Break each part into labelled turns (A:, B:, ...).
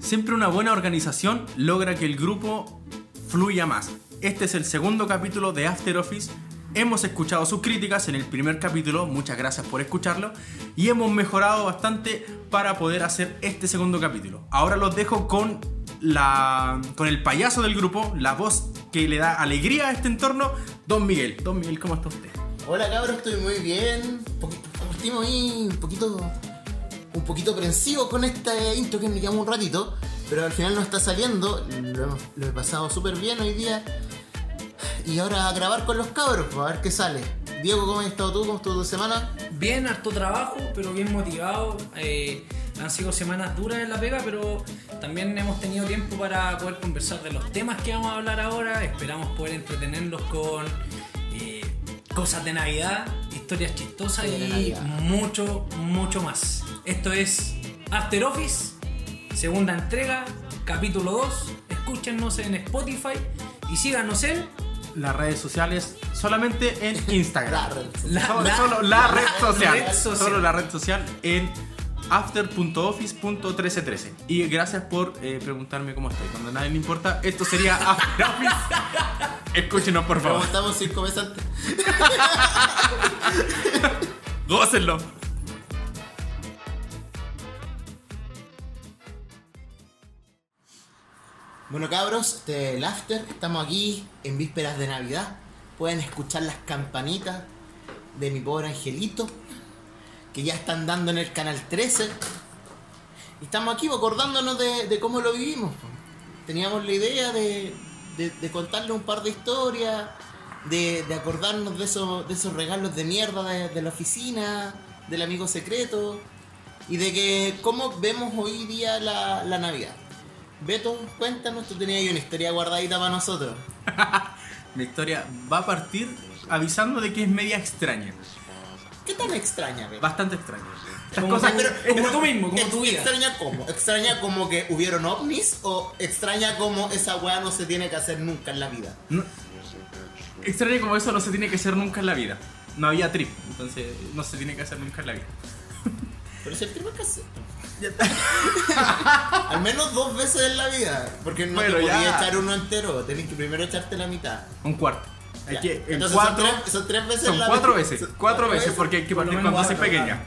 A: siempre una buena organización logra que el grupo fluya más. Este es el segundo capítulo de After Office. Hemos escuchado sus críticas en el primer capítulo, muchas gracias por escucharlo, y hemos mejorado bastante para poder hacer este segundo capítulo. Ahora los dejo con, la, con el payaso del grupo, la voz que le da alegría a este entorno, Don Miguel. Don Miguel, ¿cómo está usted?
B: Hola cabros, estoy muy bien. Poquito, estoy muy, un poquito, un poquito aprensivo con esta intro que me llevamos un ratito, pero al final no está saliendo. Lo, hemos- lo he pasado súper bien hoy día. Y ahora a grabar con los cabros, pues, a ver qué sale. Diego, ¿cómo has estado tú? ¿Cómo estuvo tu semana?
C: Bien, harto trabajo, pero bien motivado. Eh, han sido semanas duras en la pega, pero también hemos tenido tiempo para poder conversar de los temas que vamos a hablar ahora. Esperamos poder entretenerlos con eh, cosas de Navidad, historias chistosas
B: Cosas de
C: y
B: Navidad.
C: mucho, mucho más. Esto es After Office, segunda entrega, capítulo 2. Escúchenos en Spotify y síganos en
A: Las redes sociales solamente en Instagram.
B: Claro.
C: la-
A: solo,
C: la-
A: solo la, red social.
C: red social.
A: Solo la red social en after.office.1313. Y gracias por eh, preguntarme cómo estoy. Cuando a nadie le importa, esto sería After Office. Escúchenos, por
B: Como
A: favor.
B: estamos cinco meses antes.
A: Gócenlo.
B: Bueno cabros, este es el after, estamos aquí en vísperas de Navidad. Pueden escuchar las campanitas de mi pobre angelito que ya están dando en el canal 13. Y estamos aquí acordándonos de, de cómo lo vivimos. po. Teníamos la idea de, de- de contarle un par de historias, de, de acordarnos de esos, de esos regalos de mierda de, de la oficina, del amigo secreto y de que cómo vemos hoy día la, la Navidad. Beto, cuéntanos, tú tenías ahí una historia guardadita para nosotros.
A: Mi historia va a partir avisando de que es media extraña.
B: ¿Qué tan extraña, Beto?
A: Bastante extraña. Estas
C: Como,
A: cosas-
C: como- como tú mismo, como
B: Ex-
C: tu vida.
B: ¿Extraña cómo? ¿Extraña como que hubieron ovnis o extraña como esa weá no se tiene que hacer nunca en la vida?
A: No- extraña como eso no se tiene que hacer nunca en la vida. No había trip, entonces no se tiene que hacer nunca en la vida.
B: Pero si el primo es que hace- Al menos dos veces en la vida. Porque no
A: Bueno,
B: te podías
A: ya.
B: echar uno entero. Tenés que primero echarte la mitad.
A: Un cuarto. Hay
B: Ya.
A: que, en
B: Entonces
A: cuatro,
B: son, tres, son tres veces
A: son
B: la
A: cuatro
B: vida.
A: veces.
B: Son
A: Cuatro veces, porque hay que
C: Por lo
A: partir con
C: menos
A: dosis
C: cuatro,
A: pequeñas.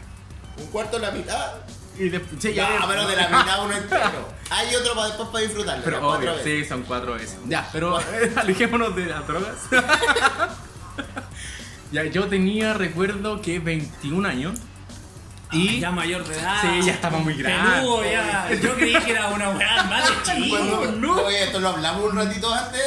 B: Un cuarto de la mitad.
A: Y después, sí, ya-
B: Ya, pero de la mitad uno entero. Hay otro para después para disfrutarlo.
A: Pero
B: ya, cuatro
A: obvio,
B: veces.
A: sí, son cuatro veces. Ya, pero
B: Cuatro.
A: eh, alejémonos de las drogas. ya, yo tenía, recuerdo que 21 años. Y
C: Ah, ya mayor de edad.
A: Sí, ya estaba muy grande.
C: Peludo, ya. Yo creí que era una weá más de chico.
B: Cuando-
A: no.
B: Pues Oye, esto lo hablamos un ratito antes.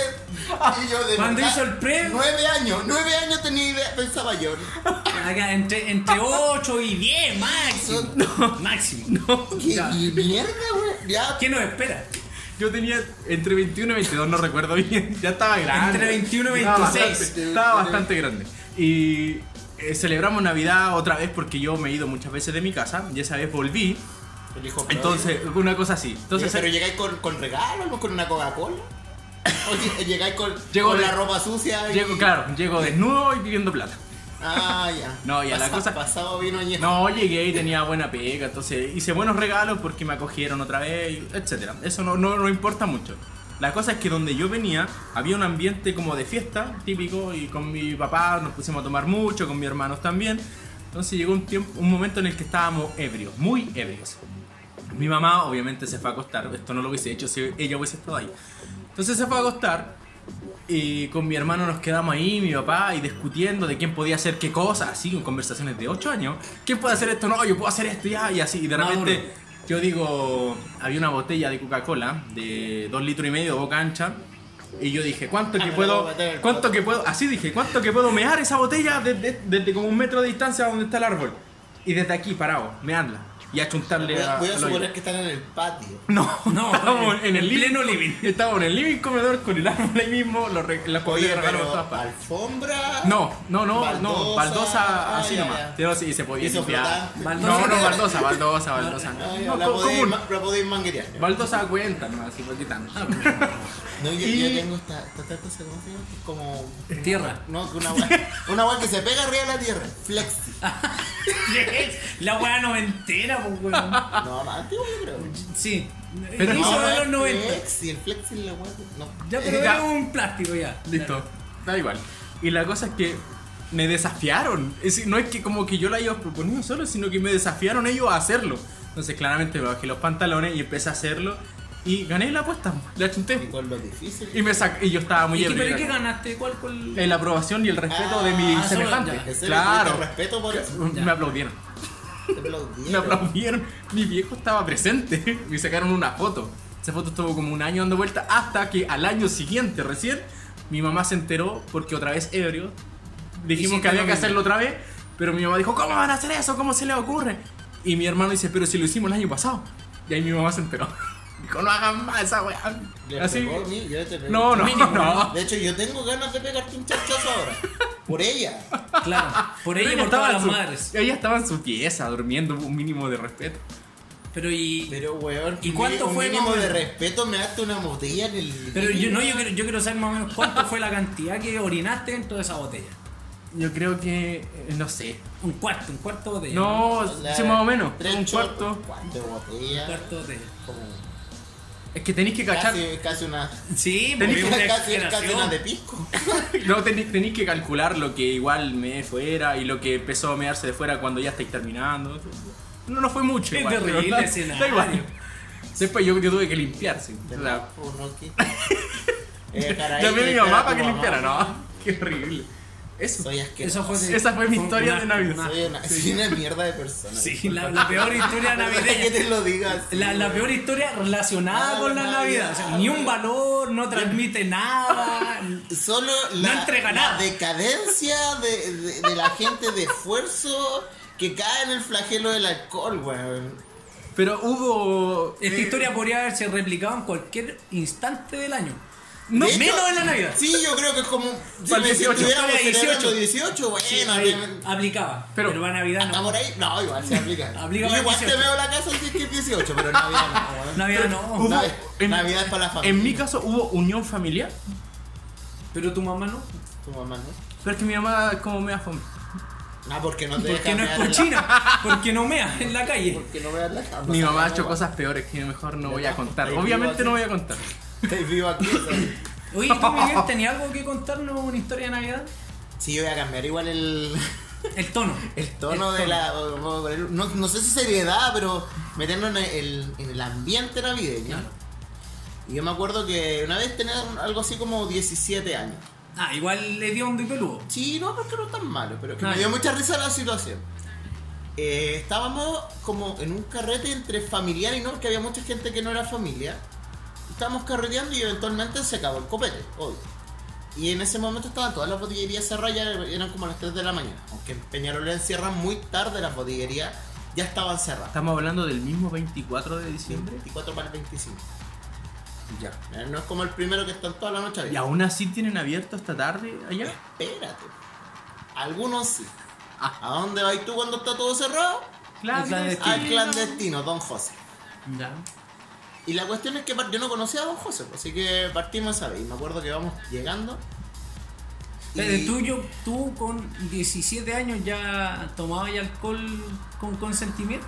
B: Y yo de
C: Cuando
B: verdad,
C: hizo el pre-
B: Nueve años, nueve años tenía idea, pensaba yo.
C: Acá entre, entre 8 y 10 máximo. Máximo.
B: ¿Qué
A: Ya.
B: mierda, güey? Ya.
C: ¿Qué nos espera?
A: yo tenía entre 21 y 22, no recuerdo bien. Ya estaba grande.
C: Entre 21 y
A: Estaba
C: 26.
A: bastante- Estaba bastante grande. Y eh, celebramos Navidad otra vez porque yo me he ido muchas veces de mi casa. Y esa vez volví.
B: El hijo pródigo.
A: Entonces, una cosa así.
B: Oye,
A: Entonces,
B: pero llegáis con, con regalos, no con una Coca-Cola. Oye, llegáis con,
A: Llego
B: con
A: de-
B: la ropa sucia. y-
A: llego, claro, llego desnudo y pidiendo plata.
B: Ah, ya.
A: No, ya, la
B: Pasa-
A: cosa-
B: Pasado vino añejo.
A: No, llegué y tenía buena pega, entonces hice buenos regalos porque me acogieron otra vez, y etcétera. Eso no, no, no importa mucho. La cosa es que donde yo venía había un ambiente como de fiesta, típico, y con mi papá nos pusimos a tomar mucho, con mis hermanos también. Entonces llegó un, tiempo, un momento en el que estábamos ebrios, muy ebrios. Mi mamá obviamente se fue a acostar, esto no lo hubiese hecho si ella hubiese estado ahí. Entonces se fue a acostar y con mi hermano nos quedamos ahí, mi papá, y discutiendo de quién podía hacer qué cosa, así, con conversaciones de 8 años. ¿Quién puede hacer esto? No, yo puedo hacer esto ya, y así. Y de
C: Maduro.
A: repente yo digo, había una botella de Coca-Cola de 2 litros y medio, boca ancha. Y yo dije, ¿cuánto
B: Ah,
A: que
B: me la
A: puedo?
B: voy a meter en el
A: ¿Cuánto que puedo? Así dije, ¿cuánto que puedo mear esa botella desde, desde como un metro de distancia donde está el árbol? Y desde aquí, parado, mearla. Y achuntarle
B: Voy a, voy a
A: al hoyo.
B: suponer que están en el patio.
A: No,
C: No,
A: estábamos
C: en-
A: en el
C: en pleno living.
A: Estábamos en el living comedor con el árbol ahí mismo, los re- las
B: Oye,
A: botellas de regalo por
B: pero
A: todas partes.
B: alfombra.
A: No, no, no, no,
B: Baldosa.
A: baldosa
B: Ah,
A: así
B: ya,
A: nomás.
B: ya.
A: Pero sí, se podía
B: Hizo
A: limpiar.
B: flotante.
A: No, no, baldosa, baldosa, baldosa.
B: Ah,
A: No,
B: ya, la
A: co-
B: podéis
A: común.
B: ma- Ah, la podéis manguerear.
A: Baldosa cuenta nomás, así fue quitando.
B: No, yo,
A: Y-
B: yo tengo esta, esta, esta cosa, ¿cómo se llama? Como.
C: Tierra.
B: No, que una weá. Una weá que se pega arriba de la tierra. Flexi.
C: La weá noventera, ahora, pues, weón.
B: No, más antiguo yo creo.
C: Sí.
A: Pero
C: Inicio
A: no,
C: de los 90.
B: Flex, y el flex en la weá. No.
C: Ya, pero
A: Ya.
C: era un plástico ya.
A: Listo, da igual. Y la cosa es que me desafiaron. Es decir, no es que como que yo la haya proponido solo, sino que me desafiaron ellos a hacerlo. Entonces, claramente me bajé los pantalones y empecé a hacerlo. Y gané la apuesta, la
B: Y
A: achunté.
B: con lo difícil.
A: Y, me sac- y yo estaba muy
C: ¿Y qué,
A: ebrio,
C: pero ¿y
A: era
C: qué
A: como-
C: ganaste? ¿Cuál? cuál?
A: Eh, La aprobación y el respeto de mi
C: Ah, solo-
A: semejante.
C: ya.
B: ¿En serio?
A: Claro.
B: Te respeto por eso.
A: Me
C: Ya.
A: aplaudieron.
B: Te aplaudí.
A: Me aplaudieron. Mi viejo estaba presente. Me sacaron una foto. Esa foto estuvo como un año dando vuelta hasta que al año siguiente recién mi mamá se enteró porque otra vez ebrio. Dijimos
C: Hiciste
A: que había
C: lo
A: que
C: mismo.
A: hacerlo otra vez, pero mi mamá dijo, ¿cómo van a hacer eso? ¿Cómo se le ocurre? Y mi hermano dice, pero si lo hicimos el año pasado. Y ahí mi mamá se enteró. Dijo, no hagan más esa weá.
B: Le
A: Así.
B: pegó a mí, yo te pego.
A: No, no,
C: Mínimo,
A: no.
B: De hecho, yo tengo ganas de pegarte un chachazo ahora. Por ella.
C: Claro. Por
A: Pero
C: ella y por
A: estaba
C: todas
A: en
C: las
A: su-
C: madres.
A: Ella estaba en su pieza durmiendo, un mínimo de respeto.
C: Pero y.
B: Pero, weón.
C: ¿Y
B: un
C: cuánto
B: mini-
C: fue
B: Un
C: más
B: mínimo
C: o
B: de
C: menos?
B: respeto me daste una botella en el.
C: Pero yo no, yo quiero, yo quiero saber más o menos cuánto fue la cantidad que orinaste dentro de esa botella.
A: Yo creo que, eh, no sé.
C: Un cuarto, un cuarto de botella.
A: No,
B: La-
A: sí, más o menos.
B: Tres
A: Un
B: shots,
A: cuarto.
B: cuarto de
C: Un
B: botella.
C: cuarto de botella.
B: Como
A: Es que tenéis que cachar.
B: casi, casi una.
C: Sí,
A: Tenés
C: porque
A: que-
C: una
B: Casi, casi una
C: exageración.
B: de pisco.
A: No, tenéis, tenéis que calcular lo que igual me fuera y lo que empezó a mearse de fuera cuando ya estáis terminando. No, no fue mucho.
C: Qué
A: igual, pero
C: terrible
A: da-
C: escenario.
A: Da igual. Después yo, yo tuve que limpiarse.
B: De
A: O sea,
B: nuevo, ¿no? ¿Qué? Eh, caray,
A: llamé a mi
B: espera,
A: mamá
B: tu
A: para que
B: mamá.
A: limpiara, no. Qué horrible. Eso.
B: Soy asqueroso.
C: Eso fue de-
A: Esa fue mi historia
C: una-
A: de Navidad.
C: una-
B: Soy una, soy una mierda de persona.
C: Sí, la, la peor historia
B: Perdona que
C: navideña.
B: te lo digas.
C: La, la peor historia relacionada
B: Nada
C: con
B: de
C: la
B: Navidad,
C: Navidad. O sea, ni un
B: güey.
C: valor, no transmite nada.
B: Solo la,
C: entrega
B: la
C: nada.
B: decadencia de, de- de la gente de esfuerzo que cae en el flagelo del alcohol, weón.
A: Pero hubo.
C: Esta
A: eh,
C: historia podría haberse replicado en cualquier instante del año.
A: No,
B: De hecho,
C: menos en la Navidad.
B: Sí, yo creo que es como. Si
A: Para el
B: me
A: 18,
B: estuviéramos
C: para el 18.
B: celebrando 18, bueno,
C: Ahí,
B: bien.
C: aplicaba.
A: Pero-
C: Pero, para Navidad
B: ¿Está
C: no.
B: por ahí? No, igual se aplica.
C: Aplica
B: Yo
C: para el
B: igual te
C: 18.
B: veo la casa si es que es 18, pero Navidad no, weón.
C: Navidad
A: hubo-
C: no.
B: Navidad- Navidad es para la familia.
A: En mi caso hubo unión familiar,
C: Pero tu mamá no.
B: Tu mamá no.
A: pero es que mi mamá es como me fome.
B: No, porque no te
C: Porque
B: deja
C: no es
B: mear en la-
C: cochina. Porque no mea en la calle.
B: Porque no veas la cama.
A: Mi mamá ha
B: No,
A: hecho
B: weón.
A: cosas peores que mejor no voy a contar.
B: Ahí
A: Obviamente no
B: vivo
A: voy a contar.
B: Estoy vivo aquí. ¿sabes?
C: Oye, ¿tú, Miguel, tenías algo que contarnos una historia de Navidad?
B: Sí, yo voy a cambiar igual el,
C: El tono.
B: el tono
C: El
B: de la. voy a poner- No, no sé si seriedad, pero meternos en el, en el ambiente navideño. Y yo me acuerdo que una vez tenía algo así como 17 años.
C: Ah, igual le dio un peludo.
B: Sí, no, porque no es tan malo, pero que
C: Ah,
B: me dio
C: ya.
B: mucha risa la situación. Eh, estábamos como en un carrete entre familiar y no, porque había mucha gente que no era familia. Estábamos carreteando y eventualmente se acabó el copete, obvio. Y en ese momento estaban todas las botillerías cerradas, ya eran como las 3 de la mañana. Aunque en Peñarolén cierran muy tarde las botillerías, ya estaban cerradas.
A: Estamos hablando del mismo 24 de diciembre.
B: 24 para el 25. Ya. No es como el primero que están toda la noche
A: Y
B: abiertos.
A: aún así tienen abierto esta tarde
B: Eh.
A: allá.
B: Espérate. Algunos sí.
A: Ah.
B: ¿A dónde vas tú cuando está todo cerrado?
A: Claro.
C: El clandestino.
B: Al clandestino, Don José.
A: Ya.
B: Y la cuestión es que par- yo no conocía a Don José, pues, así que partimos esa vez. Y me acuerdo que vamos llegando.
C: Pero Eh, tú, yo, tú con 17 años ya tomabas ya alcohol con consentimiento.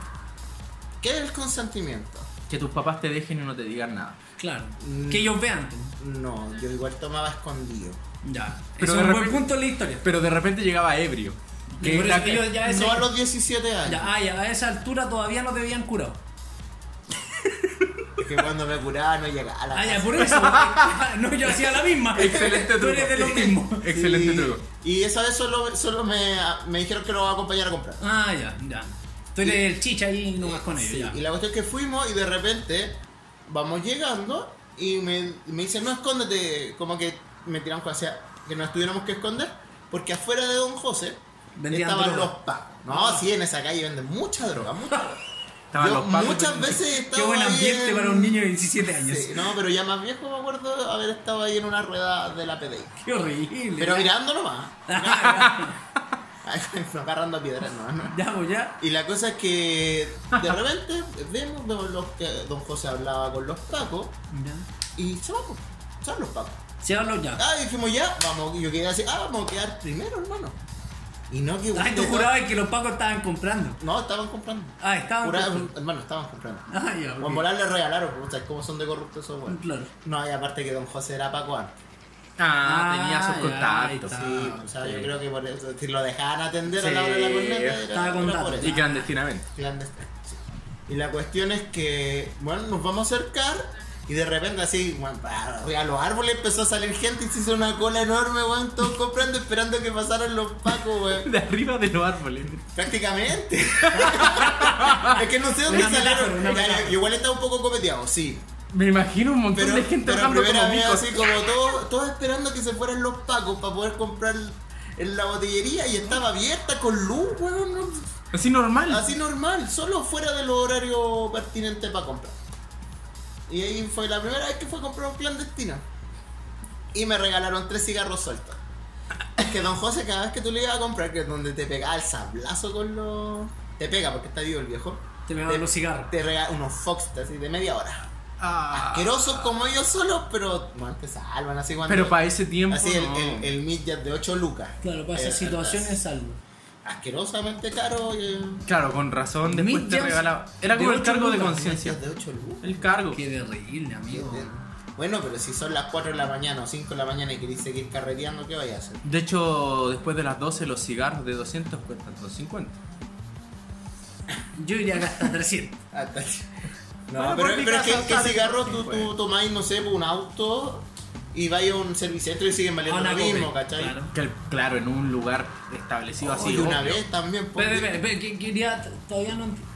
B: ¿Qué es el consentimiento?
A: Que tus papás te dejen y no te digan nada.
C: Claro.
B: Mm.
C: Que ellos vean. tú.
B: No, yo igual tomaba escondido.
C: Ya.
A: Pero
C: Pero
A: de
C: es un buen
A: repente-
C: punto de la historia.
A: Pero de repente llegaba ebrio.
C: Y por
A: la-
C: eso ellos ya, a ese-
B: No a los 17 años.
C: ya- ah, ya, a esa altura todavía no te habían curado.
B: Es que cuando me curaba no llegaba a la
C: Ah, ya,
B: casa.
C: por eso. porque- no, yo hacía la misma.
A: Excelente
C: Tú eres de lo
A: truco.
C: mismo.
A: Excelente
B: y,
A: truco.
B: Y esa vez solo, solo me, me dijeron que lo voy a acompañar a comprar.
C: Ah, ya, ya. Tú eres el chicha ahí nomás con ellos.
B: Sí,
C: ya.
B: y la cuestión es que fuimos y de repente vamos llegando y me, me dicen, no escóndete, como que me tiraron hacia que nos tuviéramos que esconder, porque afuera de Don José
C: Vendían
B: estaban
C: droga. Ah.
B: los pacos. No, sí, en esa calle venden mucha droga, mucha droga.
A: Estaban
B: Yo
A: los pacos
B: muchas
A: vendiendo-
B: veces estaba
C: Qué buen
B: ahí
C: ambiente
B: en-
C: para un niño de 17 años.
B: Sí, no, pero ya más viejo me acuerdo haber estado ahí en una rueda de la PDI.
C: Qué horrible.
B: Pero
C: ya.
B: mirando nomás,
C: Ah,
B: agarrando piedras nomás, ¿no?
C: ya, ya, pues ya.
B: Y la cosa es que de repente vemos, vemos los que Don José hablaba con los pacos
C: ya.
B: y se va, pues, se van los pacos.
C: Se hablan ya.
B: Ah, dijimos ya, vamos, y yo quería decir, ah, vamos a quedar primero, hermano. Y no que
C: Ay, tú jurabas que los pacos estaban comprando.
B: No, estaban comprando.
C: Ah, estaban
B: Juraba-
C: comprando.
B: hermano, estaban comprando.
C: Ah, ya,
B: O en
C: ok.
B: volar le regalaron, pues, ¿sabes cómo son de corruptos esos weones?
C: Claro.
B: No, y aparte que don José era Paco antes.
A: Ah,
C: Ah,
A: tenía sus
C: ya,
A: contactos.
C: ahí está.
B: Sí, o sea, yo creo que por eso, si lo dejaban atender a la
A: Sí,
B: hora de la corneta,
C: Ah, estaba
B: era-
C: con
B: era
C: datos.
B: por eso.
A: Y clandestinamente.
B: Clandestino, sí. Y la cuestión es que, bueno, nos vamos a acercar y de repente así, bueno, a los árboles empezó a salir gente y se hizo una cola enorme, weón, todos comprando, esperando que pasaran los pacos, weón.
A: De arriba de los árboles.
B: Prácticamente. es que no sé dónde
C: Una metáfora,
B: salieron.
C: una metáfora.
B: Igual estaba un poco copeteado, sí.
A: Me imagino un montón
B: Pero,
A: de gente
B: pero a
A: tocando
B: primera
A: como
B: vez
A: micos.
B: así como todos todos esperando que se fueran los pacos para poder comprar en la botillería y estaba abierta con luz, weón. no-
A: Así normal.
B: Así normal, solo fuera de los horarios pertinentes para comprar. Y ahí fue la primera vez que fue a comprar un clandestino. Y me regalaron tres cigarros sueltos. Es que don José, cada vez que tú le ibas a comprar, que es donde te pegaba el sablazo con los. Te pega porque está vivo el viejo.
C: Te me van los cigarros.
B: Te regala unos Fox así de media hora.
A: Ah.
B: Asquerosos como ellos solos, pero bueno, te salvan así cuando.
A: Pero para ese tiempo.
B: Así el,
A: no.
B: el, el Midget de 8 lucas.
C: Claro, para
B: Eh,
C: esas situaciones salvo.
B: Asquerosamente caro. y, eh,
A: Claro, con razón. Después te
C: Midgets
A: regalaba. Era como
C: de
A: el
C: ocho
A: cargo de
C: lucas.
A: conciencia.
B: de 8 lucas.
A: El cargo.
C: Qué terrible, amigo.
B: Bueno, pero si son las 4 de la mañana o 5 de la mañana y querés seguir carreteando, ¿qué vayas a hacer?
A: De hecho, después de las 12, los cigarros de 200 cuestan 250.
C: Yo iría hasta 300.
B: Hasta- No,
A: Bueno,
B: pero,
A: por mi
B: pero es que,
A: casa
B: que
A: sale
B: cigarro
A: por
B: tú,
A: cinco,
B: tú tomáis, no sé, un auto y vais a un servicentro y siguen valiendo
C: Ahora
B: lo mismo,
C: come,
B: ¿cachai?
C: Ah,
B: Oh,
C: claro.
A: Que, claro, en un lugar establecido así. oh,
B: y una
A: obvio.
B: vez también, pues,
C: Espera, espera, espera, que- que iría- todavía no entiendo.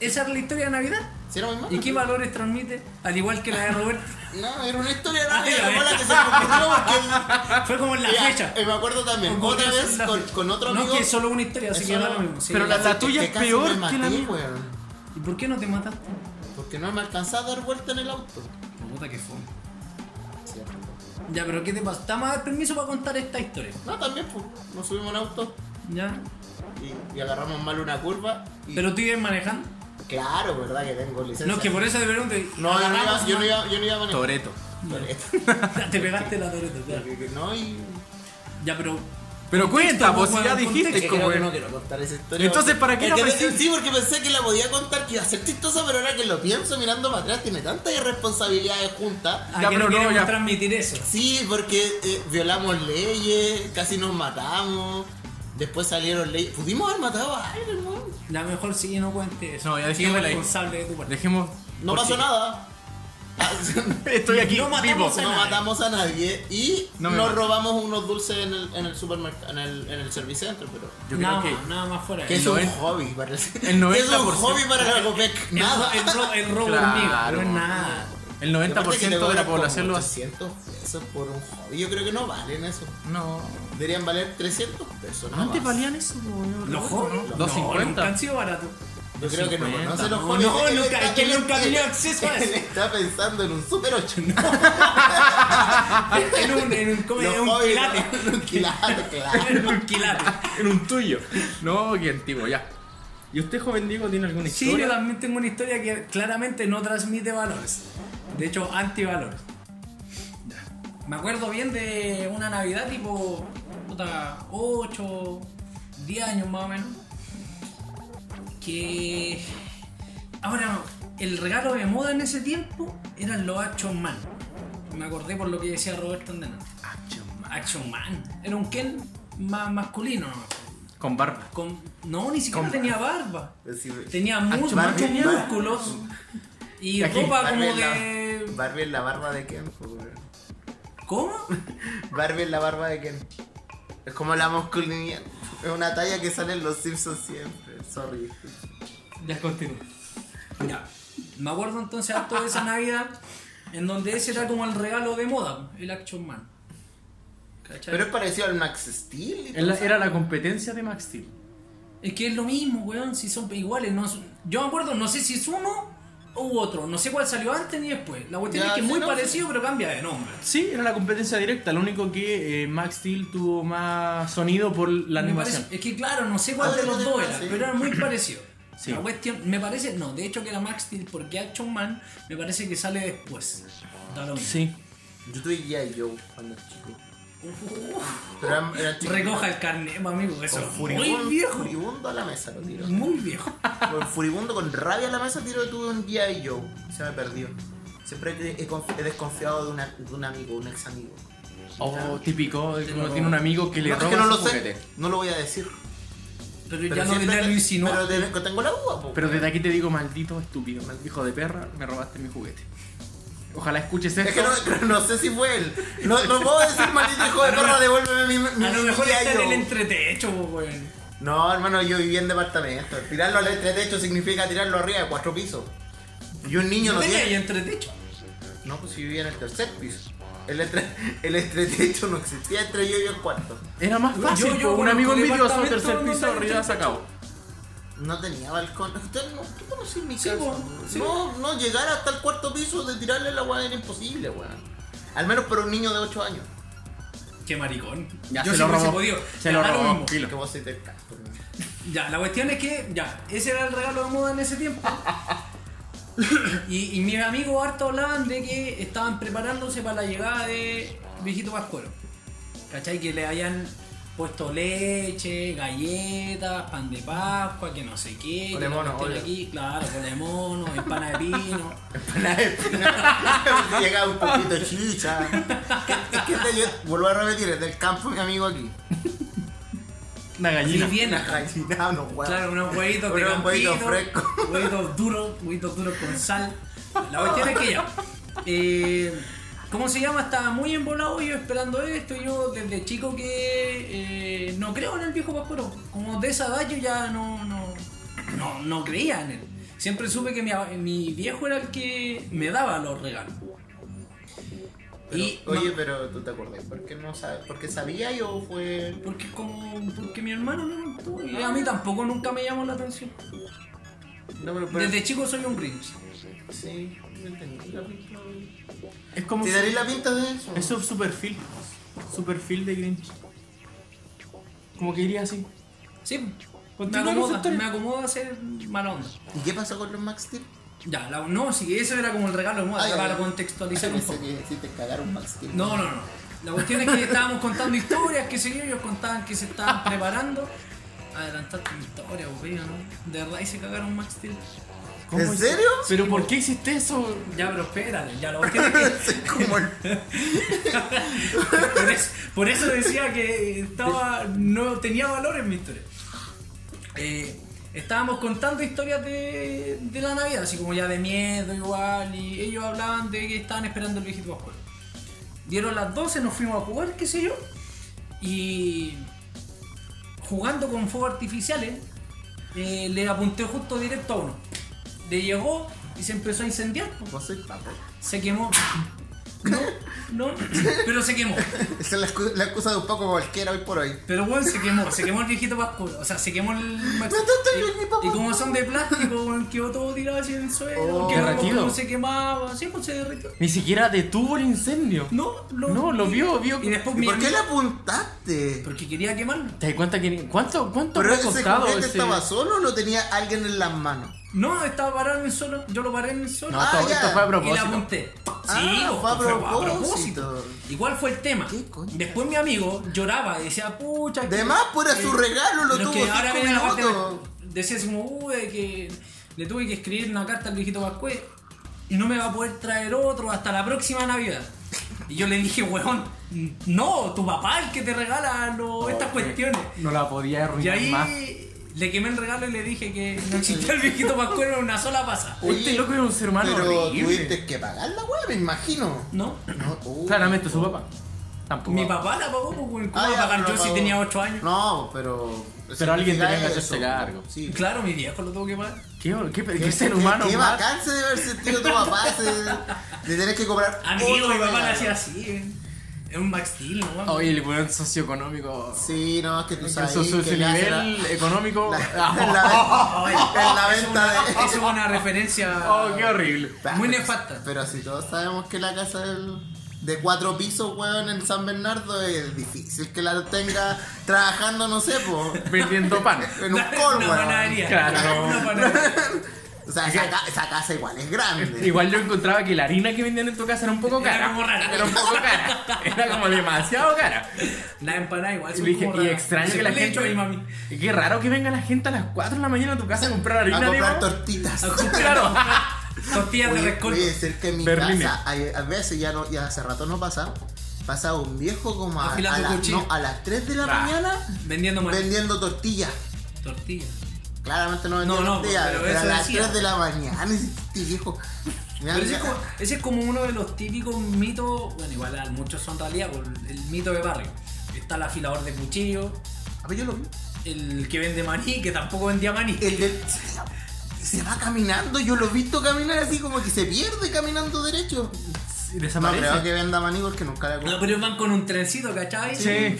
C: ¿Esa es la historia de Navidad?
B: ¿sí era muy malo?
C: ¿Y qué valores transmite? Al igual que la de Roberto.
B: No, era una historia de la
C: Ah, ya,
B: vida,
C: ya.
B: la que se me ocurrió
C: Fue como en la
B: porque... Ya,
C: fecha.
B: eh, me acuerdo también,
C: Ocurrió
B: otra
C: en
B: vez
C: la
B: con,
C: fecha.
B: con otro
C: No,
B: amigo...
C: que es solo una historia, así
B: Eso
C: que da
B: no-
C: lo mismo. sí.
A: pero la-
B: Así
A: tuya
B: que
A: es
B: casi
A: peor
B: me
A: que la
B: maté,
A: mía.
B: weón,
C: ¿Y por qué no te mataste?
B: Porque no me alcanzaba a dar vuelta en el auto.
C: Puta que fue.
B: Cierto.
C: Ya, pero ¿qué te pasa? Estamos a dar permiso para contar esta historia.
B: No, también, pues, nos subimos en auto
C: ¿Ya?
B: y, y agarramos mal una curva. Y...
C: Pero tú ibas manejando.
B: Claro, verdad que tengo licencia.
C: No, que por eso te pregunto. ¿y
B: No, yo no iba,
C: agarramos
B: yo no
C: más?
B: iba, yo no iba a manejar.
A: Toreto.
B: Toreto.
C: Te pegaste la torreta, claro.
B: No, y...
C: Ya, pero.
A: Pero cuenta, vos si
C: pues,
A: ya
C: weón,
A: dijiste
C: contexto.
A: como
B: que
A: el-
B: no quiero contar esa historia.
A: Entonces, ¿para qué
B: Es
A: la
B: que-
A: presentes?
B: Sí, porque pensé que la podía contar, que iba a ser chistosa, pero ahora que lo pienso mirando para atrás, tiene tantas irresponsabilidades juntas.
C: ¿A
A: Ya,
C: qué
A: pero
C: no
A: no,
C: queremos
A: ya.
C: transmitir eso?
B: Sí, porque eh, violamos leyes, casi nos matamos, después salieron leyes. Pudimos haber matado a alguien, ¿no?
C: La mejor sí no cuente eso.
A: No, ya
C: Sí,
A: dejémosla ahí.
C: responsable de tu parte.
A: Dejemos.
B: No
A: porque
B: pasó nada. Ah,
A: Estoy aquí
C: No
A: vivo.
C: matamos a-
B: no
C: nadie.
B: matamos a nadie y
A: No me
B: nos
A: mato.
B: robamos unos dulces en el, en el supermercado, en el, en el servicentro, pero...
A: Yo
C: nada,
A: creo
C: más,
A: que.
C: nada más fuera.
B: Que
A: El
B: es
C: eso.
B: un
A: noven-
B: hobby para el, es un
A: 90%.
B: hobby para la Copec.
C: El,
B: Nada.
C: el, ro- el robo
A: Claro.
C: hormiga, no es nada.
A: El 90% de la población lo hace.
B: 300 pesos por un hobby. Yo creo que no valen eso.
A: No.
B: Deberían valer 300 pesos. No
A: ¿Antes
B: más.
A: valían eso? weón?
C: ¿Los jóvenes?
A: ¿No?
C: No, nunca han
A: 250.
C: sido baratos.
B: Yo creo que no
A: 50.
B: conoce los
C: No,
B: hobbies.
C: no,
B: Él
C: nunca-
B: está-
C: es que
B: él
C: él nunca
B: está-
C: tenía acceso a
B: él
C: eso.
B: está pensando en un Super 8.
C: En un, en un, come-
B: Los
C: en un
B: hobbies,
C: quilate.
B: no, en un quilate, claro.
C: En un quilate.
A: En un tuyo. No, qué antiguo, ya. ¿Y usted, joven Diego, tiene alguna
C: Sí, yo
A: historia?
C: también tengo una historia que claramente no transmite valores. De hecho, antivalores. Me acuerdo bien de una Navidad tipo 8, 10 años más o menos. Que. Ahora, el regalo de moda en ese tiempo eran los Action Man. Me acordé por lo que decía Roberto Andenante.
A: Action man.
C: Action Man. Era un Ken más masculino. ¿no?
A: Con barba.
C: Con, no, ni siquiera
A: Con-
C: tenía barba.
B: Decime.
C: Tenía muchos,
B: Barbie,
C: muchos
B: Barbie.
C: músculos y
A: Aquí,
C: ropa
B: Barbie
C: como
B: en la-
C: de.
B: Barbie en la barba de Ken. po, weón.
C: ¿Cómo?
B: Barbie en la barba de Ken. Es como la masculinidad. Es una talla que sale en los Simpsons siempre. Sorry.
A: Ya continúa.
C: Ya. Me acuerdo entonces harto de esa Navidad en donde ese era como el regalo de moda, el Action Man. ¿Cachai?
B: Pero es parecido al Max Steel. y todo eso.
A: Era la competencia de Max Steel.
C: Es que es lo mismo, weón, si son iguales. No, es- yo me acuerdo, no sé si es uno u otro, no sé cuál salió antes ni después. La cuestión
B: Ya,
C: es que es
B: sí,
C: muy
B: no,
C: parecido, pero cambia de nombre.
A: Sí, era la competencia directa. Lo único que eh, Max Steel tuvo más sonido por la
C: Me
A: animación.
C: parece- es que claro, no sé cuál
B: Ah,
C: de
B: sí,
C: los
B: sí,
C: dos
B: sí,
C: era,
B: sí.
C: pero era muy parecido.
A: Sí.
C: La cuestión, me parece, no, de hecho que era Max Steel porque Action Man me parece que sale después. Da lo mismo.
A: Sí.
B: Yo tuve G.I. Joe cuando chico. Pero eran- eran chicos
C: Recoja el carnet, amigo, eso.
B: con
C: es
B: furibundo,
C: Muy viejo.
B: furibundo a la mesa lo tiro.
C: Muy viejo.
B: Con furibundo, con rabia a la mesa tiro tuve un día y yo. Se me perdió. Siempre he, he conf- he desconfiado de, una- de un amigo, un ex amigo.
A: Oh, típico, de que uno tiene un amigo que le
B: No, es
A: roba
B: que no
A: su
B: lo
A: juguete.
B: sé, no lo voy a decir.
C: Pero,
B: Pero
C: ya lo,
B: siempre
C: ya lo
B: te-
C: insinuó.
B: pero de- tengo la duda, po.
A: Pero desde aquí te digo, maldito estúpido, maldito hijo de perra, me robaste mi juguete. Ojalá escuches esto.
B: Es que no, pero no sé si fue él. No, no puedo decir, maldito hijo de perra, devuélveme mi, mi,
C: A lo mejor
B: mi
C: está en el
B: gallo".
C: entretecho, po, weón.
B: No, hermano, yo viví en departamento. Tirarlo al entretecho significa tirarlo arriba de cuatro pisos. Y un niño no
C: ¿Tenía ahí
B: tiene.
C: entretecho?
B: No, pues si vivía en el tercer piso. El, entre... el entretecho no existía entre yo y el cuarto.
A: Era más
C: Yo-
A: fácil,
C: yo
A: po, un
C: conozco
A: amigo envidioso,
C: departamentos
A: tercer
C: donde
A: piso,
C: hay
A: arriba sacado.
B: No tenía balcón. Usted no, tú conocís mi
C: Sí,
B: casa.
C: po, sí.
B: No, no, llegar hasta el cuarto piso de tirarle la agua era imposible, weón. Al menos para un niño de 8 años.
C: Qué maricón.
A: Ya
C: Yo
A: se
C: sí
A: lo
C: hubiese
A: robó.
C: podido.
A: Se
C: Ya,
A: lo
C: da
A: robó.
C: mismo.
A: Filo.
B: Que vos sois del campo, weón.
C: Ya, la cuestión es que, ya, ese era el regalo de moda en ese tiempo. y, y mis amigos harto hablaban de que estaban preparándose para la llegada de Viejito Pascuero. ¿Cachai? Que le habían puesto leche, galletas, pan de Pascua, que no sé qué.
B: Con
C: que
B: el
C: la
B: mono,
C: cuestión
B: obvio.
C: aquí, claro, con el mono, empana de pino.
B: Empanada de pino. Llegaba un poquito chicha. Es que este- yo vuelvo a repetir, es del campo mi amigo aquí.
A: Una
C: Y
A: gallina.
C: bien,
B: Una gallina, unos huevos.
C: Claro, unos huevitos de
B: Unos huevitos
C: campino,
B: frescos.
C: Huevitos duros, huevitos duros con sal. La cuestión es que ya. eh, ¿Cómo se llama? Estaba muy embolado yo esperando esto. Yo desde chico que eh, no creo en el viejo Pascuero. Como de esa edad yo ya no, no, no, no creía en él. Siempre supe que mi, ab- mi viejo era el que me daba los regalos.
B: Pero,
C: y
B: oye, pero tú te acordás, ¿por qué no sabes? ¿Porque sabía yo fue.?
C: porque como porque mi hermano me contó y a mí tampoco nunca me llamó la atención.
B: No, pero. pero-
C: Desde chico soy un Grinch.
B: Sí, no entendí la pinta. de-
A: Es como.
B: Te daré la pinta de eso.
A: Eso es su perfil. Su perfil de Grinch. Como que iría así.
C: Sí, me
A: Continúa con su
C: acomoda,
A: historia.
C: me acomoda ser mala onda.
B: ¿Y qué pasó con los Max Steel?
C: Ya, la- no, sí, eso era como el regalo de moda,
B: Ay, ay,
C: para
B: ay.
C: contextualizar un
B: Pensé
C: poco.
B: que sí te cagaron Max Steel.
C: No, no, no. La cuestión es que estábamos contando historias, qué sé yo, ellos contaban que se estaban preparando. Adelantaste mi historia, obvio, ¿no? De verdad, y se cagaron Max Steel.
A: ¿Cómo
B: ¿En
A: hice-
B: serio?
A: ¿Pero por qué hiciste eso?
C: Ya, pero espérate, ya, la cuestión es que...
B: Sí, como el.
C: Por eso, por eso decía que estaba no tenía valor en mi historia. Eh, estábamos contando historias de, de la Navidad, así como ya de miedo igual, y ellos hablaban de que estaban esperando el viejito Pascual. Dieron las 12, nos fuimos a jugar, qué sé yo, y jugando con fuegos artificiales, eh, le apunté justo directo a uno. Le llegó y se empezó a incendiar, po.
B: Vos sois papo.
C: se quemó. No, no, pero se quemó.
B: Esa es la excu- la excusa de un poco cualquiera hoy por hoy.
C: Pero bueno, se quemó, se quemó el viejito Pascual. O sea, se quemó el Max.
B: No, no, no, no, mi papá.
C: Y, y como son de plástico, weón, quedó todo tirado así en el suelo.
B: Oh.
C: que vemos
A: Derretido.
C: cómo se quemaba, sí, pues se derritió.
A: Ni siquiera detuvo el incendio.
C: No, lo,
A: No, lo vio, vio.
C: Y después
B: ¿Y
C: mi
B: por qué le
C: amigo-
B: apuntaste?
C: Porque quería quemarlo.
A: ¿Te das cuenta que cuánto cuánto
B: ¿Pero
A: habrá
B: ese
A: costado
B: juguete
A: ese-
B: estaba solo o lo tenía alguien en las manos?
C: No, estaba parado en el suelo. Yo lo paré en el suelo.
A: No,
B: Ah,
A: esto,
B: ya.
A: esto fue a
C: y le
A: propósito.
C: apunté.
B: Ah,
C: pues,
B: fue a propósito.
C: ¿Y cuál fue el tema?
B: ¿Qué coño?
C: Después mi amigo lloraba y decía, pucha. que-
B: De más, pues era su regalo, lo
C: Pero
B: tuvo
C: que ahora
B: cinco
C: viene la parte
B: minutos.
C: de- decía así como, "Uh, de que le tuve que escribir una carta al viejito Pascué y no me va a poder traer otro hasta la próxima Navidad. Y yo le dije, weón, no, tu papá es el que te regala lo- estas cuestiones.
A: No la podía
C: Y
A: arruinar más. Este
C: ahí le quemé el regalo y le dije que no existía el viejito Pascué en una sola pasa.
B: Oye,
A: este loco es un ser humano
B: Pero
A: horrible.
B: tuviste que pagar la weá, me imagino.
C: ¿No?
B: No, uh.
A: Claramente su papá. Tampoco.
C: Mi papá la pagó, pues, weón, ¿cómo
B: Ah,
C: va
B: ya,
C: a pagar
B: pero
C: yo
B: lo
C: si
B: pagó.
C: tenía 8 años?
B: No, pero.
A: Pero alguien tenía que
B: significa
A: hacerse
B: eso.
A: cargo.
B: Sí.
C: Claro, mi viejo lo tuvo que pagar.
A: ¿Qué, qué, qué ser humano
B: Qué, qué
A: más?
B: bacán se debe haber sentido tu papá de, de tener que cobrar.
C: Amigo,
B: otro
C: mi papá le
B: regalo.
C: hacía así, weón. Era un Max Steel, ¿no? weón?
A: Oye, el buen socioeconómico.
B: Sí, no, es que tú
A: Su-
B: sabes.
A: su, su
B: que le hace la-
A: nivel económico.
B: la- en la
C: Oye,
B: venta- en la
C: es
B: venta de.
C: una- es una referencia
A: Oh, qué horrible.
C: muy nefasta.
B: Pero si todos sabemos que la casa del- de cuatro pisos, weón, en San Bernardo es difícil que la tenga trabajando, no sé, po,
A: Vendiendo pan.
B: en un col,
C: Una
B: weón.
C: panadería.
A: Claro.
C: Una panadería.
B: O sea, esa, ca- esa casa igual es grande.
A: Igual yo encontraba que la harina que vendían en tu casa era un poco
C: Era
A: cara.
C: como rara.
A: Era un poco cara. Era como demasiado cara.
C: La empanada igual
A: Y,
C: son
A: dije,
C: como
A: y
C: raras.
A: extraño
C: Sí,
A: que la
C: le he
A: gente.
C: dicho a mi mami.
A: y Qué raro que venga la gente a las 4 de la mañana a tu casa a comprar harina.
B: a comprar
A: digo.
B: tortitas.
A: Claro.
C: Tortillas de
B: Oye,
C: rescoldo.
B: oye, cerca de mi
A: Berliner.
B: casa, hay- a veces ya, no, ya hace rato no pasa, pasa un viejo como a,
C: Afilando
B: a las-
C: cuchillo.
B: no, a las 3 de la
A: Ah.
B: mañana
C: Vendiendo más
B: vendiendo tortillas.
C: tortillas.
B: Claramente no vendía
C: No, no,
B: tortillas,
C: pero
B: pero, a
C: eso
B: las
C: decía.
B: 3 de la mañana este viejo. Me
C: Pero
B: da-
C: ese, es como, ese es como uno de los típicos mitos, bueno, igual ah, muchos son realidad, por el mito de barrio. Está el afilador de cuchillo,
B: A ver, yo lo vi.
C: el que vende maní, que tampoco vendía maní.
B: El del- se va caminando, yo lo he visto caminar así como que se pierde caminando derecho.
A: Y
B: No
A: Desaparece.
B: creo que venda maní porque nunca la
C: No, Ah, pero van con un trencito, ¿cachai?
A: Sí.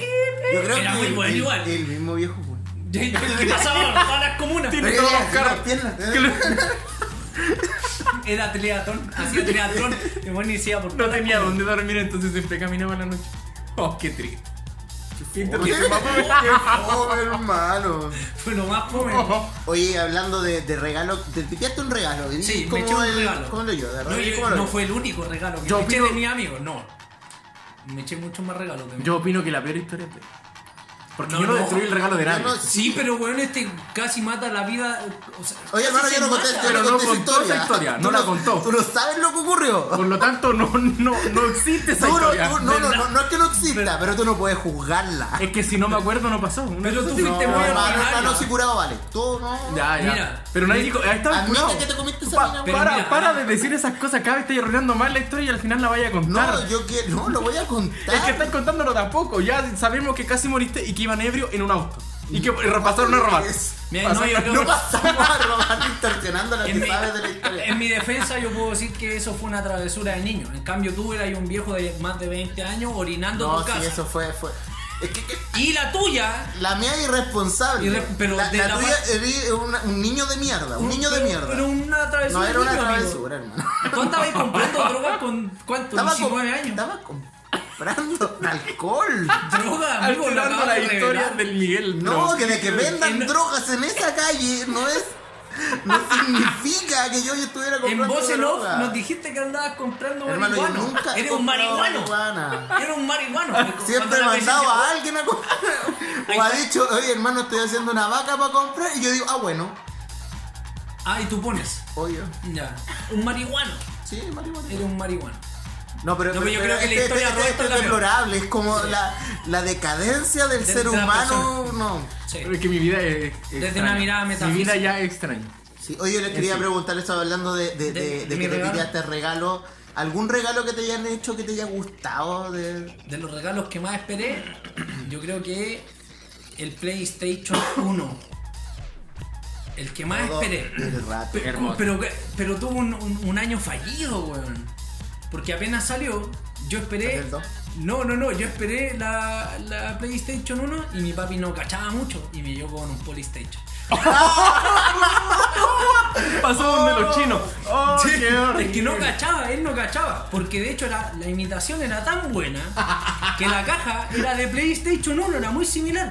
B: Yo creo
C: Era
B: que
C: muy
B: el-
C: bueno
B: el-
C: igual.
B: El mismo viejo. güey.
C: ¿Qué pasaba por todas las comunas?
A: Tiene-
B: Pero
A: todos
B: ya,
A: los
B: ya,
A: carros.
B: las piernas.
C: Era triatlón,
B: Ah.
C: hacía triatlón. Y bueno, y se iba por
A: No
C: todas las
A: tenía
C: comunas.
A: dónde dormir, entonces siempre caminaba en la noche. Oh, qué triste. Qué
B: Oh,
A: triste, papá.
B: oh, hermano.
C: Fue lo más joven.
A: Oh.
B: Oye, hablando de, de regalo, te piteaste un regalo. ¿y
C: Sí, me
B: cómo
C: eché un
B: el-
C: regalo.
B: ¿Cómo lo yo? ¿De
C: No,
B: verdad?
C: yo-
B: ¿Cómo lo
C: no
B: yo?
C: fue el único regalo que
A: Yo
C: me eché
A: opino-
C: de mi amigo, no. Me eché muchos más regalos de mí.
A: Yo opino que la peor historia es de- Porque
C: No,
A: yo no
C: no.
A: destruí el regalo de
B: Yo
A: nadie.
B: no-
C: Sí, pero weón, este casi mata la vida. o sea,
B: Oye, hermano,
C: casi
B: yo no
C: se
B: conté,
C: mata.
B: yo
A: pero no
B: conté esa
A: contó
B: historia.
A: esa historia,
B: Tú
A: no la contó.
B: Tú no sabes lo que ocurrió.
A: Por lo tanto, no, no, no existe esa
B: Tú no,
A: historia.
B: tú- no, no,
C: ¿Verdad?
B: no, no es que no exista, pero tú no puedes juzgarla.
A: Es que si no me acuerdo, no pasó. Una
C: Pero
A: cosa
C: tú
A: así.
C: fuiste
B: No,
C: muy
B: hermano,
C: ordinario.
B: hermano, si curado vale. Tú no. Ah,
A: Ya, ya.
C: Mira.
A: pero nadie dijo, ahí estaba
B: Admite
A: curado.
B: que te comiste esa
A: Pa-
B: mina,
C: pero
A: para,
C: mira. ah.
A: para de decir esas cosas, cada vez estás arruinando más la historia y al final la vaya a contar.
B: No, yo quiero. No, lo voy a contar.
A: Es que estás contándolo tampoco. Ya sabemos que casi moriste y que iban ebrio en un auto. Y que pasaron a robar.
B: Es-
C: Mira,
A: Pasaron
C: no, yo
A: a-
C: creo-
B: No pasamos a robar distorsionando lo que sabes de la historia.
C: En mi defensa yo puedo decir que eso fue una travesura de niño. En cambio tú eras un viejo de más de 20 años orinando en
B: No,
C: tu
B: sí,
C: casa.
B: eso fue. fue. Es que- que
C: Y la tuya...
B: La mía es irresponsable.
C: Irre- pero
B: la,
C: de
B: la
C: la
B: tuya
C: parte-
B: es una- un niño de mierda. Un niño de
C: pero-
B: mierda.
C: Pero una travesura
B: no era una
C: de niño, amigo.
B: travesura, hermano.
C: ¿Tú estabas ahí comprando droga con cuánto?
B: Estaba, com-
C: 19 años.
B: estaba comprando alcohol.
C: Droga, amigo, lo
A: Alterando
C: acabas
A: la
C: de
A: historia
C: revelar.
A: del Miguel.
B: No, que de que vendan
C: En-
B: drogas en esa calle no es. No significa que yo estuviera comprando
C: En voz en off
B: droga.
C: nos dijiste que andabas comprando
B: Hermano, yo
C: marihuana.
B: nunca he
C: Eres un
B: comprado
C: marihuano.
B: marihuana.
C: Eres un marihuano.
B: Siempre he
C: Cuando la
B: mandado
C: presencia-
B: a alguien a comprar.
C: "Oh". Ahí
B: O ha
C: está.
B: dicho, oye hermano, estoy haciendo una vaca para comprar. Y yo digo, ah, bueno,
C: Ah, y tú pones.
B: obvio.
C: Ya. Un marihuano.
B: Sí, marihuana.
C: Eres un marihuano.
B: No, pero,
C: Eh, No, pero yo creo que la
B: este-
C: historia
B: este-
C: rota
B: este es
C: la peor.
B: deplorable, es como la, la decadencia del
C: De-
B: ser
C: de la
B: humano. No.
C: Sí.
A: Pero es que mi vida es. es
C: Desde
A: extraña.
C: una mirada
A: Mi
C: metafísica.
A: vida ya es extraña.
B: Sí, oye, yo les quería preguntar, estaba hablando de, de,
C: De-
B: de- de
C: de mi
B: que te
C: regalo.
B: pidiste regalo. ¿Algún regalo que te hayan hecho que te haya gustado? De...
C: De los regalos que más esperé, yo creo que el PlayStation 1. El que más
B: Todo
C: esperé.
B: el rato.
C: Pe-
A: Hermoso.
C: Pero, pero tuvo un, un- un año fallido, weón. Porque apenas salió, yo
B: ¿Salió
C: esperé.
B: el dos?
C: No, no, no, yo esperé la, la PlayStation 1 y mi papi no cachaba mucho y me llegó con un PlayStation.
A: Pasó donde los chinos. Oh,
C: Sí,
A: qué horrible.
C: es que no cachaba, él no cachaba. Porque de hecho la, la imitación era tan buena que la caja era de PlayStation 1, era muy similar.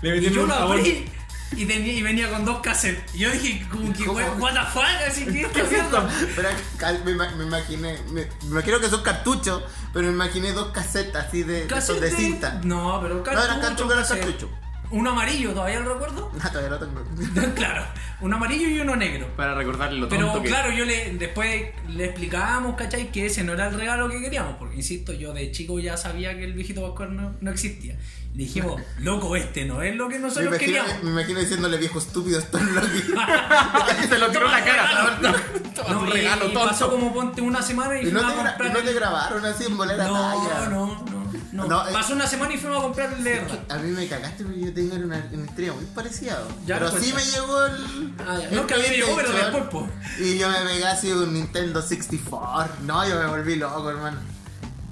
A: Le
C: y
A: metieron
C: yo
A: un
C: la
A: jabón.
C: abrí y, tenía, y venía con dos cassettes. Y yo dije, como que,
B: ¿Cómo?
C: "What- what the fuck, así que
A: ¿Qué
C: esta
A: es esto?
C: mierda.
B: Pero cal- me, ima- me imaginé, me, me imagino que son cartuchos, pero me imaginé dos casetas así de, de, esos de
C: Cassette-
B: cinta.
C: No, pero
B: No, era
C: cartucho,
B: cartucho, era
C: cassette.
B: cartucho.
C: Un amarillo, todavía lo recuerdo.
B: Ah, todavía lo tengo.
C: claro, un amarillo y uno negro.
A: Para recordarle lo
C: Pero
A: tonto que
C: claro, yo le, después le explicábamos, ¿cachai? Que ese no era el regalo que queríamos, porque insisto, yo de chico ya sabía que el viejito Pascual no, no existía. Le dijimos, loco, este no es lo que
B: Me
C: nosotros
B: imagino,
C: queríamos.
B: me imagino diciéndole viejo estúpido, esto es lo que-
A: Te lo tiró en la cara. Toma
C: No,
A: tu
C: y-
A: regalo,
C: y
A: tonto.
C: pasó como ponte una semana y,
B: Y no
C: fuimos
B: te,
C: a
B: gra-
C: comprar.
B: y no te
C: el-
B: grabaron así en bolera talla.
C: no, no, no, no.
B: No, eh.
C: Pasó una semana y fuimos a comprar el R.
B: A mí me cagaste porque yo tengo una, una estrella muy parecida. ¿no?
C: Ya,
B: pero
C: pues,
B: sí
C: ya.
B: me llegó el.
C: Ah, ya.
B: el
C: No, que a mí me llegó, pero
B: PlayStation.
C: después, po.
B: Y yo me pegué así un Nintendo 64. No, yo me volví loco, hermano.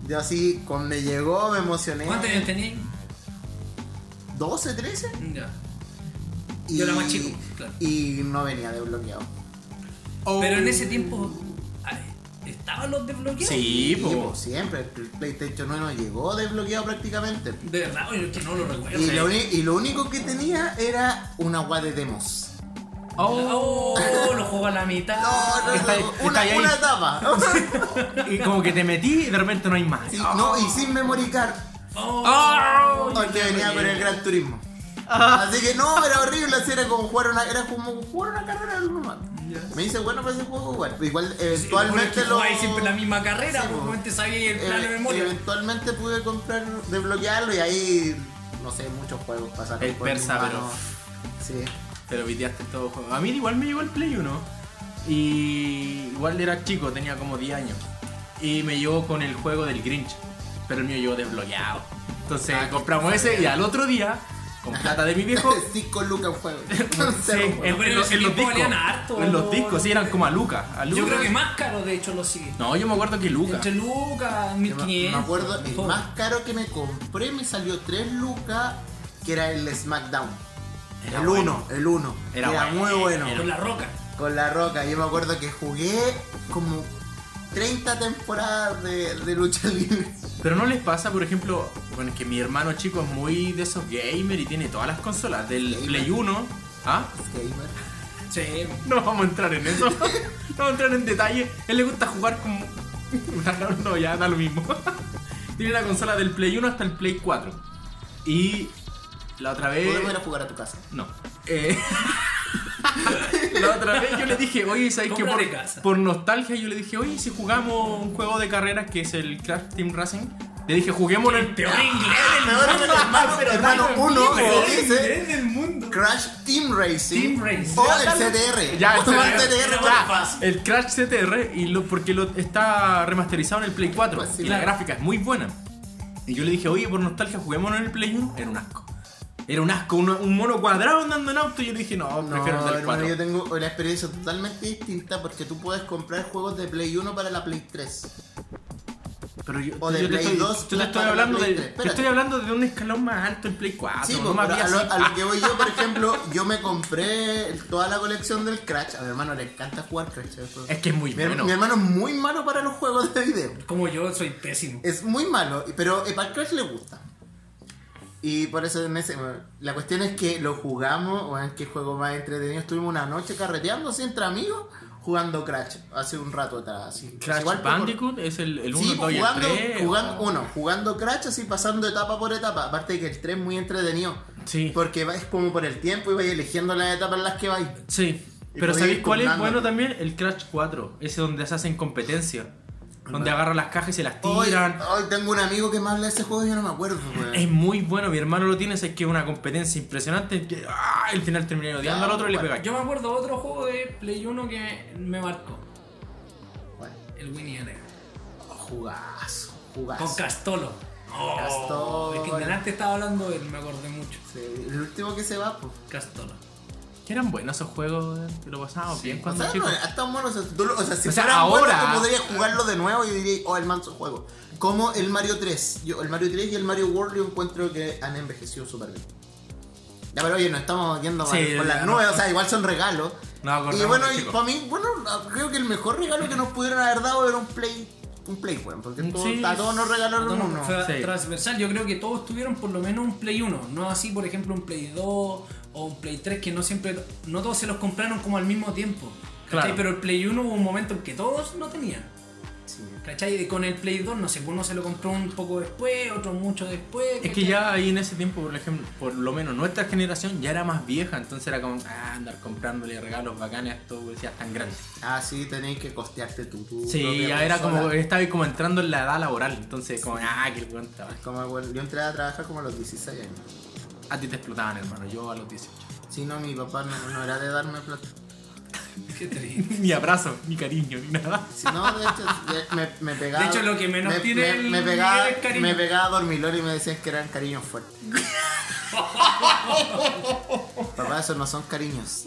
B: Yo así, cuando me llegó, me emocioné.
C: ¿Cuántos años tenías?
B: 12, 13.
C: Ya.
B: Y,
C: Yo era más chico, claro.
B: Y no venía desbloqueado.
A: Oh.
C: Pero en ese tiempo, ay, ¿estaban los desbloqueados?
A: Sí,
B: Y,
A: po.
B: pues, siempre, el PlayStation 9 llegó desbloqueado prácticamente.
C: De verdad, oye, que no lo recuerdo.
B: Y lo, uni- y lo único que tenía era una agua de demos.
C: Oh, lo juego a la mitad.
B: No, no,
A: Está-
B: no,
A: está
B: una,
A: ahí.
B: una etapa.
A: Y como que te metí y de repente no hay más.
B: Y- no, y sin memoricar,
C: Oh,
A: Oh,
B: porque venía con el Gran Turismo.
C: Ah.
B: Así que no, era horrible, así era como jugar una, era como jugar una carrera normal. Me dice, bueno, para ese juego, bueno. Igual eventualmente lo.
C: Jugáis siempre la misma carrera,
B: Sí,
C: porque
B: po.
C: antes sabía el
B: eh,
C: plano de memoria.
B: eventualmente pude comprar, desbloquearlo y ahí, no sé, muchos juegos pasaron.
A: El
B: por mis
A: Persa, pero-
B: manos. Sí.
A: Te lo piteaste todo el juego. A mí igual me llegó el Play 1. Y igual era chico, tenía como 10 años. Y me llegó con el juego del Grinch. Pero el mío llegó desbloqueado. Entonces compramos ese y al otro día, con plata de mi viejo,
B: Cinco lucas un juego.
A: sí,
B: Cero juego.
A: en,
C: Pero
A: en los,
C: ese
A: en los
C: tiempo
A: discos.
C: valían harto.
A: En los discos, sí, eran como a Lucas. a
C: Yo
A: Lucas.
C: creo que más caro, de hecho, lo sigue.
A: No, yo me acuerdo que Lucas.
C: Entre Lucas, 1500.
B: Me acuerdo, el
C: todo.
B: más caro que me compré me salió 3 lucas, que era el SmackDown.
A: Era
B: el
A: bueno.
B: 1, el 1.
A: Era
B: Era,
A: bueno,
B: muy bueno.
C: Con la roca.
B: Con la roca, yo me acuerdo que jugué como 30 temporadas de, de lucha libre.
A: Pero no les pasa, por ejemplo, bueno, es que mi hermano chico es muy de esos gamer y tiene todas las consolas. Del
B: Gamer.
A: Play 1. ¿Ah?
B: Gamer.
C: Sí.
A: No vamos a entrar en eso. No vamos a entrar en detalle. A él le gusta jugar con. No, ya da lo mismo. Tiene la consola del Play 1 hasta el Play 4. Y la otra vez.
B: Podemos ir a jugar a tu casa.
A: No. Eh, la otra vez yo le dije, oye, ¿sabes qué?
C: Cómprate
A: Por,
C: casa.
A: por nostalgia yo le dije, oye, si jugamos un juego de carreras que es el Crash Team Racing. Le dije, juguémoslo en
C: Peor inglés del
B: Peor hermano, hermano uno,
C: mundo.
B: como
C: Peor
B: dice
C: inglés del mundo.
B: Crash Team Racing.
C: Team Racing.
B: O el CTR.
A: Ya, el
B: O el
A: CTR,
B: CTR.
C: ya.
A: El Crash CTR, y lo, porque lo, está remasterizado en el Play 4
B: Pues sí,
A: y la
C: claro.
A: gráfica es muy buena. Y yo le dije, oye, por nostalgia, juguémonos en el Play 1. Era un asco. Era un asco, uno- un mono cuadrado andando en auto. Y yo le dije, no,
B: No,
A: prefiero el del
B: hermano,
A: 4.
B: yo tengo una experiencia totalmente distinta porque tú puedes comprar juegos de Play 1 para la Play 3.
A: Pero yo,
B: o de
A: yo te
B: Play
A: estoy,
B: 2
A: yo te estoy
B: para la
A: hablando
B: Play
A: de,
B: 3,
A: yo estoy
B: espérate.
A: hablando de un escalón más alto el Play 4.
B: Sí,
A: Ah, no
B: pues,
A: más
B: pero a,
A: bien
B: lo,
A: así.
B: a lo que voy yo, por ejemplo, yo me compré toda la colección del Crash. A mi hermano le encanta jugar Crash. ¿sabes?
A: Es que es muy
B: mi,
A: bueno.
B: mi hermano es muy malo para los juegos de video.
C: Como yo soy pésimo.
B: Es muy malo, pero eh, para el Crash le gusta. Y por eso en ese- la cuestión es que lo jugamos, o en qué juego más entretenido. Estuvimos una noche carreteando así entre amigos jugando Crash hace un rato atrás. así.
A: Crash
B: Igual, pues,
A: Bandicoot es el 1,
B: Sí, pues,
A: 2 y el
B: jugando,
A: 3.
B: jugando, uno, jugando Crash así pasando etapa por etapa. Aparte de que el 3 es muy entretenido.
A: Sí.
B: Porque va- es como por el tiempo y vais eligiendo las etapas en las que vais.
A: Sí.
B: Y
A: Pero
B: podía
A: ¿sabéis
B: ir
A: cuál es
B: turnando.
A: bueno también? El Crash 4. Ese donde se hacen competencia. Donde agarran las cajas y se las
B: Hoy,
A: tiran.
B: hoy tengo un amigo que me habla de ese juego y yo no me acuerdo, weón.
A: Es muy bueno, mi hermano lo tiene, es que es una competencia impresionante. que, ¡ah! al final terminé odiando al otro y le
B: Bueno,
A: pegáis.
C: Yo me acuerdo otro juego de Play 1 que me marcó.
B: Bueno,
C: El Winnie the Pooh.
B: jugazo,
C: Con
B: jugazo.
C: Castolo. Oh,
B: Castolo.
C: Es que delante estaba hablando de él, me acordé mucho.
B: Sí, el último que se va, pues.
C: Castolo.
A: Que eran buenos esos juegos, eh, que lo pasábamos bien
B: O
A: cuando
B: sea, no,
A: chicos.
B: hasta un mono, o sea, tú lo- o sea, si
A: O sea,
B: fuera un mono,
A: ahora-
B: tú podrías jugarlo de nuevo y dirías, oh, el manso juego. Como el Mario 3. Yo, el Mario 3 y el Mario World yo encuentro que han envejecido súper bien. Ya, pero oye, nos estamos yendo
A: Sí,
B: con- con
A: ya,
B: las
A: no.
B: nueve, o sea, igual son regalos.
A: No, acordamos
B: y bueno,
A: de
B: y
A: chicos.
B: para mí, bueno, creo que el mejor regalo que nos pudieron haber dado era un Play, un Play, weón, porque todo-
A: Mm, Sí.
B: a todos nos regalaron
C: No,
B: uno.
C: fue
A: Sí.
C: transversal. Yo creo que todos tuvieron por lo menos un Play 1. No así, por ejemplo, un Play 2 o un Play 3, que no siempre. No todos se los compraron como al mismo tiempo. ¿cachai?
A: Claro.
C: Pero el Play 1 hubo un momento en que todos no tenían.
B: Sí.
C: ¿Cachai? Y con el Play 2, no sé, uno se lo compró un poco después, otro mucho después.
A: Es que
C: ¿cachai?
A: ya ahí en ese tiempo, por ejemplo, por lo menos nuestra generación ya era más vieja, entonces era como, ah, andar comprándole regalos bacanes a estos decías tan grandes.
B: Ah, sí, tenéis que costearte tú. tu
A: Sí,
B: propia
A: ya era
B: consola.
A: como, estaba ahí como entrando en la edad laboral, entonces como, ah, que buen trabajo.
B: Como, bueno, yo entré a trabajar como a los 16 años.
A: A ti te explotaban, hermano, yo a los 18.
B: Si no, mi papá no, no era de darme plata.
C: Qué triste.
A: ni abrazo, ni cariño, ni nada.
B: Si no, de hecho, de- me, me pegaba.
C: De hecho, lo que menos
B: me,
C: tiene
B: me-
C: el
B: me pegaba,
C: Miguel es cariño.
B: me pegaba dormilón y me decían que eran cariños fuertes. Papá, esos no son cariños.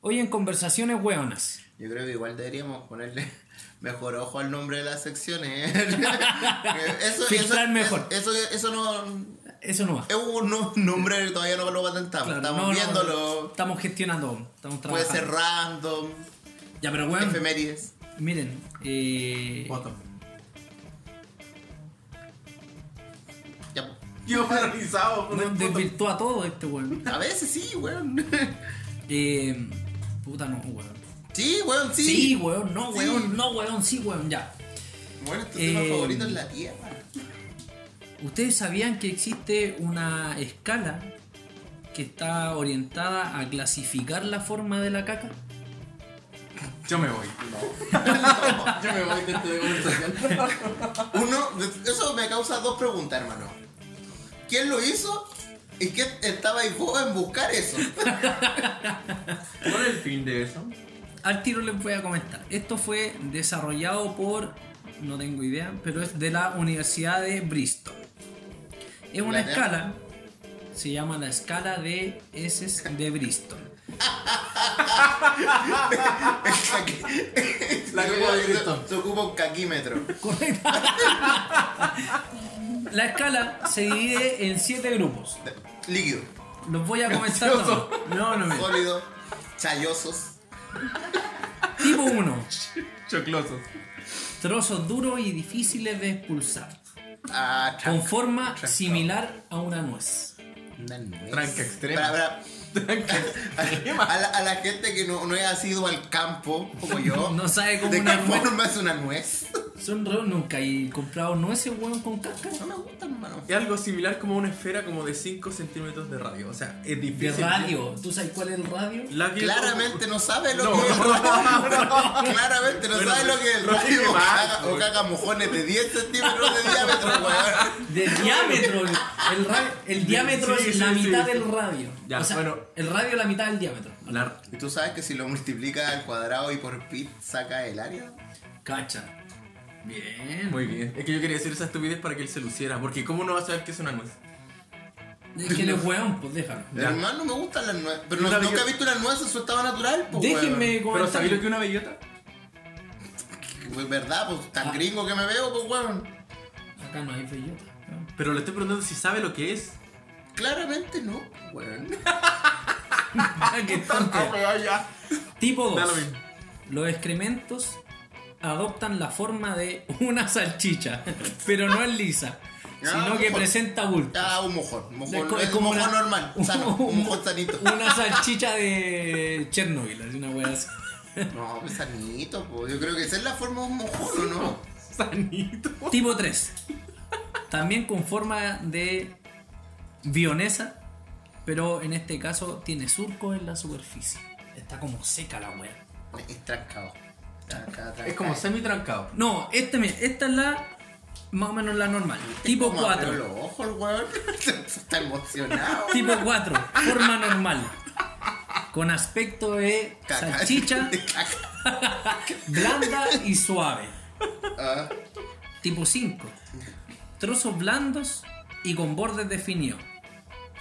C: Hoy en conversaciones hueonas.
B: Yo creo que igual deberíamos ponerle mejor ojo al nombre de las secciones. eso,
C: Filtrar mejor.
B: Eso, eso, no.
C: Eso no va.
B: Es un no- nombre que todavía no lo patentamos.
C: Claro,
B: Estamos
C: no, no,
B: viéndolo.
C: estamos gestionando aún, Estamos
B: Puede
C: trabajando.
B: ser random,
C: Ya, pero weón,
B: efemérides.
C: miren. Eh,
A: Voto.
B: Ya, pues. po.
A: Yo horrorizado por un puto-
C: Desvirtúa todo este weón.
B: A veces sí, weón.
C: Eh, puta no, weón.
B: Sí, weón, sí.
C: Sí, weón, no,
B: Sí.
C: weón, no, weón, sí, weón, ya.
B: Bueno, tu
C: Eh,
B: tema favorito es la tierra.
C: ¿Ustedes sabían que existe una escala que está orientada a clasificar la forma de la caca?
A: Yo me voy.
B: Yo me voy de esta conversación. Uno, eso me causa dos preguntas, hermano. ¿Quién lo hizo? ¿Y qué estaba ahí vos en buscar eso?
A: ¿Cuál es el fin de eso?
C: Al tiro les voy a comentar. Esto fue desarrollado por, no tengo idea, pero es de la Universidad de Bristol. Es una
B: Inglaterra.
C: escala, se llama la escala de heces de Bristol.
A: La
B: Se
A: copa de Cristo.
B: ocupa- Se ocupa un caquímetro.
C: Correcto. La escala se divide en siete grupos.
B: Líquido,
C: Los voy a comenzar. todos. No, no, no.
B: sólido, chayosos.
C: Tipo 1.
A: Choclosos.
C: Trozos duros y difíciles de expulsar.
B: Ah,
C: Con forma similar a una nuez.
A: Tranca extrema.
B: Para- para- a, la, a la gente que no, no ha sido al campo, como
A: Oh,
B: yo,
C: No sabe cómo
B: ¿de
C: una
B: qué
C: nuez-
B: forma es una nuez?
C: Son re... Nunca he comprado nueces, weón, con cáscara.
B: No me gusta, hermano.
A: Es algo similar como a una esfera como de 5 centímetros de radio. O sea, es
C: De
A: difícil.
C: radio. ¿Tú sabes cuál es el radio?
A: La que-
B: Claramente no sabe lo
A: No,
B: que es
A: no, no,
B: Claramente no
A: Bueno, pues,
B: sabe lo que es el
A: lo
B: radio
A: dije
B: o
A: mal,
B: caga,
A: güey.
B: o caga mojones de 10 centímetros de diámetro, weón.
C: De diámetro. El, ra- el diámetro
A: Sí,
C: es
A: sí,
C: la
A: sí,
C: mitad
A: sí.
C: del radio.
A: Ya,
C: o sea,
A: bueno.
C: el radio la mitad del diámetro.
A: La-
B: ¿Y tú sabes que si lo multiplicas al cuadrado y por pi saca el área?
C: Cacha. Bien.
A: Muy bien. Es que yo quería decir esa estupidez para que él se luciera. Porque ¿cómo no va a saber que es una nuez?
C: Es que él es weón, pues déjalo.
A: Ya.
B: Hermano, me gustan las nueces. Pero no-
A: Yo-
B: nunca he visto una nuez en su estado natural, pues.
C: Déjenme
A: ¿Pero
C: comentar.
A: sabéis lo que es una bellota?
B: Pues verdad, pues tan
C: Ah.
B: gringo que me veo, pues weón.
C: Acá no hay bellota. weón.
A: Pero le estoy preguntando si sabe lo que es.
B: Claramente no, weón.
C: Qué tonto. Tipo
A: Ah, Da lo
C: 2.
A: mismo.
C: Los excrementos adoptan la forma de una salchicha, pero no es lisa, sino que presenta bulto.
B: Ah, un mojón. Un mojón,
C: Es co-
B: es
C: es como
B: un mojón
C: una-
B: normal, sano, un mojón sanito.
C: Una salchicha de Chernobyl, así una wea así.
B: No, pues sanito, pues. Yo creo que esa es la forma de un mojón, ¿o no?
A: Sanito.
C: Tipo 3. También con forma de vionesa, pero en este caso tiene surcos en la superficie. Está como seca la wea.
B: Es trancado. Tranca, tranca.
A: Es como semi trancado.
C: No, este, mira, esta es la más o menos la normal. Tipo
B: Como abrió
C: 4.
B: los ojos, el weón. Está emocionado.
C: Tipo 4, forma normal. Con aspecto de
B: Caca.
C: salchicha,
B: Caca.
C: blanda y suave.
B: Ah,
C: Tipo 5, trozos blandos y con bordes definidos.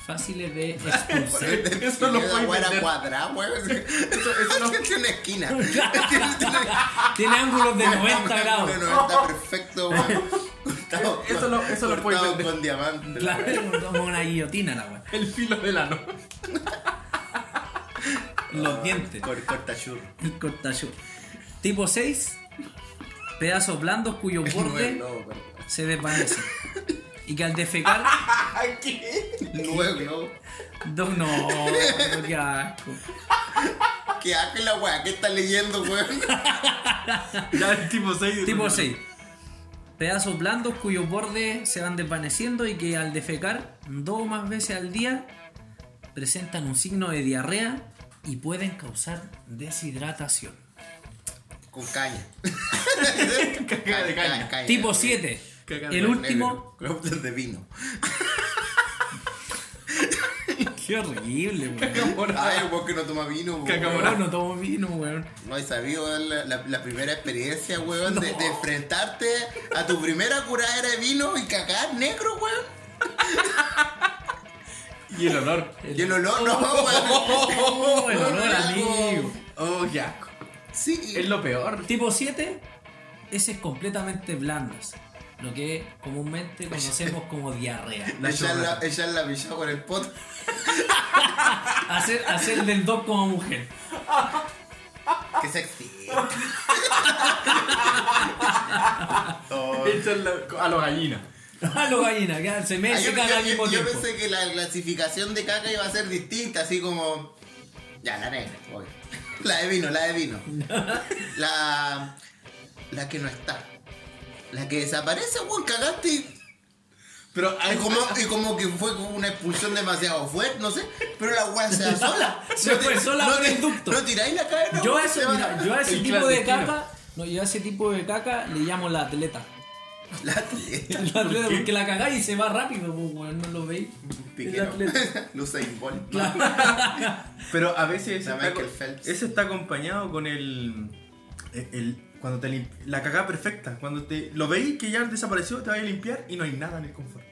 C: Fáciles de expulsar.
A: Eso lo
B: Esa
A: puedo
B: weá era
A: entender.
B: cuadrada, weón.
A: eso no-
B: Tiene una esquina. Tiene- tiene-
C: Tiene ángulos de 90 grados.
B: De 90 perfecto, weón. Cortado
A: Eso
B: con-
A: lo- eso lo puedes
B: cortado
A: vender.
B: con diamante.
C: Claro, como una guillotina la wea.
A: El filo del ano.
C: Los dientes.
B: Cor- Corta churro.
C: El cortachú. Tipo 6, pedazos blandos cuyos
B: No es
C: bordes
B: globo, perdón.
C: se desvanecen. Y que al defecar
B: No es globo.
C: No, no, qué asco.
B: ¿Qué hace la weá? ¿Qué está leyendo, weón?
A: Ya el tipo 6.
C: Tipo 6. Pedazos blandos cuyos bordes se van desvaneciendo y que al defecar dos o más veces al día presentan un signo de diarrea y pueden causar deshidratación.
B: Con caña.
A: Caca de caña.
C: Tipo 7.
A: Caca
C: El
A: de
C: último.
B: Globos de vino.
C: Qué horrible, weón.
B: Ay, el weón que no toma vino, weón.
A: Caca
C: Weón, No tomo vino, weón.
B: No he sabido la, la- la primera experiencia, weón, de, de enfrentarte a tu primera curadera de vino y cagar negro, weón.
A: Y el olor.
B: Y el olor, no, weón.
C: Oh, el olor, amigo.
A: Oh, qué asco.
B: Sí,
A: Es lo peor.
C: Tipo 7, heces completamente blandas. Lo que comúnmente conocemos como diarrea.
B: ella es la, ella es la pilló con el pot.
C: Hacer, hacer del dog como mujer.
B: Qué sexy.
A: Échale a los gallinas.
C: Malo gallina, que se me
B: Ah, yo,
C: secan
B: yo-
C: al mismo
B: yo- yo
C: tiempo.
B: pensé que la clasificación de caca iba a ser distinta, así como. Ya, la negra, obvio. La de vino, la de vino. la. La que no está. La que desaparece, weón, cagaste. y-
D: Pero
B: Y como, y como que fue como una expulsión demasiado fuerte, no sé. Pero la weá se da sola.
C: Se
B: No
C: fue
B: ti-
C: sola
B: no
C: por
B: ti-
C: el ducto.
B: No tiráis la cadena.
C: Yo a
B: weón,
C: ese,
B: se va.
C: mira, yo a ese
D: El
C: tipo de
D: clandestino.
C: caca, no, yo a ese tipo de caca le llamo la atleta.
B: La atleta.
C: La atleta
D: qué?
C: porque la cagáis y se va rápido, pues, weón, no lo veis. Es la
B: Piquero.
C: atleta.
B: Luce Bolt.
D: Pero a veces
B: La
D: ese está,
B: Michael
D: co-
B: Phelps.
D: ese está acompañado con el, el- el- cuando te lim- la cagada perfecta, cuando te lo veis que ya desapareció, te vas a limpiar y no hay nada en el confort.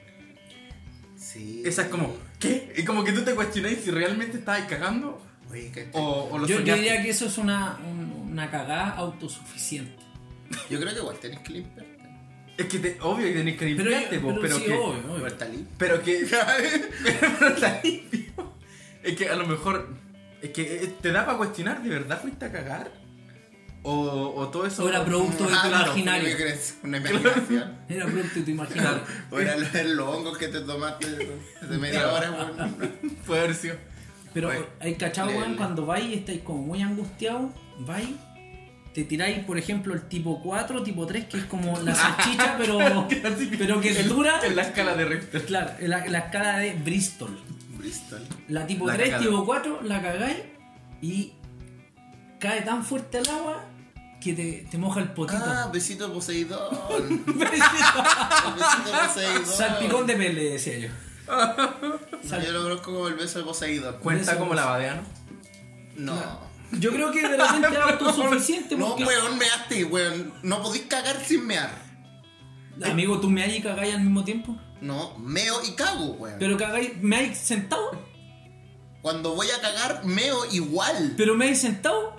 B: Sí.
D: Esa es como, ¿qué? Es como que tú te cuestionáis si realmente estabas cagando
B: Oye, que-
D: o, o lo
C: Yo, yo
D: soñaste.
C: diría que eso es una, un- una cagada autosuficiente.
B: Yo creo que igual tenés que limpiarte.
D: Es que te- obvio que tenés que
C: Pero, yo-
D: limpiarte, vos,
C: pero
D: pues, pero,
C: sí,
D: que
C: obvio, obvio.
B: Igual está limpio.
D: pero que pero está limpio. Es que a lo mejor es que eh, te da para cuestionar, ¿de verdad fuiste a cagar? O, o todo eso
C: O era producto de tu
B: Ah, claro, ¿qué
C: imaginario.
B: crees? Una imaginación.
C: Era producto de tu imaginario.
B: O era lo- los hongos que te tomaste de media hora, weón.
D: puede haber sido.
C: Pero
D: Bueno,
C: hay cachado,
B: Pues, le-
C: weón,
B: le-
C: cuando vais y estáis como muy angustiados, vais, te tiráis, por ejemplo, el tipo 4, tipo 3, que es como la salchicha, pero, pero que es dura.
D: En la escala de Richter.
C: Claro, en la, en la escala de Bristol.
B: Bristol.
C: La tipo
D: La
C: 3,
D: cagada.
C: tipo 4, la cagáis y cae tan fuerte el agua que te, te moja el potito.
B: Ah, besito de Poseidón.
C: Besito.
B: El besito de Poseidón.
C: Salpicón de pele, decía yo.
B: No, Yo lo conozco como el beso de Poseidón.
D: Cuenta como la badeano.
B: No.
C: Yo creo que de repente es autosuficiente
B: No,
C: porque.
B: weón, measte, weón. No podís cagar sin mear.
C: Amigo, tú me y cagáis al mismo tiempo.
B: No, meo y cago, weón.
C: Pero cagáis, me hay sentado.
B: Cuando voy a cagar, meo igual.
C: Pero me hay sentado.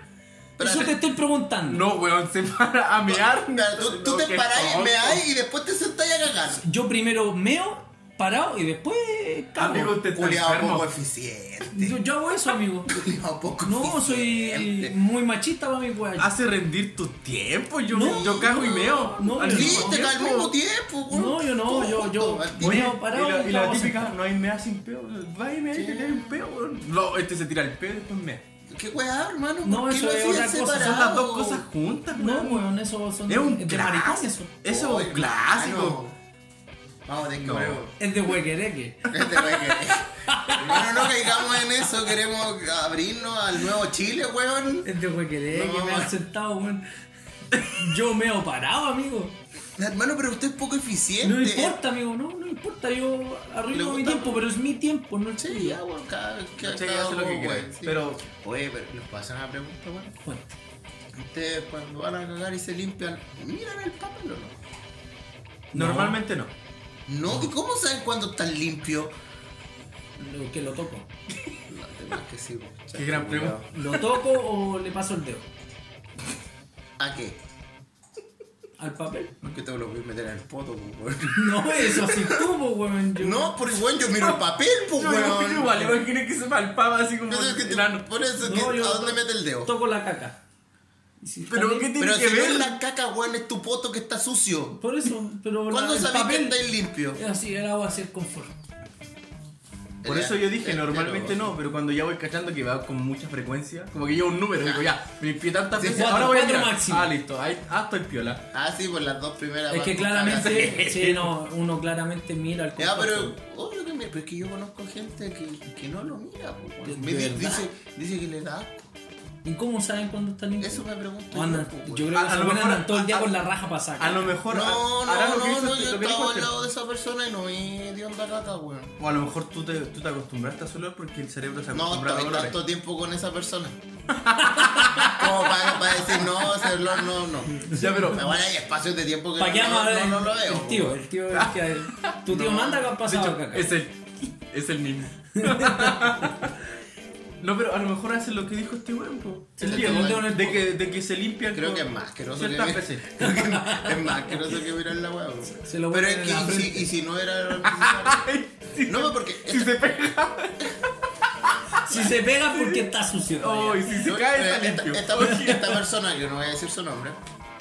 B: Pero-
C: Eso te estoy preguntando.
D: No, weón, se para a mear.
B: Mira, Tú, tú te parás, meás y después te sentás a cagar.
C: Yo primero meo, parado y después cago.
D: Amigo, usted está
B: Culeado poco
D: enfermo.
B: eficiente.
C: Yo, yo hago eso, amigo.
B: Culeado poco
C: No, soy
B: eficiente.
C: muy machista para mi weón.
D: Hace rendir tu tiempo. Yo,
C: No,
D: yo cago y meo.
C: no,
D: Al
C: no.
B: Sí,
D: mismo
B: te cae al
D: tiempo.
B: mismo tiempo, weón.
C: No, yo no,
B: Todo
C: yo- yo-
B: junto, al
C: Oye,
B: tiro.
C: meo parado
D: y la, y la
C: cago
D: típica,
C: sentado.
D: no hay mea sin peo. Va y mea y te tira un peo, weón. No, este se tira el peo y después mea.
B: ¿Qué weá, hermano?
C: No,
B: ¿Por qué
C: eso
B: lo
C: es
B: hacías
C: otra cosa, son
D: Son las dos
B: separado?
D: cosas juntas,
C: No,
D: weón.
C: weón, eso son
D: Es un
C: de maricón eso.
D: clásico. Eso es
B: Oye,
D: un clásico.
B: hermano. Vamos, de
D: No.
B: nuevo.
C: Es de huequereque.
B: Este güey que- Hermano, no caigamos en eso, queremos abrirnos al nuevo Chile, weón.
C: Es de huequereque,
B: No.
C: me han sentado, weón. Yo meo parado, amigo.
B: Hermano, pero usted es poco eficiente.
C: No importa, amigo, no, no importa, yo
B: eh. ¿Le
C: arreglo mi
B: gusta?
C: tiempo, pero es mi tiempo, no el
B: Sí,
C: tuyo.
B: ya, weón, cada, cada,
D: ¿Cachai?
B: cada
D: Hace lo que
B: uno,
D: quiera,
B: weón, sí.
D: pero-
B: Oye, pero nos pasan una pregunta, weón.
C: Bueno,
B: Ustedes cuando van a cagar y se limpian, ¿miran el papel o no?
D: Normalmente no.
B: No, ¿y cómo saben cuando están limpio?
C: lo que lo toco.
B: No, Ah, de más que sí, weón.
D: Qué gran
B: Cuidado.
D: pregunta.
C: ¿Lo toco o le paso el dedo?
B: ¿A Ah, qué?
C: ¿Al papel?
B: Porque te lo voy a meter en el poto, weón.
C: No, eso sí tú, po, weón. yo-
B: No, porque weón, yo miro el papel, pues,
D: Yo me
B: weón.
D: imagino igual, imagino que se palpaba así como
B: Entonces, que te-
D: enano.
B: Por eso,
C: No,
B: que-
C: yo-
B: ¿a dónde mete el dedo?
C: Toco la caca. Y si
D: Pero
C: también-
D: ¿qué tiene
B: Pero
D: que
B: si no es
D: ver?
B: la caca, weón, es tu poto que está sucio.
C: Por eso, pero la-
B: ¿Cuándo
C: el
B: sabés que
C: papel
B: estáis limpio?
C: es así, el agua hacer confort.
D: Por eso yo dije,
B: Eh,
D: normalmente
B: pero-
D: no, pero cuando ya voy cachando que va con mucha frecuencia, como que llevo un número, digo ya, me limpié tantas
B: Sí,
D: veces,
C: cuatro,
D: ahora voy a
C: cuatro
D: tirar.
C: máximo.
D: Ah, listo, ahí, ah, estoy piola.
B: Ah, sí, por las dos primeras.
C: Es que
B: partes,
C: claramente,
B: cagas.
C: sí, no, uno claramente mira el
B: Ya,
C: confort.
B: pero obvio que mira, pero es que yo conozco gente que, que no lo mira, po, weón.
C: ¿De-
B: Me
C: de
B: di-
C: verdad?
B: dice, dice que le da asco.
C: ¿Y cómo saben cuándo está limpio?
B: Eso me pregunto.
C: O andan-
B: po,
C: yo
B: weón.
C: creo que
D: A- a
C: se
D: lo
C: ponen
D: mejor-
C: andan todo el día
D: a-
C: con la raja para sacar.
D: A lo mejor
B: No,
D: hará
B: no,
D: lo que
B: no,
D: hizo
B: no,
D: este-
B: yo
D: lo que dijo
B: estaba al
D: este.
B: lado de esa persona y no vi de onda caca, weón.
D: O a lo mejor tú te, tú te acostumbraste a su olor porque el cerebro
B: No,
D: se acostumbra a
B: estuve
D: olores.
B: tanto tiempo con esa persona. Como para, para decir, no, ese olor no, no.
D: Ya, pero
B: Me van a espacios de tiempo que
C: ¿Para qué
B: no,
C: vamos a
B: no,
C: hablar
B: no
C: del-
B: lo veo.
C: El tío, el tío es que. Tu tío manda que han
D: De
C: pasado
D: hecho,
C: caca.
D: es el, es el mismo. no, pero a lo mejor hace lo que dijo este weón, po.
B: Sí,
D: El
B: le
D: Diego,
B: tengo
C: el-
D: de que, de que se limpia
B: Creo
D: con-
B: que es más asqueroso que
D: ciertas
B: ver.
D: veces.
B: Creo que es más asqueroso que mirar la hueá. weón.
C: Se lo
B: Pero es
C: ponen
B: que,
C: en
B: y
C: la
B: si,
C: frente.
B: y si no era. necesario? No, pues, porque.
D: Si se pega,
C: Si se pega porque está sucio.
D: oh,
C: todavía.
D: y si se
B: no,
D: cae,
B: pero
D: está
B: eh, esta,
D: limpio.
B: esta per- esta persona, yo no voy a decir su nombre.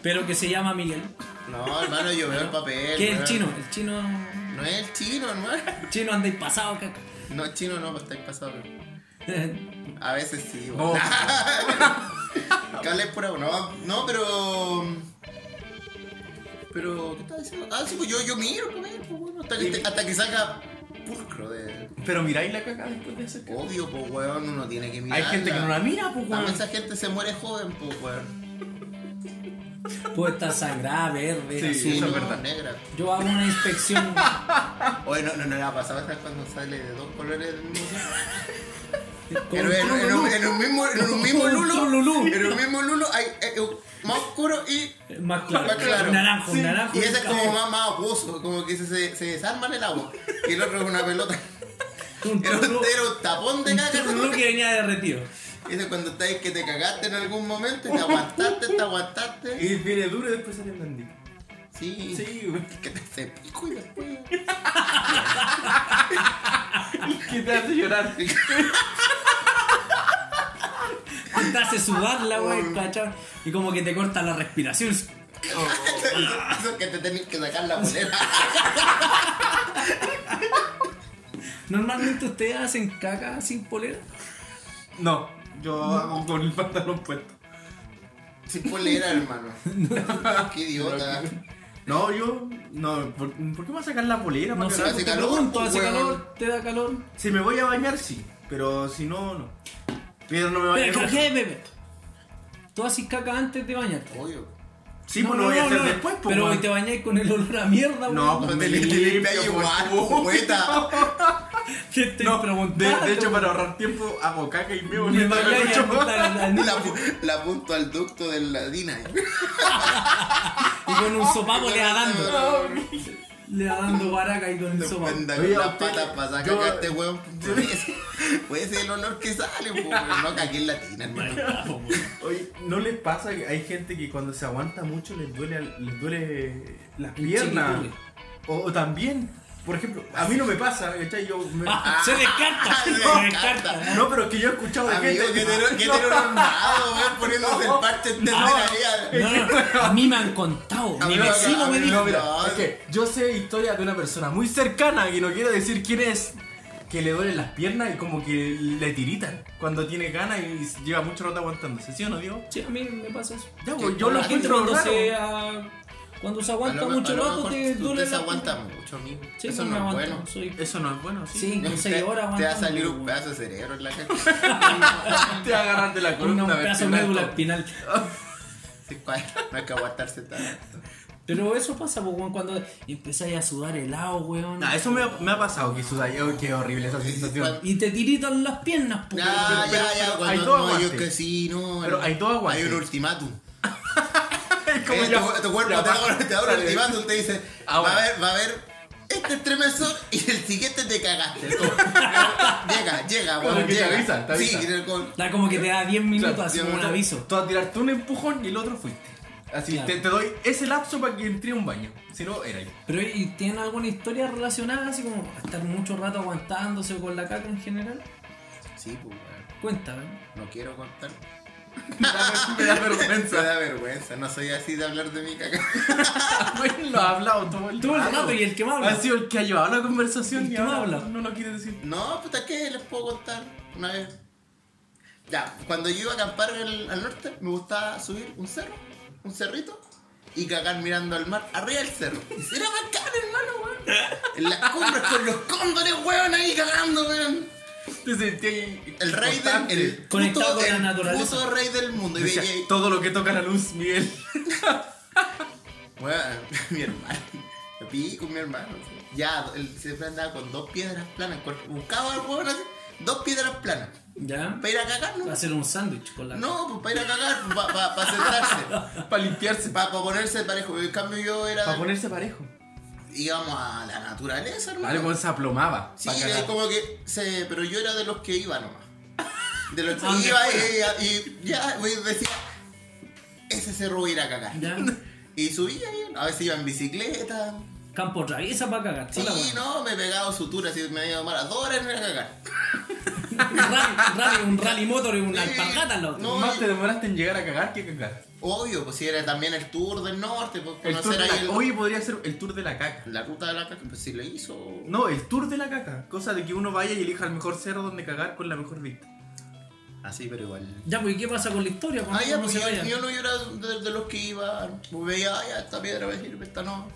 C: Pero que se llama Miguel.
B: No, hermano, yo veo el papel.
C: Que es el
B: weón.
C: chino. El chino.
B: No es el chino, hermano.
C: Chino, andáis pasado, caca.
B: No, chino no, pues estáis pasado. A veces sí, weón.
D: Vos.
B: Que hablé pura no, no, pero. Pero, ¿qué estaba diciendo? Ah, sí, pues yo, yo miro, pues, eh, pues, bueno, hasta que, te- hasta que salga pulcro de.
D: Pero miráis la caca después de hacer caca.
B: Obvio, pues, weón, uno tiene que mirar.
D: Hay gente que no la mira, pues, weón.
B: esa gente se muere joven, pues, weón.
C: Puede estar sangrada, verde,
D: Sí.
C: azul.
D: eso
B: no,
D: es verdad.
B: negra.
C: Yo hago una inspección.
B: Oye, no, no, no, la pasaba hasta cuando sale de dos colores del mismo.
C: con
B: En, en- en un- en un mismo, en un mismo
C: Con
B: lulo.
C: un lulú.
B: En un mismo lulo hay eh, eh, más oscuro y.
C: Más claro.
B: Más claro.
C: Naranjo,
D: Sí.
C: naranjo.
B: Y ese es como más, más abuso, como que se, se, se desarma en el agua. Y el otro es una pelota.
C: Un
B: Era un,
C: turulú,
B: era un tapón de
C: un
B: caca.
C: turulú que venía derretido.
B: Ese es cuando estáis que te cagaste en algún momento y te aguantaste, te aguantaste.
D: Y viene duro y después sale blandito.
B: Sí.
D: Sí, weón.
B: Que te hace pico y después.
D: Que te hace llorar.
C: Te hace sudarla, güey, cachón. Y como que te corta la respiración.
B: Eso es que te tenés que sacar la bolera.
C: Normalmente ustedes hacen caca sin polera.
D: No, yo hago con el pantalón puesto.
B: Sin polera, hermano. Qué idiota.
D: No, yo. No, ¿por, por qué me va a sacar la polera?
C: No
D: para
C: sé,
D: cagar?
B: hace
C: te
B: calor,
C: pregunto,
B: pues,
C: hace
B: weón.
C: calor, te da calor.
D: Si me voy a bañar, sí. Pero si no, no. Pero no me voy
C: Pero,
D: a
C: ¿qué, Pepe? Tú haces caca antes de bañarte.
B: Obvio.
D: Sí, pues lo voy a hacer después, pues.
C: Pero
D: weón.
C: hoy te bañáis con el olor a mierda, güey.
D: No,
B: Donde
D: me
B: le
D: limpio,
B: limpia
D: pues,
B: igual,
D: weón.
B: poeta.
C: Te estoy
D: No, de,
C: preguntando.
D: de hecho, para ahorrar tiempo, hago caca y me voy
C: Me bañáis y apuntáis al
B: La,
C: nudo.
B: pu- la apunto al ducto de la Dina.
C: Y con un sopapo le va dando. Le va dando guaraca y con el sopapo.
B: Anda
D: Oye,
B: con las
D: usted-
B: patas para sacar
D: yo-
B: a este weón. Puede ser el olor que sale, po, weón. No cagué en la tina, hermano.
D: Oye, ¿no les pasa que hay gente que cuando se aguanta mucho les duele, les duele las
C: El
D: piernas?
C: chiquitín.
D: O, o también, por ejemplo, a mí no me pasa, ¿cachai? Yo me-
C: Ah, se descarta,
B: Se
C: se
B: descarta.
C: descarta.
D: No, pero es que yo he escuchado de
B: Amigo,
D: gente
B: que
D: que
B: te que
D: no,
B: te normado, weón, poniéndose el parche en tercera vía.
C: No, no, a mí me han contado.
B: A
C: Mi
B: mí me-
C: vecino
B: a
C: me
B: mí
C: dijo.
D: no, mira,
B: No.
D: es que yo sé historia de una persona muy cercana que no quiero decir quién es. Que le duelen las piernas y como que le tiritan cuando tiene ganas y lleva mucho rato aguantándose, ¿sí o no, Diego?
C: Sí, a mí me pasa eso.
D: Ya, pues, yo
C: Yo
D: lo
C: la gente cuando
D: encuentro raro.
C: se, ah, cuando se aguanta mucho rato te duele
B: Usted se
C: la
B: aguanta mucho, amigo.
C: Sí,
B: Eso
C: no me
B: no es
C: aguanto.
B: bueno.
C: Soy
D: Eso no es bueno, sí.
C: cinco,
B: Te-
C: seis horas
B: Te va a
C: aguantando,
B: salir un
C: weón.
B: pedazo de cerebro en la cara.
D: Te agarran de la columna
C: Un pedazo de
D: vertebral.
C: médula espinal.
B: Sí, cuál, No hay que aguantarse tanto.
C: Pero eso pasa, pues, weón, cuando empezáis a sudar helado, weón.
D: Nah, eso me ha, me ha pasado, que suda, oh, qué horrible esa sensación.
C: Y te tiritan las piernas, pues.
B: Ya,
D: pero-
B: ya, ya.
D: pero hay
B: Cuando
D: todo
B: no, yo
D: aguante.
B: es que sí, no.
D: Pero hay todo aguante.
B: Hay un ultimátum.
D: Como
B: Eh,
D: ya-
B: tu, tu cuerpo
D: ya Ah,
B: te
D: basta,
B: da, te da un
D: sale.
B: ultimátum, te dice,
D: Ahora.
B: va a haber, va a haber este estremecedor y el siguiente te cagaste. Es como, llega, llega,
D: Como
B: weón,
D: que te
B: llega.
D: avisa, te
B: Sí,
D: avisa.
B: era como-
C: Da como que te da 10 minutos, así
B: diez
C: como un
B: minutos.
C: aviso.
D: Tú vas a tirarte un empujón y el otro fuiste. Así,
C: Claro.
D: te, te doy ese lapso para que entré a un baño. Si no, era ahí.
C: Pero, ¿y tienen alguna historia relacionada, así como estar mucho rato aguantándose con la caca en general?
B: Sí, pues, weón,
C: Cuéntame.
B: no quiero contar.
D: Me da, me da
B: Me
D: vergüenza.
B: da vergüenza, no soy así de hablar de mi caca.
D: Güey, lo ha hablado todo el
C: Todo el
D: rato.
C: rato, Ah, y el que me habla.
D: Ha sido el que ha llevado la conversación
C: El
D: y
C: que me
D: ahora
C: habla.
D: No lo quiere decir.
B: No, puta, ¿qué les puedo contar? Una vez. Ya, cuando yo iba a acampar al- al norte, me gustaba subir un cerro, un cerrito, y cagar mirando al mar arriba del cerro. Y Era bacán, hermano, weón. En las cumbres con los cóndores, weón, ahí cagando, weón.
D: Te sentí ahí.
B: El rey del.
D: constante.
B: El
C: Conectado con la
B: el
C: naturaleza.
B: puto rey del mundo. Y
D: Decía,
B: veía ahí,
D: todo lo que toca la luz, Miguel.
B: Weón, mi hermano. Me pico, mi hermano. Ya, él siempre andaba con dos piedras planas. Buscaba al weón así, dos piedras planas.
C: ¿Ya?
B: Para ir a cagar, ¿no?
C: Va a hacer un sándwich con la
B: No, pues para ir a cagar, para sentarse,
D: para limpiarse. Para
B: para ponerse parejo. En cambio yo era,
D: ponerse parejo.
B: íbamos a la naturaleza,
D: Vale,
B: hermano.
D: cuando se aplomaba.
B: Sí,
D: pa'
B: era
D: cagar.
B: como que, se, pero yo era de los que iba nomás. De los
C: ¿A dónde
B: que iba y, y- y ya, güey, decía, ese cerro voy a ir a cagar.
C: Ya.
B: Y subía, y a veces iba en bicicleta,
C: Campo traviesa para cagar.
B: Sí,
C: Hola, weón.
B: no, me he pegado sutura, así me he ido mal a dos horas en ir a cagar.
C: Un rally, rally- un rally motor y una
B: Sí,
C: alpargata, loco.
B: No,
D: Más
B: y-
D: te demoraste en llegar a cagar que cagar.
B: Obvio, pues si era también el tour del norte, pues
D: El tour
B: conocer
D: de
B: ahí el-
D: la... Hoy podría ser el tour de la caca.
B: la ruta de la caca, pues si lo hizo.
D: No, el tour de la caca. Cosa de que uno vaya y elija el mejor cerro donde cagar con la mejor vista.
B: Así, pero igual.
C: Ya, pues, ¿y qué pasa con la historia? ¿Cómo
B: Ah, ya,
C: no
B: pues
C: se
B: yo,
C: vaya?
B: yo no yo era de, de los que iba, pues veía, ah, ya, esta piedra me sirve, esta no.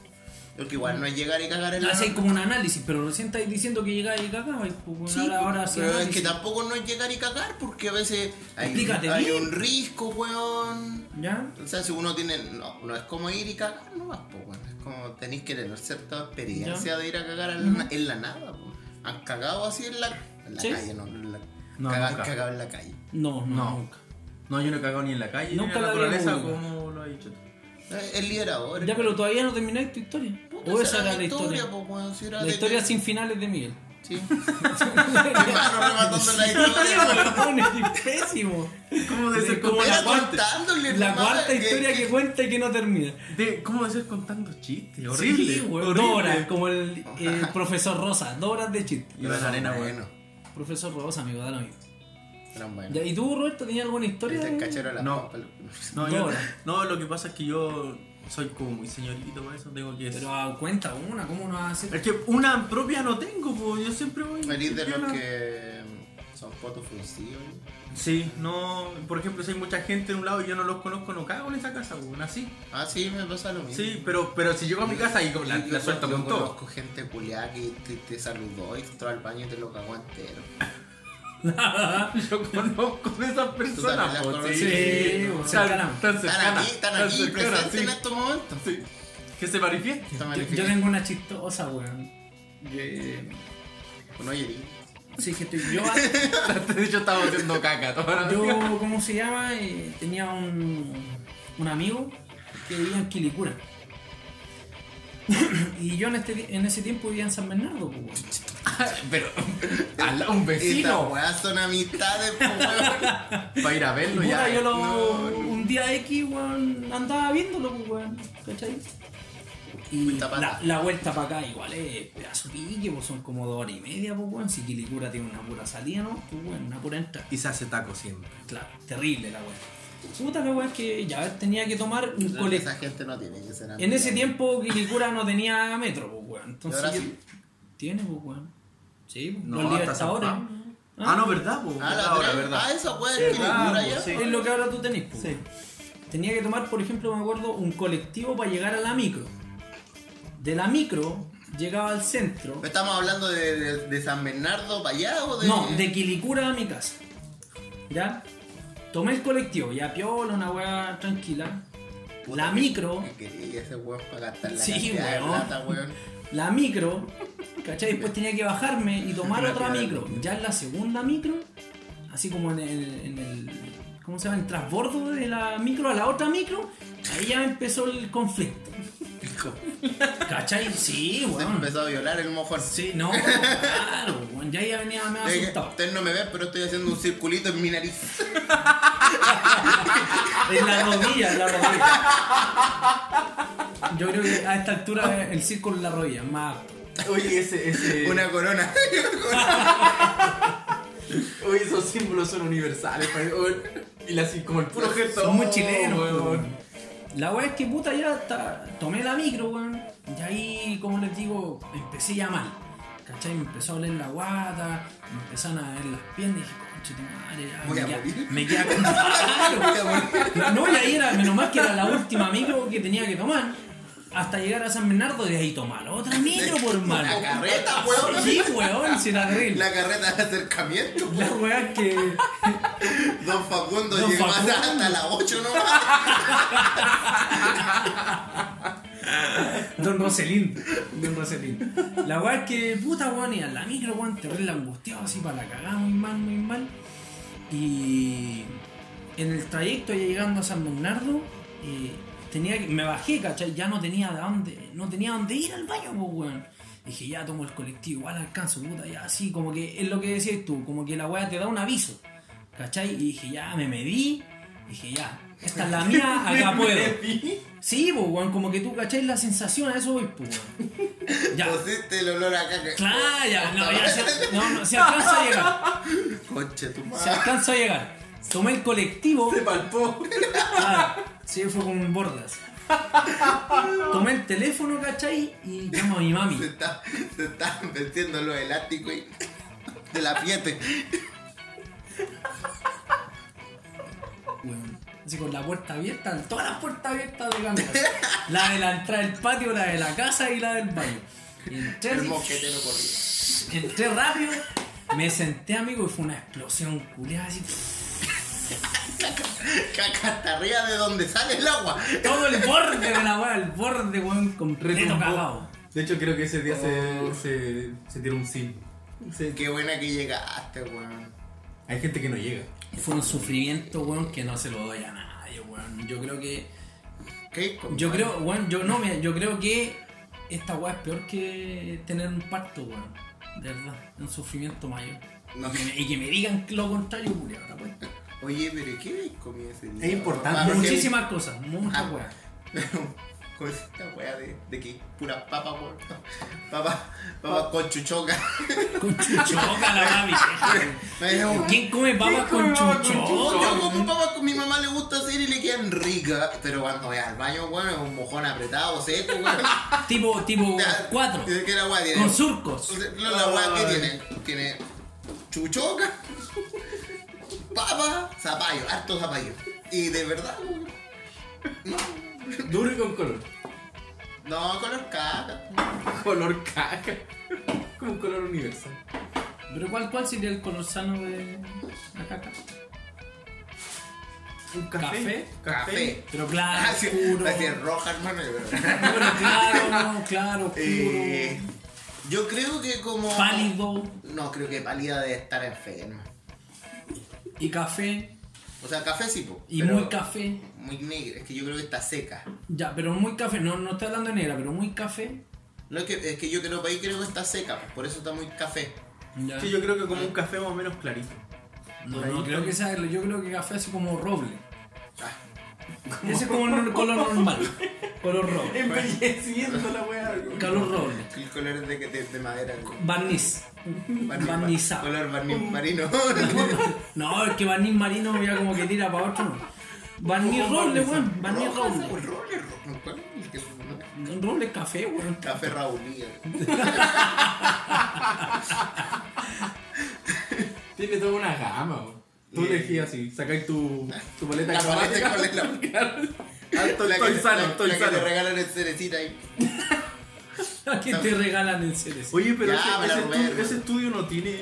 B: Porque igual no es llegar y cagar en la.
C: Hacéis como un análisis, pero recién estáis diciendo que llegáis y cagabais. pues, bueno,
B: Sí,
C: ahora, ahora
B: pues,
C: sí
B: pero es
C: análisis.
B: que tampoco no es llegar y cagar, porque a veces hay,
C: Explícate
B: hay
C: bien.
B: un risco, weón.
C: ¿Ya?
B: O sea, si uno tiene. No, no es como ir y cagar nomás, po, weón. Es como tenéis que tener cierta experiencia de ir a cagar en la, en la nada, po. Han cagado así en la, en la
C: Sí.
B: calle, no. En la,
D: No,
B: caga-
D: nunca.
B: cagado en la calle.
C: No, no,
D: No.
C: nunca.
D: No, yo no he cagado ni en la calle,
C: Nunca
D: ni en la
C: la había
D: naturaleza,
C: movido.
D: como lo ha dicho. tú.
B: Eh, Es liberador.
C: Ya, pero todavía no termináis tu historia.
B: Puta,
C: O esa era la historia.
B: po, weón, si era
C: La
B: de
C: historia
B: que-
C: sin finales de Miguel.
B: Sí. Hermano, rematando la historia.
C: Es pésimo.
D: ¿Cómo de
C: De
D: ser
C: como
D: contando-
B: Era
C: la cuarta-
B: contándole,
C: La
B: hermano,
C: cuarta
B: eh, que-
C: historia que cuenta y que no termina.
D: de- ¿Cómo de ser contando chistes? Horrible.
C: Sí, güey,
D: horrible.
C: Dos horas, como el, el profesor Rosa. Dos horas de chiste.
D: Y la arena,
B: Eran
D: bueno.
B: buenos,
C: Profesor Rosa, amigo, da lo mismo.
B: Eran buenos.
C: Ya, ¿Y tú, Roberto, tenías alguna historia?
B: Te
C: de-
B: Este cachero la
D: No.
B: papa, loco.
D: No,
C: Dos
D: yo-
C: horas.
D: no, lo que pasa es que yo soy como muy señorito para eso, tengo que...
C: Pero ah, cuenta una, ¿cómo no vas a hacer?
D: Es que una propia no tengo, pues yo siempre voy...
B: Eres de los
D: piola.
B: que son fotos flusivos.
D: Sí, no... Por ejemplo, si hay mucha gente en un lado y yo no los conozco, no cago en esa casa, pues, así.
B: Ah, sí, me pasa lo mismo.
D: Sí, pero, pero si llego a mi casa y la,
B: Yo
D: la suelto
B: yo
D: con todo.
B: conozco gente culiada que te, te saludó y entró al baño y te lo cagó entero.
D: Yo conozco de esas
B: también
D: personas,
B: las
D: po,
B: conoces.
C: Sí,
D: pues,
C: po, cercana.
D: Tan, tan
B: Están
D: cercana.
B: aquí, están
D: tan
B: aquí
D: cercana,
B: presentes
D: sí.
B: en estos momentos.
D: Sí. Que se manifieste.
B: Está
C: Yo, yo
B: magnífico.
C: tengo una chistosa, weón. Eh,
B: No, oye,
C: Sí, que estoy yo.
D: De hecho, estaba haciendo caca. toda la-
C: Yo, ¿cómo se llama? Eh, tenía un, un amigo que vivía en Quilicura. y yo en, este, ti- en ese tiempo vivía en San Bernardo, pues, weón.
D: Pero, al lado, un
B: estas
D: vecino.
B: weas son amistades, po, weón.
D: Para ir a verlo
C: Puta,
D: ya.
C: yo lo-
B: no, no.
C: un día X, weón, andaba viéndolo, pues, weón, ¿cachai? Y
B: Vuelta pa'
C: la,
B: acá.
C: la vuelta para acá igual es pedazo pique, pues son como dos horas y media, pues, weón. Si Quilicura tiene una pura salida, ¿no? Pues, weón, una pura entrada.
D: Y se hace taco siempre.
C: Claro, terrible la weón. Puta la weón que ya tenía que tomar un colectivo.
B: Esa gente no tiene que ser
C: En
B: amiga.
C: ese tiempo Quilicura no tenía metro, pues weón. Entonces
B: ahora
C: yo-
B: sí?
C: tiene, pues weón. Sí, pues, los
D: No, hasta San
C: libertadores.
D: Juan. Ah, no, ¿verdad? po?
B: Ah, la
D: ahora,
B: otra- Ah,
D: ¿verdad?
B: esa wea es
D: Sí,
B: Quilicura
D: vamos,
B: ya.
D: sí.
C: Es lo que ahora tú tenés, pues.
D: Sí.
C: weón. Tenía que tomar, por ejemplo, me acuerdo, un colectivo para llegar a la micro. De la micro llegaba al centro.
B: ¿Estamos hablando de, de- de San Bernardo para allá o de.?
C: No, de Quilicura a mi casa. ¿Ya? Tomé el colectivo, ya piola, una weá tranquila.
B: Puta,
C: La
B: que-
C: micro.
B: que quería ese weón para gastar la
C: Sí,
B: cantidad de
C: weón.
B: plata, weón.
C: la micro, ¿cachai? Después tenía que bajarme y tomar
B: La
C: otra
B: piedra.
C: micro. Ya en la segunda micro, así como en el, en el- ¿cómo se llama? El transbordo de la micro a la otra micro, ahí ya empezó el conflicto. ¿Cachai? Sí,
B: Se
C: weón.
B: empezó a violar el mojón.
C: Sí, no, claro, weón. Ya ya venía me
B: Eh,
C: asustado.
B: Ustedes no me ven, pero estoy haciendo un circulito en mi nariz.
C: En la rodilla, en la rodilla. Yo creo que a esta altura el círculo en la rodilla, es más apto.
D: Oye, ese, ese.
B: Una corona.
D: Oye, esos símbolos son universales. pa- o- Y la, así, como el puro gesto.
C: Son muy
D: oh,
C: chilenos,
D: weón.
C: weón. La weá es que puta ya hasta tomé la micro, weón. Y ahí, como les digo, empecé ya mal. ¿Cachai? Me empezó a oler la guata, me empezaron a ver las piernas y dije, conche tu madre, ya,
B: Voy
C: me
B: a
C: queda-
B: morir.
C: Me queda con Claro. No, y ahí era, menos mal que era la última micro que tenía que tomar. Hasta llegar a San Bernardo de ahí tomar otra micro por mal.
B: La carreta, weón.
C: Sí, weón, si era terrible.
B: La carreta de acercamiento.
C: La weá es que.
B: Don Facundo
C: Don
B: llegó
C: Facundo.
B: hasta- hasta las 8 nomás.
C: Don Roselín. Don Roselín. La weá es que, puta weón, y a la micro, weón, terrible angustiado, así para la cagada, muy mal, muy mal. Y en el trayecto ya llegando a San Bernardo, eh, tenía que- me bajé, ¿cachai? Ya no tenía de dónde, no tenía dónde ir al baño, pues weón. Dije, ya tomo el colectivo, igual alcanzo, puta, ya así, como que es lo que decías tú, como que la weá te da un aviso, ¿cachai? Y dije, ya me medí, Dije, ya, esta es la mía, acá puedo. Sí, pues, weón, como que tú cacháis la sensación, a eso voy, pues, weón. Ya,
B: Pusiste el olor a caca.
C: claro, ya, no, ya se, no, no, se alcanza a llegar.
B: Conche tu madre.
C: Se alcanza a llegar. Tomé el colectivo.
D: Se palpó.
C: Ah, sí, fue con bordas. Tomé el teléfono, ¿cachai? Y llamo a mi mami.
B: Se está, se está metiendo los elásticos y- de la piete.
C: Weón. Así con la puerta abierta, todas las puertas abiertas de la casa. La de la entrada del patio, la de la casa y la del baño. Y entré,
B: El
C: así,
B: mosquetero corrido.
C: entré rápido, me senté, amigo, y fue una explosión culiada así.
B: Caca hasta arriba de donde sale el agua.
C: Todo el borde de la weá, el borde, weón, completo
D: Retumbó.
C: cagado.
D: De hecho, creo que ese día se, se, se tiró un sim.
B: Qué buena que llegaste, weón.
D: Hay gente que no llega.
C: Fue un sufrimiento, weón, que no se lo doy a nadie, weón. Yo creo que.
B: ¿Qué?
C: Yo creo, weón, yo no, mira, yo creo que esta weá es peor que tener un parto, weón. De verdad, un sufrimiento mayor.
B: No.
C: Y que me- Y que me digan lo contrario, culiao, la weá.
B: Oye, pero ¿qué habéis comido ese día?
D: Es importante.
B: Papá, porque-
C: Muchísimas cosas, muchas
B: Ah.
C: weas.
B: Pero, ¿cómo es esta weá de, de que puras papas, weón? Papas, papas con chuchoca.
C: Con chuchoca la mami.
B: Me dijo,
C: ¿Quién come papas con chuchoca?
B: Yo como papas con mi mamá le gusta hacer y le quedan ricas. Pero cuando voy al baño, weón, es un mojón apretado, seco, weón.
C: Tipo, tipo
B: Ya,
C: cuatro.
B: ¿y de ¿Qué la weá tiene?
C: Con surcos.
B: No, la weá que tiene. Tiene chuchoca, papa, zapallo, harto zapallo. Y de verdad, weón,
D: Duro y con color.
B: no, color caca.
D: Color caca. Como un color universal.
C: Pero ¿cuál, cuál sería el color sano de la caca?
D: ¿Un
C: café?
B: Café.
C: Pero claro,
B: Así
C: oscuro.
B: así es roja, hermano. yo creo.
C: Bueno, claro, no, claro, oscuro.
B: Eh, yo creo que como.
C: Pálido
B: No, creo que pálida de estar enferma.
C: y café
B: O sea, café sí, po,
C: y
B: pero
C: muy café.
B: Muy negra, es que yo creo que está seca.
C: Ya, pero muy café, no, no estoy hablando de negra, pero muy café.
B: No, es que, es que yo creo que ahí creo que está seca, po, por eso está muy café.
C: Ya.
D: Sí, yo creo que como un café más o menos clarito.
C: no, no creo que sea, yo creo que café así como roble.
B: Ah,
C: Ese es como un color normal. Color roble.
D: Embelleciendo la weá.
C: Color roble.
B: el color de, que- de, de madera. weón.
C: Barniz.
B: Barniz-
C: Barnizado.
B: Color barniz marino.
C: No, es que barniz marino ya como que tira para otro. No. Barniz roble, weón. Barniz
B: Rojo,
C: roble.
B: weón, roble, rojo, ¿cuál es el que es un-
C: Roble café, weón.
B: Café Raulí.
D: Tiene toda una gama, weón. Tú
B: Y-
D: elegí así, sacáis tu, tu maleta
B: La
D: cromática.
B: paleta con el la-
D: Alto,
B: la que-
D: estoy sano,
B: la-
D: estoy
B: la que
D: sano.
B: te regalan en cerecita ahí.
C: ¿A qué te regalan el CDC?
D: Oye, pero
B: Ya,
D: ese,
B: me la
D: ese
B: robé,
D: estudio,
B: hermano.
D: ese estudio no tiene.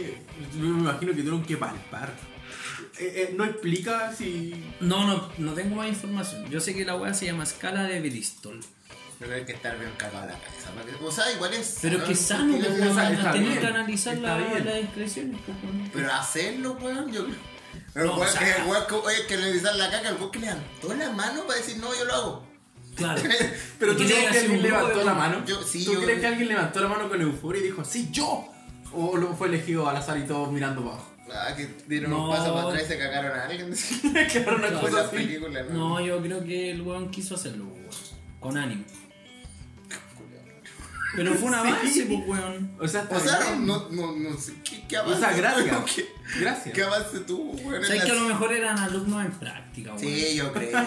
D: Yo me imagino que tuvieron que palpar. Eh, eh, no explica si.
C: No, no, no tengo más información. Yo sé que la weá se llama escala de Bristol.
B: Pero hay que estar bien cagado la cabeza. porque- O sea, igual es.
C: Pero
B: ¿no?
D: Ah,
C: que sano,
B: Porque
C: pues,
B: la-
C: weón,
D: está
C: tener
D: bien,
C: que analizar
D: está
C: la-
D: bien.
C: las expresiones. pues, weón.
B: Pero hacerlo, weón, yo creo. Pero
C: No,
B: weón,
C: o sea-
B: que el weón que- oye, que revisar la caca, el weón que levantó la mano para decir no, yo lo hago.
C: Claro.
D: Pero
C: ¿Y
D: tú
C: qué
D: crees
C: tiene
D: que
C: hacer un
D: alguien
C: grupo
D: levantó
C: de-
D: la mano.
B: Yo- sí,
D: ¿Tú
B: yo-
D: crees que alguien levantó la mano con euforia y dijo, sí, yo? O lo fue elegido al azar y todos mirando abajo.
B: Ah, que dieron
C: No.
B: un paso para atrás y se cagaron a alguien.
D: claro, una
C: Claro.
B: Fue
D: cosa
B: la
D: así.
B: película, ¿no?
C: No, yo creo que el weón quiso hacerlo, weón. Con ánimo. Pero fue un avance, pues, weón.
D: O sea, está
B: O sea,
D: bien.
B: no, no, no sé. ¿Qué, qué
D: O
B: avance?
D: sea, gracias.
B: ¿Qué,
D: Gracias.
B: qué avance tuvo, weón? en
C: Sabes
B: la-
C: que a lo mejor eran alumnos en práctica, weón.
B: Sí, yo creo.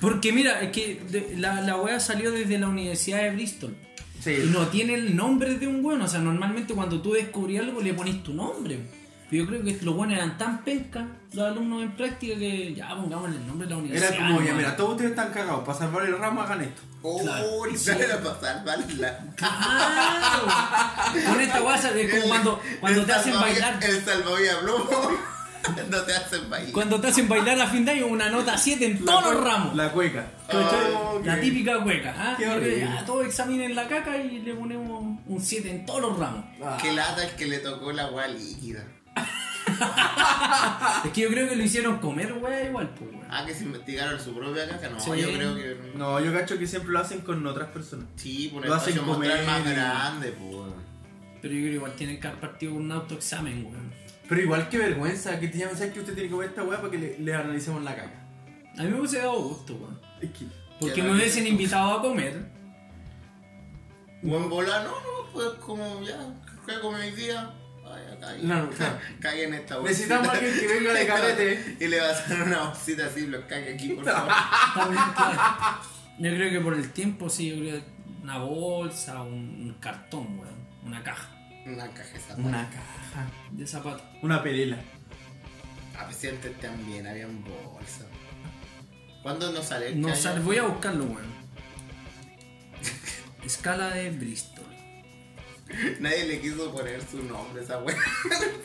C: Porque mira, es que de- la, la wea salió desde la Universidad de Bristol.
D: Sí.
C: Y no tiene el nombre de un weón. O sea, normalmente cuando tú descubrí algo le pones tu nombre. Pero yo creo que los buenos eran tan pesca, los alumnos en práctica, que ya pongámosle el nombre de la universidad.
D: Era
B: ah,
D: como, ya,
C: weón.
D: mira, todos ustedes están cagados. Para salvar el ramo, hagan esto.
B: Oh, y sale la pasar, vale. La...
C: Claro. Con esta guasa es como cuando, cuando
B: El
C: te hacen
B: salvavidas-
C: bailar.
B: El salvavidas blue. no te hacen bailar.
C: Cuando te hacen bailar a fin de año una nota 7 en todos los
D: cue-
C: ramos. La,
D: La cueca.
B: ¿Cachai?
D: Ok.
C: típica hueca. ¿ah?
D: Qué
C: Yo creo que,
D: horrible.
C: ah, todos examinen la caca y le ponemos un 7 en todos los ramos.
D: Ah.
B: Qué lata el que le tocó la agua líquida.
C: Es que yo creo que lo hicieron comer, weá, igual, pues, weá.
B: Ah, que se investigaron su propia caca. No,
C: Sí.
B: yo creo que.
D: No, yo cacho que siempre lo hacen con otras personas.
B: Sí, por
D: Lo
B: el
D: hacen
B: espacio mostrar
D: comer
B: más
D: y-
B: grande, pues.
C: Pero yo creo que igual tienen que haber partido con un autoexamen, weón.
D: Pero igual que vergüenza que te llamen, ¿sabes que usted tiene que comer esta weá para que le, le analicemos la caca?
C: A mí me hubiese dado gusto, weón.
D: Es que-
C: Porque
B: Qué
C: me
B: rabia.
C: hubiesen invitado a comer.
B: Buen volar, no, no, pues como ya, ¿qué como hoy día? Ay, acá,
D: No, no.
B: cae en esta bolsita.
D: Necesitamos a alguien que venga de carrete.
B: Y le va a hacer una bolsita así, los cague aquí, por favor.
C: Yo creo que por el tiempo sí, yo creo que una bolsa, un, un cartón, weón. Una caja.
B: Una caja esa.
D: Una caja.
C: De zapatos.
D: Una pelela.
B: A pesar antes Ah, pues, también habían bolsas. ¿Cuándo no sale?
C: No
B: ¿Qué
C: sal-
B: año?
C: voy a buscarlo, weón. Escala de Bristol.
B: Nadie le quiso poner su nombre a esa wea.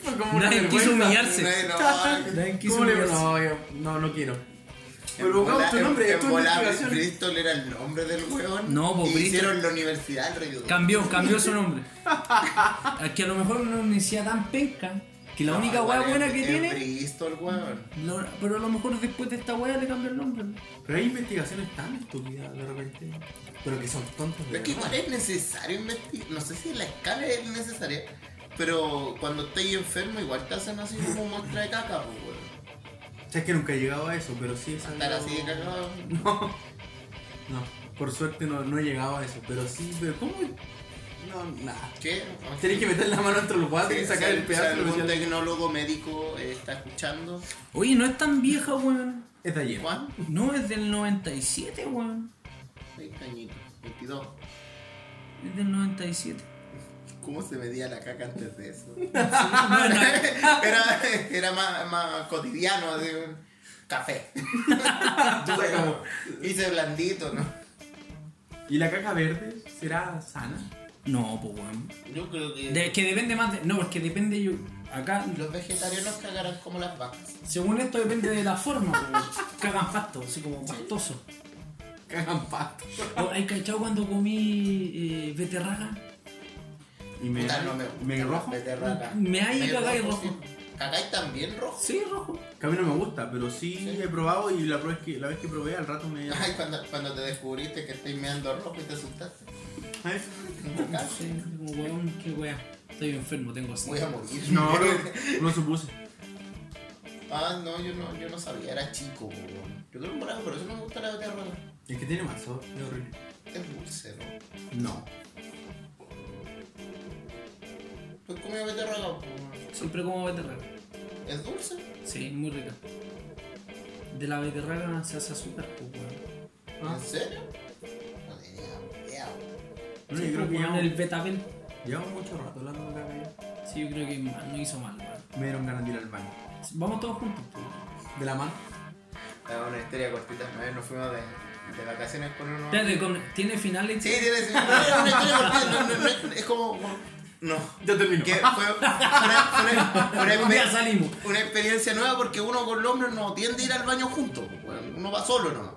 D: Fue como una
C: Nadie quiso
D: vergüenza.
C: humillarse.
B: Nadie, no.
C: Nadie quiso
D: ¿Cómo le
C: humillarse.
D: No, yo no, no quiero.
B: En
D: Pero buscamos
B: bola-
D: tu
B: en-
D: nombre,
B: en
D: es tu
B: bola,
D: investigación.
B: Bristol era el nombre del weón.
C: No, pues,
B: y
C: Bristol-
B: Hicieron la universidad al revés.
C: Cambió, cambió su nombre. A que a lo mejor una universidad tan penca que la única weá buena que tiene.
B: Bristol, weón.
C: lo- pero a lo mejor después de esta weá le cambió el nombre.
D: Pero hay investigaciones tan estúpidas de repente. Pero que son tontas. de
B: Pero es que
D: verdad.
B: igual es necesario investigar. No sé si la escala es necesaria, pero cuando estáis enfermo, igual te hacen así como muestra de caca, pues, weón.
D: O sea, es que nunca he llegado a eso, pero sí es
B: Estar
D: algo-
B: así de cagado.
D: No, no, por suerte no, no he llegado a eso, pero sí, pero ¿cómo? No, nada.
B: ¿Qué?
D: Tienes que meter la mano entre los
B: Sí,
D: guantes y sacar
B: si-
D: el
B: si
D: pedazo.
B: algún
D: de-
B: tecnólogo médico eh, está escuchando.
C: Oye, no es tan vieja, weón.
D: Es de ayer.
B: Juan,
C: No, es del 97, weón.
B: Ay, cañito, 22.
C: Es del 97.
B: ¿Cómo se medía la caca antes de eso?
C: Bueno,
B: era era más, más cotidiano, así, un café.
D: como-
B: Hice blandito, ¿no?
D: ¿Y la caja verde será sana?
C: no, pues weón.
B: Yo creo que.
C: De- que depende más de. No, porque depende yo. Acá,
B: Los vegetarianos cagarán como las vacas.
C: según esto, depende de la forma, po, weón. Cagan pasto, así como pastoso.
D: Cagan pasto.
C: O, ¿Hay cachado cuando comí eh, beterraga?
D: Y me,
B: Puta, no me gusta.
D: me rojo.
B: Beterraga.
C: Me hay y cagáis rojo.
B: sí. ¿Cagáis también rojo?
C: Sí, rojo.
D: Que a mí no me gusta, pero sí,
B: Sí.
D: he probado y la, prueba es que, la vez que probé al rato me...
B: Ay, cuando, cuando te descubriste que estáis meando rojo y te asustaste.
C: No sé, como weón, qué weón. Estoy enfermo, tengo sed.
B: Voy a morir.
D: No, no, no supuse.
B: Ah, no, yo no, yo no sabía, era chico, weón. Yo creo que morado, pero eso no me gusta la beterraga.
D: Es que tiene más sabor, es horrible.
B: Es dulce, ¿no?
D: No.
B: ¿Tú has comido Pues beterraga? weón?
C: Siempre como beterraga.
B: ¿Es dulce?
C: Sí, muy rica. De la beterraga se hace azúcar, pues weón.
D: Ah.
B: ¿En serio? No tenía idea, weón.
D: No,
C: Sí,
D: yo
C: pues,
D: creo que
C: weón,
D: llevamos,
C: el betabel.
D: llevamos mucho rato hablando de caca.
C: Sí, yo creo que mal, no hizo mal, weón.
D: ya. Me dieron ganas de ir al baño.
C: Vamos todos juntos, pues. weón.
D: De la mano.
B: Ah, una historia cortita. Una vez nos fuimos de, de vacaciones con unos.
C: Espérate, con- ¿tiene final la
B: Sí,
C: historia?
B: tienes. No, no, no, no, no, no, no, no, es como. No.
D: Ya terminó.
B: Que fue, fue una, fue una- fue una
C: Ya
B: exper-
C: salimos.
B: una experiencia nueva porque uno con los hombres no tiende a ir al baño juntos. pues, weón. Uno va solo nomás.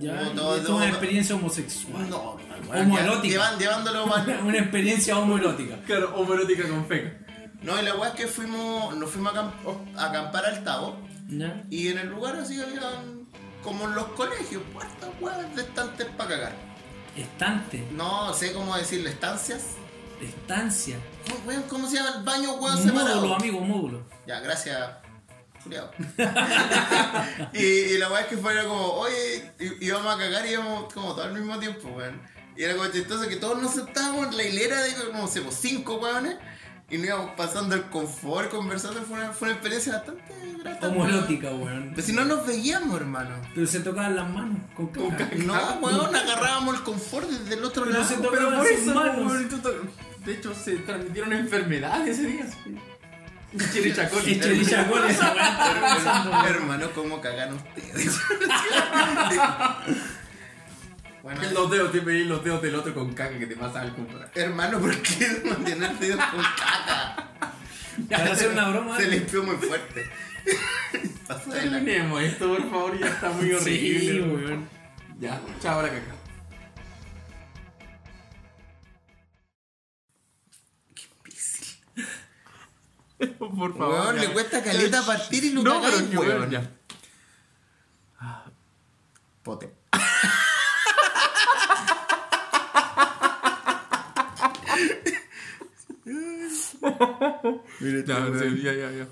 C: Ya,
B: No, no, no,
C: esto es una
B: no.
C: experiencia homosexual.
B: No,
C: Homoerótica.
B: Llevan, llevándolo para.
C: Una experiencia homoerótica.
D: Claro, homoerótica con feca.
B: No, y la weá es que fuimos, nos fuimos a, acamp- oh, a acampar al Tavo
C: ¿Ya?
B: y en el lugar así habían, como en los colegios, puertas weas de estantes para cagar.
C: Estante,
B: No sé cómo decirle, estancias.
C: estancia.
B: No, weón, ¿Cómo se llama el baño, weón,
C: Módulo,
B: separado?
C: amigo, módulo.
B: Ya, gracias. Juliado. y, y la weá es que fuera como, oye, í- íbamos a cagar y íbamos como todo al mismo tiempo, weón. Y era como chistoso que todos nos sentábamos en la hilera de como, sé, pues, cinco weones y nos íbamos pasando el confort, conversando. Fue una, fue una experiencia bastante grata. weón.
C: Homoerótica, weón.
B: Pero si no nos veíamos, hermano.
C: Pero se tocaban las manos con caca.
B: No, weón, agarrábamos el confort desde el otro
C: Pero
B: lado.
C: se to- Pero por eso, weón,
D: De hecho, se transmitieron enfermedades ese día. Chirichacón.
C: Es chorilla con esa weón.
B: hermano, ¿cómo cagan ustedes? bueno,
D: Los dedos, te pedí los dedos del otro con caca que te pasa al comprar.
B: hermano, ¿por qué mantener dedos con caca?
C: Para hacer una broma.
B: Se limpió muy fuerte. Pasó de la-
D: Terminemos esto, por favor, ya está muy
C: Sí,
D: horrible.
C: weón.
D: Ya, chao la caca. Por favor.
B: Weón,
D: ya.
B: le cuesta caleta partir y lo
D: No,
B: cagáis,
D: pero que
B: weón.
D: weón, ya.
B: Pote.
D: Ya, sí, ya, ya, ya.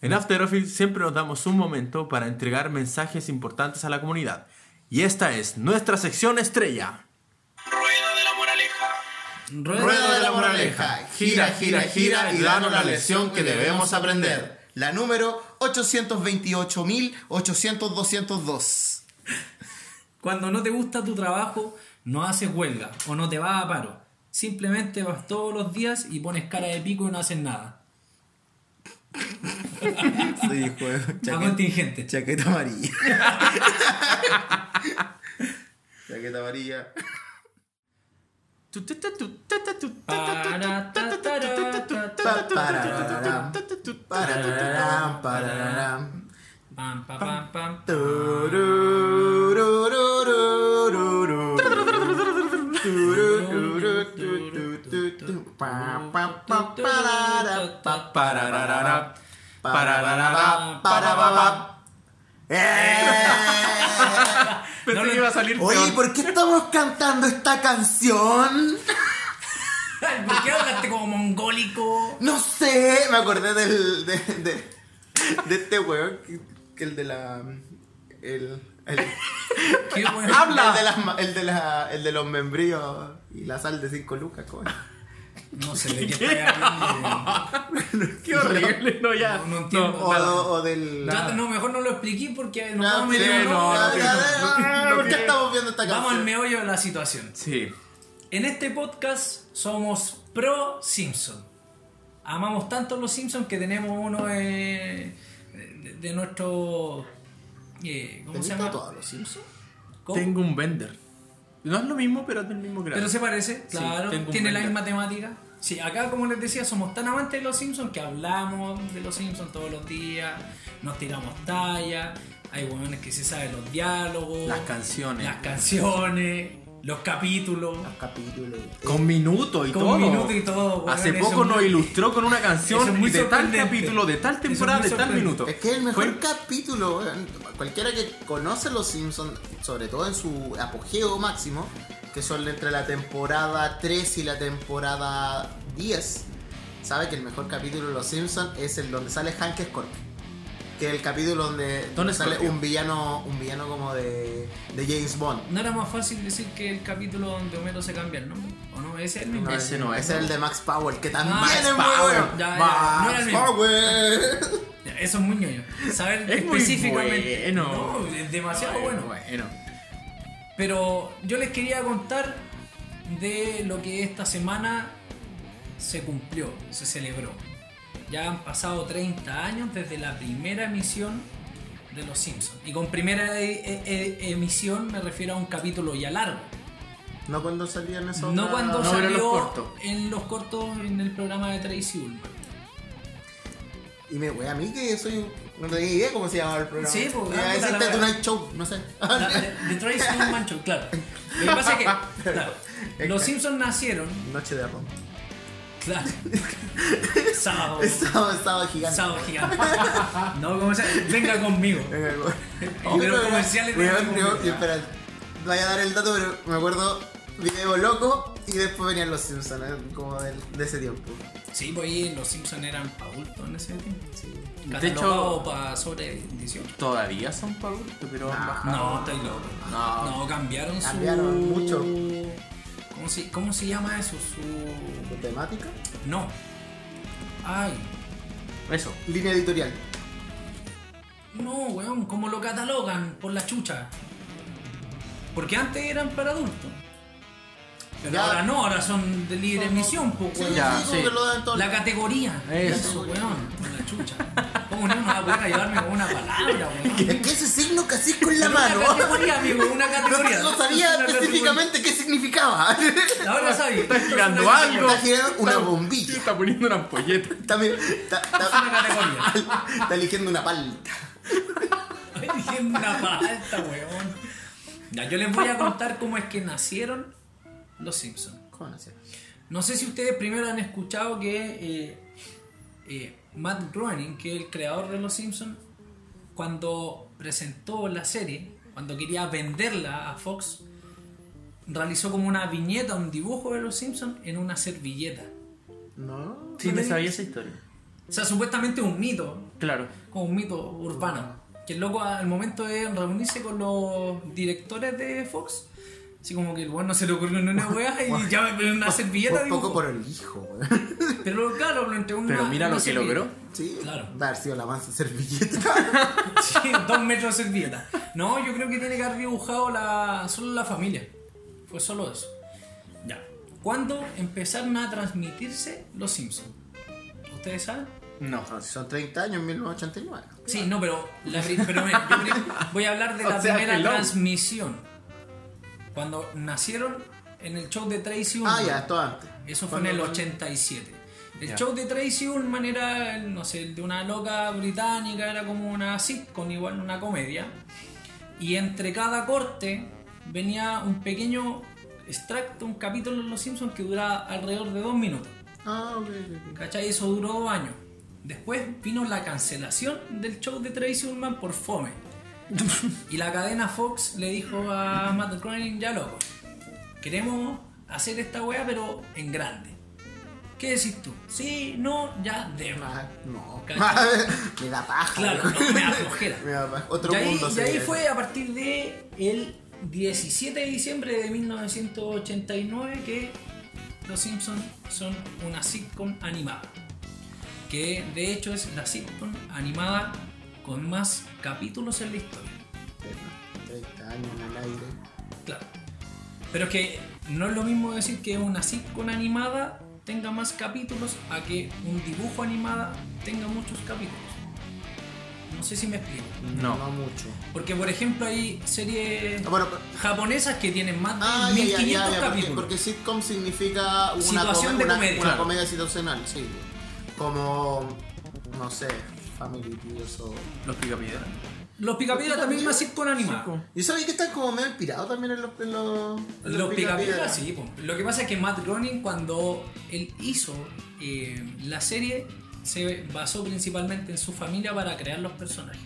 E: En After Office siempre nos damos un momento para entregar mensajes importantes a la comunidad. Y esta es nuestra sección estrella.
F: Rueda de la moraleja.
B: Rueda de la moraleja, gira, gira, gira y danos la lección que debemos aprender. La número 828.800.202.
C: Cuando no te gusta tu trabajo, no haces huelga o no te vas a paro. Simplemente vas todos los días y pones cara de pico y no haces nada.
D: Sí, juego.
C: Va
D: Chaqueta,
C: contingente.
D: chaqueta amarilla.
B: Chaqueta amarilla.
C: Para, ta, tara, ta, ta,
B: Pa, parararán, parararán, parararán.
C: pam, pa, pam, pam.
B: Tururururururu. Pa, pa, pa, parará, pa, pararará, pararará, pararará. ¡Eh!
A: Pensé que iba a salir
B: Oye,
A: peor.
B: ¿por qué estamos cantando esta canción?
C: ¿Por qué hablaste como mongólico?
B: No sé, me acordé del. de, de, de este weón, que, que el de la. el. el
C: Qué bueno.
B: el de, las ma- el, de la- el de los membrillos y la sal de 5 lucas, ¿cómo es?
C: No sé de qué estoy hablando.
A: Qué horrible, no ya.
C: No, no entiendo.
B: O, o del.
C: Ya, no, mejor no lo expliqué porque nos
B: No,
C: vamos a
B: sí,
C: meter en
B: no,
C: un-
B: ya,
A: no,
B: ya,
A: no,
B: ya,
A: no,
B: ¿Por qué
A: no,
B: estamos viendo esta canción?
C: Vamos al meollo de la situación.
A: Sí.
C: En este podcast somos pro Simpson. Amamos tanto los Simpsons que tenemos uno eh, de, de nuestro. eh, ¿Cómo
B: ¿Tenés
C: se llama?
B: tatuado a los Simpsons?
C: ¿Cómo?
A: Tengo un vender. No es lo mismo, pero es del mismo grado.
C: Pero se parece,
A: Sí,
C: claro.
A: tengo un
C: tiene la
A: Bender.
C: misma temática. Sí, acá como les decía, somos tan amantes de los Simpsons que hablamos de los Simpsons todos los días, nos tiramos talla, hay hueones que se saben los diálogos,
E: Las canciones.
C: las canciones, los capítulos,
B: Capítulo.
E: Con minuto y
C: con
E: todo.
C: minuto y todo. hueón,
E: Hace
C: eso
E: poco
C: es muy-
E: nos ilustró con una
C: Eso es
E: canción
C: muy
E: de tal
C: sorprendente.
E: capítulo, de tal
C: Eso es
E: temporada,
C: muy
E: de tal
C: sorprendente.
E: minuto.
B: Es que es el mejor
E: Fue-
B: capítulo, weón. Cualquiera que conoce los Simpsons, sobre todo en su apogeo máximo, que son entre la temporada 3 y la temporada 10, sabe que el mejor capítulo de los Simpsons es el donde sale Hank Scorpio. Que es el capítulo donde, donde sale
A: Scorpio.
B: un villano, un villano como de, de James Bond.
C: ¿No era más fácil decir que el capítulo donde Homero se cambia el nombre? ¿O no? ¿Ese es el mismo?
E: Ese no es,
B: Ese es el de Max Powell, que también
C: Max
B: es muy
C: Powell.
B: bueno.
C: Ya, ya, no era
B: Max
C: el mismo.
B: Powell.
C: Ya, Eso es muy ñoño. Saber
A: Es muy
C: específicamente.
A: bueno.
C: No, es demasiado bueno.
A: Bueno.
C: Pero yo les quería contar de lo que esta semana se cumplió, se celebró. Ya han pasado 30 años desde la primera emisión de Los Simpsons. Y con primera e- e- e- emisión me refiero a un capítulo ya largo.
B: No cuando salían esos.
C: No
A: no,
C: cuando
A: pero
C: salió
A: los cortos.
C: en los cortos en el programa de Tracy Ullman.
B: Y me wey, a mí que soy. un- No tenía idea cómo se llamaba el programa.
C: Sí, pues,
B: Ya,
C: ah, puta
B: existe
C: la
B: Tonight Show, no sé.
C: La- de, de Tracy Ullman Show, claro. Lo que pasa es que claro, los Simpsons nacieron,
B: Noche de arroz.
C: claro, sábado,
B: Estaba, estaba gigante.
C: sábado gigante. No, como sea, venga conmigo.
B: Venga, güey.
C: Oh, pero comerciales de
B: Weón,
C: arroz,
B: yo-
C: weón.
B: yo, espera, vaya a dar el dato, pero me acuerdo video loco y después venían los Simpsons, eh, como del- de, ese tiempo.
C: Sí, pues ahí los Simpsons eran pa' adultos en ese tiempo.
B: Sí.
C: De hecho, para sobre 18.
E: Todavía son Pablo, pero han bajado.
C: No, estáis locos. No, cambiaron, su-
B: Cambiaron mucho.
C: ¿Cómo se, cómo se llama eso? Su.
B: ¿Tu temática?
C: No. Ay.
E: Eso.
B: Línea editorial.
C: No, weón, ¿cómo lo catalogan por la chucha? Porque antes eran para adultos. Pero
B: Ya.
C: ahora no, ahora son de libre emisión, po,
B: Sí,
C: weón.
E: Ya,
B: sí, como
E: sí.
B: que lo dan todo.
C: La categoría. Eso, weón, por la chucha. ¿Cómo no me va a poder ayudarme con una palabra, weón?
B: Es que ese signo que así con la
C: Pero
B: mano.
C: Una categoría, amigo, una
B: No,
C: categoría.
B: no sabía
C: Una
B: específicamente qué significaba.
C: categoría. Ahora sabía.
A: Estás girando
C: Una
A: algo.
B: Está girando una bombilla.
A: Está poniendo una ampolleta.
B: Está, está- está-
C: categoría.
B: está eligiendo una palta.
C: Una categoría. Ay, una palta, weón. Ya, yo les voy a contar cómo es que nacieron los Simpsons.
B: ¿Cómo no sé?
C: No sé si ustedes primero han escuchado que eh, eh, Matt Groening, que es el creador de Los Simpsons, cuando presentó la serie, cuando quería venderla a Fox, realizó como una viñeta, un dibujo de Los Simpsons en una servilleta.
B: No.
E: Sí, me sabía esa historia.
C: O sea, supuestamente es un mito,
G: Claro.
C: como un mito urbano. Que el loco al momento de reunirse con los directores de Fox, así como que el weón no se le ocurrió ni una weá y ya me una servilleta.
B: Un poco
C: dibujó.
B: por el hijo, weón.
C: Pero claro, lo entregó en
G: Pero
C: una-
G: mira
C: una
G: lo que
C: servilleta.
G: logró.
B: Sí,
C: Claro.
B: va a haber sido la más servilleta.
C: Sí, dos metros de servilleta. No, yo creo que tiene que haber dibujado la, solo la familia. Fue solo eso. Ya. ¿Cuándo empezaron a transmitirse Los Simpsons? ¿Ustedes saben?
G: No.
B: Son 30 años, 1989.
C: Sí, no, pero, la pri- pero mira, yo pri- voy a hablar de la
G: O sea,
C: primera
G: hello.
C: transmisión. Cuando nacieron en el show de Tracy
B: Ah,
C: Ullman.
B: ya, esto antes.
C: Eso fue en el
B: ¿Cuándo-
C: 87. El show de Tracy Ullman era, no sé, de una loca británica, era como una sitcom, igual una comedia. Y entre cada corte venía un pequeño extracto, un capítulo de Los Simpsons que duraba alrededor de dos minutos.
B: Ah, ok, ok, ok.
C: ¿Cachai? Eso duró dos años. Después vino la cancelación del show de Tracy Ullman por fome. y la cadena Fox le dijo a Matt Groening, ya loco, queremos hacer esta weá pero en grande. ¿Qué decís tú? Sí, no, ya, de más.
B: Ah, No,
C: Cachai.
B: me da paja.
C: Claro,
B: weón.
C: no, me da flojera.
B: Me da paja. Otro
C: y ahí,
B: mundo
C: y
B: se
C: ahí
B: ve.
C: fue a partir de el 17 de diciembre de 1989 que Los Simpsons son una sitcom animada. Que de hecho es la sitcom animada con más capítulos en la historia.
B: 30 años en el aire.
C: Claro. Pero es que no es lo mismo decir que una sitcom animada tenga más capítulos a que un dibujo animada tenga muchos capítulos. No sé si me explico.
G: No.
B: No mucho.
C: Porque por ejemplo hay series
B: Ah, Bueno, pero-
C: japonesas que tienen más de
B: ah, ya, ya,
C: 1500
B: ya, ya, porque,
C: capítulos.
B: porque sitcom significa una,
C: Situación
B: come-
C: de
B: una-
C: comedia,
B: una
C: claro.
B: comedia situacional, sí. Como, no sé, Family Videos o...
G: Los picapiedras.
C: Los Picapiedras también es una sitcom animada.
B: Yo sabía que están como medio inspirados también en los... En los, en
C: Los
B: Picapiedra.
C: Picapiedras, sí. po. Lo que pasa es que Matt Groening cuando él hizo eh, la serie se basó principalmente en su familia para crear los personajes.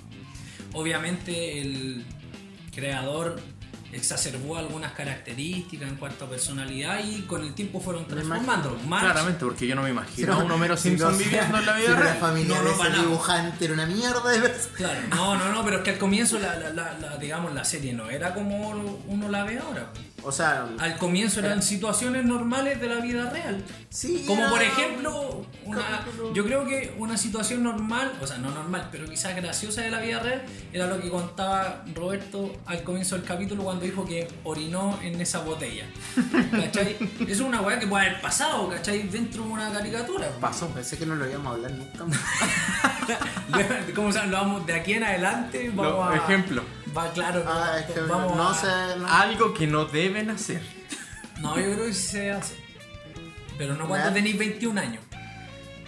C: Obviamente el creador exacerbó algunas características en cuanto a personalidad y con el tiempo fueron transformando. March,
G: Claramente, porque yo no me imagino a un Homero
B: Si
G: Simpson
B: no, si
G: viviendo en la
B: si
G: vida
B: no, La
G: real.
B: familia
C: No,
B: de
C: no,
B: ese
C: para nada.
B: dibujante era una mierda de persona.
C: Claro, no, no, no, pero es que al comienzo la, la- la- la- digamos, la serie no era como uno la ve ahora.
B: O sea,
C: Al comienzo eran situaciones normales de la vida real.
B: sí.
C: Como
B: era
C: por
B: un
C: ejemplo, una,
B: capítulo.
C: yo creo que una situación normal, o sea, no normal, pero quizás graciosa de la vida real, era lo que contaba Roberto al comienzo del capítulo cuando dijo que orinó en esa botella. ¿Cachai? Eso es una weá que puede haber pasado, ¿cachai? Dentro de una caricatura.
B: Pasó, pensé que no lo íbamos a hablar nunca. más.
C: ¿Cómo se llama? Lo vamos de aquí en adelante? Vamos
G: Lo-
C: a.
G: ejemplo.
C: Va claro,
B: Ah, es que
C: vamos
B: no
C: a-
B: sé. no-
G: Algo que no deben hacer.
C: No, yo creo que sí se hace. Pero no cuando
B: Nah.
C: tenéis 21 años.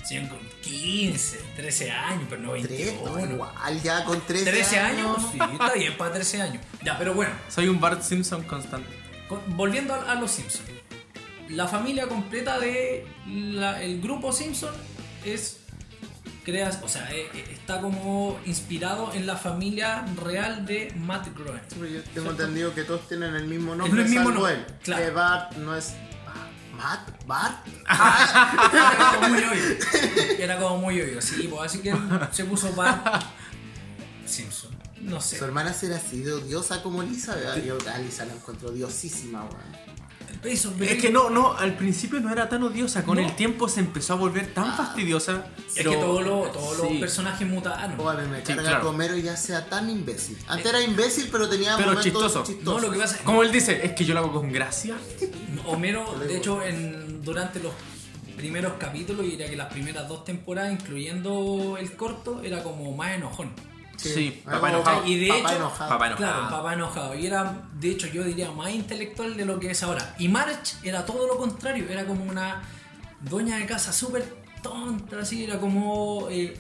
C: Sí, con 15, 13 años, pero no
B: Tres, no,
C: 21.
B: igual, ya con 13,
C: 13 años, sí, está bien para 13 años. Ya, pero bueno,
G: Soy un Bart Simpson constante.
C: con- volviendo a, a los Simpsons. La familia completa de la- el grupo Simpson es creas, o sea, eh, eh, está como inspirado en la familia real de Matt Groening.
B: Sí, pero Yo tengo entendido que todos tienen el mismo nombre.
C: el mismo
B: salvo
C: nombre,
B: él,
C: claro. Ah,
B: Que Bart no es. Ah, ¿Matt? ¿Bart?
C: Era como muy obvio. Era como muy obvio, sí, pues, así que él se puso Bart Simpson. No sé.
B: Su hermana será así de odiosa como Lisa. ¿verdad? Yo a Lisa la encuentro odiosísima, weón.
C: Eso,
G: Es que no, no, al principio no Ah. era tan odiosa. Con
C: No.
G: el tiempo se empezó a volver tan fastidiosa.
C: Es
G: pero-
C: que todos los, todos los
G: Sí.
C: personajes
B: O
C: mutaron.
B: a mí me
G: Sí,
B: carga
G: claro.
B: que Homero ya sea tan imbécil. Antes era imbécil, pero tenía
G: Pero
B: momentos
G: chistoso.
C: No, lo que pasa es
G: Como él dice, es que yo lo hago con gracia.
C: Homero, de hecho, en, durante los primeros capítulos, y diría que las primeras dos temporadas, incluyendo el corto, era como más enojón.
G: Sí,
B: Era
G: papá
B: como
G: enojado.
C: Y de
B: Ah, papá
C: hecho-
B: enojado.
G: Papá enojado.
C: Claro, papá enojado. Y era, de hecho, yo diría más intelectual de lo que es ahora. Y March era todo lo contrario. Era como una doña de casa súper tonta, así. Era como. eh,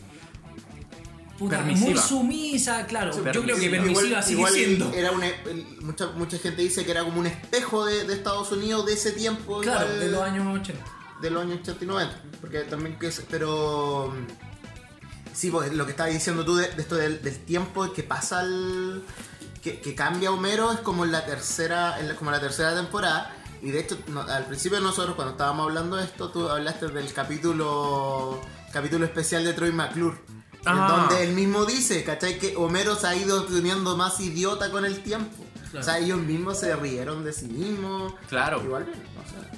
C: puta,
G: Permisiva.
C: Muy sumisa, claro. Yo creo que
G: Permisiva.
C: permisiva sigue siendo.
B: Era una, el- mucha, mucha gente dice que era como un espejo de, de Estados Unidos de ese tiempo.
C: claro,
B: igual,
C: de los años 80.
B: de los años 80 y 90. Porque también que es- Pero. Sí, pues lo que estabas diciendo tú de, de esto del, del tiempo que pasa al. Que, que cambia Homero es como en la tercera. en la- como en la tercera temporada. Y de hecho, no- al principio nosotros cuando estábamos hablando de esto, tú hablaste del capítulo capítulo especial de Troy McClure. en
A: Ah.
B: Donde él mismo dice, ¿cachai? Que Homero se ha ido poniendo más idiota con el tiempo. O sea, ellos mismos se rieron de sí mismos.
A: Claro.
B: Igual, o sea,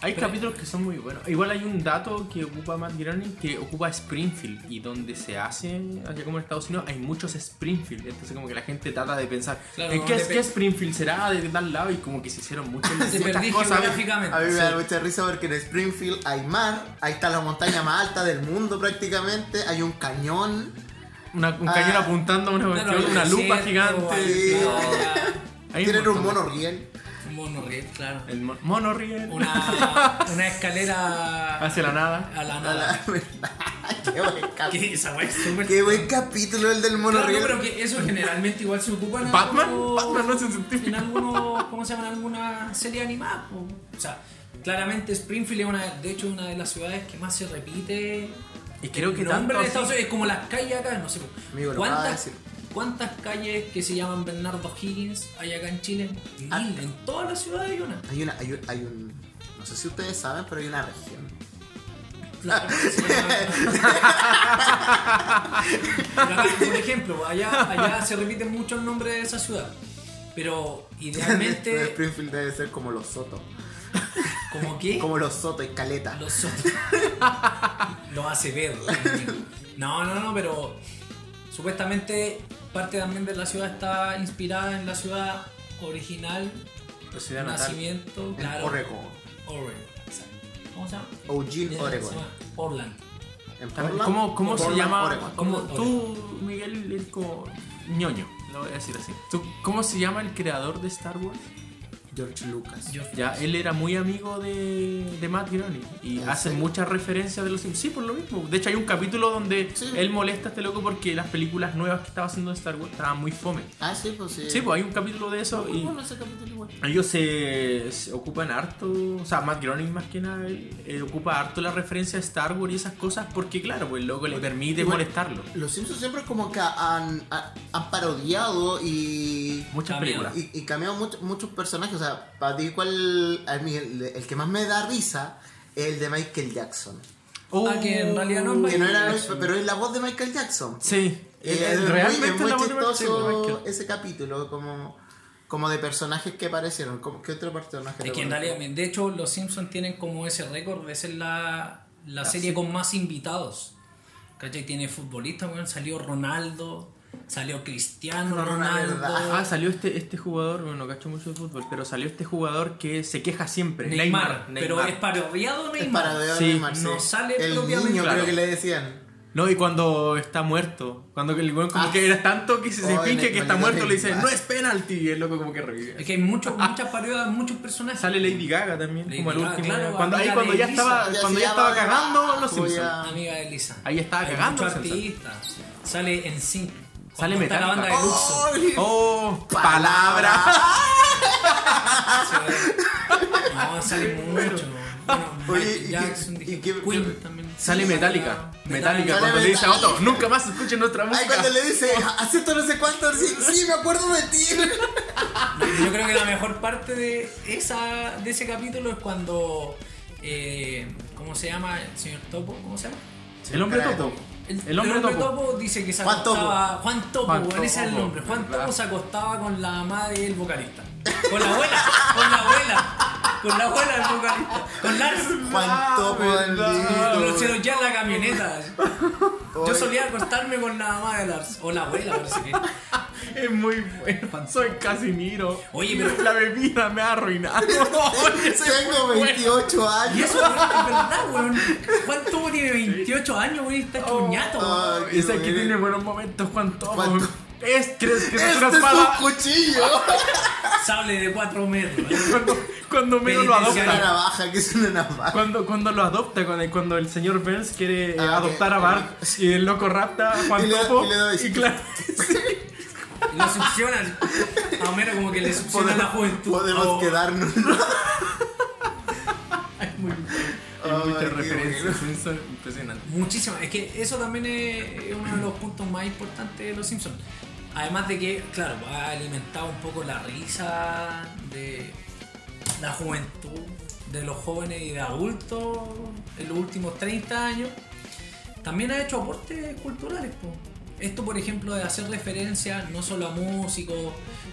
A: Hay capítulos que son muy buenos. Igual hay un dato que ocupa Matt Groening que ocupa Springfield y donde se hace, allá como en Estados Unidos, hay muchos Springfield. Entonces como que la gente trata de pensar,
C: Claro,
A: ¿en qué,
C: de pe-
A: qué Springfield será de tal lado? Y como que se hicieron muchos de
C: Te
A: ciertas
C: perdí
A: cosas.
C: geográficamente.
B: a mí me
C: Sí.
B: da mucha risa porque en Springfield hay mar, ahí está la montaña más alta del mundo prácticamente, hay un cañón.
A: Una- un
B: Ah.
A: cañón apuntando a una
C: Claro,
A: cuestión, una
C: el
A: lupa
C: desierto,
A: gigante.
B: Sí.
C: Arizona,
A: Hay
B: Tienen un
A: montón de-
B: monorriel.
C: Un monorriel, claro.
A: El mon- monorriel.
C: Una, una escalera
A: Hacia la nada.
C: a la
B: A
C: nada.
A: Ah.
B: la verdad, Qué buen
C: Que
B: capítulo.
C: esa wea es súper.
B: Qué buen capítulo el del
C: Claro,
B: monorriel.
C: pero que eso generalmente igual se ocupa en
A: ¿Batman?
C: algunos-
A: Batman no es un científico.
C: En algunos, ¿cómo se llama? En alguna serie animada. po. O sea, claramente Springfield es una, de hecho, una de las ciudades que más se repite.
A: Y creo que
C: el nombre
A: tanto
C: de Estados
A: así-
C: Unidos es como las calles acá, no sé. po.
B: Amigo, lo acaba de
C: ¿Cuántas,
B: decir.
C: ¿Cuántas calles que se llaman Bernardo Higgins hay acá en Chile? Mil,
A: Ah.
B: Harta.
C: en todas las ciudades hay una.
B: Hay una, hay un, hay un, no sé si ustedes saben, pero hay una región.
C: Claro, se llama- Pero acá, por ejemplo, allá, allá se repiten mucho el nombre de esa ciudad. Pero
B: Pero
C: idealmente,
B: Springfield debe ser como los Soto.
C: como
A: Eh.
C: que
B: Como los Soto y Caleta.
C: los otros lo hace ver. No, no, no, pero supuestamente parte también de la ciudad está inspirada en la ciudad original,
A: Pues ciudad natal.
C: nacimiento,
B: en
C: claro.
B: Oregon.
C: Oregon, exacto. ¿Cómo se llama?
B: Eugene,
C: Se
B: Oregon.
C: llama Portland.
B: ¿En Portland?
A: ¿Cómo, cómo se
B: Portland,
A: llama?
B: Oregon.
A: Como
C: Oregon.
A: tú, Miguel, eres como ñoño, lo voy a decir así. ¿Tú, ¿Cómo se llama el creador de Star Wars?
B: George Lucas.
C: Yo-
A: Ya, él era muy amigo de, de Matt Groening y
B: ¿En
A: hace
B: serio?
A: muchas referencias de los Sims. Sí, por lo mismo. De hecho, hay un capítulo donde
B: Sí.
A: él molesta a este loco porque las películas nuevas que estaba haciendo de Star Wars estaban muy fome.
B: Ah, sí, pues sí.
A: Sí, pues hay un capítulo de eso y
B: Bueno, ese capítulo igual.
A: ellos se, se ocupan harto, o sea, Matt Groening más que nada, él, eh, ocupa harto la referencia a Star Wars y esas cosas porque, claro, pues el loco le permite
B: Igual-
A: molestarlo.
B: Los Simpsons siempre como que han, han- han parodiado y...
A: Muchas
C: Cameo.
A: películas.
B: Y, y cambiado mucho- muchos personajes. O sea, para ti, ¿cuál? A mí, el, el que más me da risa es el de Michael Jackson.
C: Ah, que
B: Oh.
C: en realidad no es
B: Que no era,
C: Michael Jackson.
B: pero es la voz de Michael Jackson.
A: Sí,
B: Eh,
A: él- él
B: es
A: realmente
B: muy, es muy
A: la voz de Michael
B: chistoso
A: Jackson.
B: ese capítulo, como, como de personajes que aparecieron. Como, ¿Qué otro personaje?
C: Es que en
B: recuerdas?
C: realidad, de hecho, los Simpsons tienen como ese récord de ser la, la serie con más invitados. ¿Cachai? Tiene futbolistas, weón. Salió Ronaldo, salió
B: No,
C: Cristiano
B: no, la
C: Ronaldo.
B: verdad.
A: Ajá, salió este, este jugador, bueno, no cacho mucho de fútbol, pero salió este jugador que se queja siempre.
C: Neymar,
A: Neymar.
C: pero
A: Neymar.
C: es parodiado
B: Es
C: Neymar.
B: para de
A: Sí,
B: Neymar, sí.
C: no sale
B: El
C: propiamente,
B: niño,
A: claro.
B: creo que le decían.
A: No, y cuando está muerto. Cuando que el weón como
B: Ah.
A: que era tanto que se, se
B: Oh,
A: finge que
B: Neymar, Ah.
A: está muerto, le dice,
B: Neymar.
A: no es penalti, y el loco como que revive.
C: Es que hay muchos, muchas parodias de muchos personajes.
A: Sale Lady Gaga también,
C: Lady
A: como el
C: Gaga,
A: último.
C: claro,
A: cuando ahí
C: amiga
A: cuando
C: de
A: ya
C: Lisa.
A: estaba,
B: Ya
A: cuando
B: se
A: ya estaba
B: llama
A: cagando
B: abajo,
A: los Simpsons.
B: ya.
C: Ah, Amiga de Lisa.
A: Ahí estaba
C: Hay
A: cagando
C: muchos
A: los Simpsons.
C: artistas. Sale en sí.
A: Sale
C: Está la
A: Metallica.
C: banda de Luxo.
A: Oh, palabra. Oh,
C: No, sale mucho. Bueno,
B: Oye,
C: Michael
B: ¿y
C: Jackson,
B: qué-
C: dije,
B: y qué-
C: Queen
B: qué-
C: también.
A: Sale Metallica. Metallica,
B: Sale
A: cuando le dice a Otto,
B: Metallica.
A: nunca más escuchen nuestra
B: Ay, cuando
A: música.
B: le dice, acepto no sé cuánto, sí, sí, me acuerdo de ti.
C: Yo creo que la mejor parte de, esa, de ese capítulo es cuando. eh, ¿Cómo se llama? ¿El señor Topo? ¿Cómo se llama?
A: El hombre
B: Cara de
A: topo.
B: topo.
A: El hombre topo.
C: dice que se
B: Juan Topo.
C: acostaba. Juan Topo,
A: Juan
C: bueno, ese es el
A: Topo,
C: nombre. Juan
A: ¿verdad?
C: Topo se acostaba con la mamá del vocalista. Con la abuela, con la abuela. Con la abuela del vocalista. Con Lars.
B: Juan
C: Ah,
B: Topo
C: Lo
B: bendito.
C: hicieron ya en la camioneta. Yo solía acostarme con la mamá de Lars. O la abuela, parece que.
A: Es muy bueno. Soy Casimiro.
C: Oye, pero-
A: La bebida me ha arruinado.
B: Tengo 28
C: Y
B: años.
C: eso weón, es verdad, weón. Juan Topo tiene 28 años, weón, y está chuñato. weón.
B: Ay,
A: Ese que
B: qué
A: tiene buenos momentos, Juan Topo.
B: Juan Topo.
A: Es, ¿crees que es
B: Este
A: una
B: es un
A: espada?
B: cuchillo.
C: Ah, Sable de 4 metros.
A: Cuando, cuando Mero lo
B: Es una
C: Penitenciario.
A: adopta.
B: navaja, que es una navaja.
A: Cuando, cuando lo adopta, cuando el, cuando el señor Burns quiere eh,
B: Ah,
A: adoptar a
B: ok,
A: Bart y el loco rapta a Juan
B: Y le-
A: Topo.
B: y le doy-
A: y claro,
C: Y Lo succionan. A menos como que le succionan la juventud. Oh.
B: Podemos
C: O-
B: quedarnos.
A: hay
B: Ay,
A: muchas
B: qué
A: referencias. Eso es impresionante.
C: Muchísimas. Es que eso también es uno de los puntos más importantes de Los Simpsons. Además de que, claro, ha alimentado un poco la risa de la juventud, de los jóvenes y de adultos en los últimos 30 años. también ha hecho aportes culturales. po. Esto, por ejemplo, de hacer referencia no solo a músicos,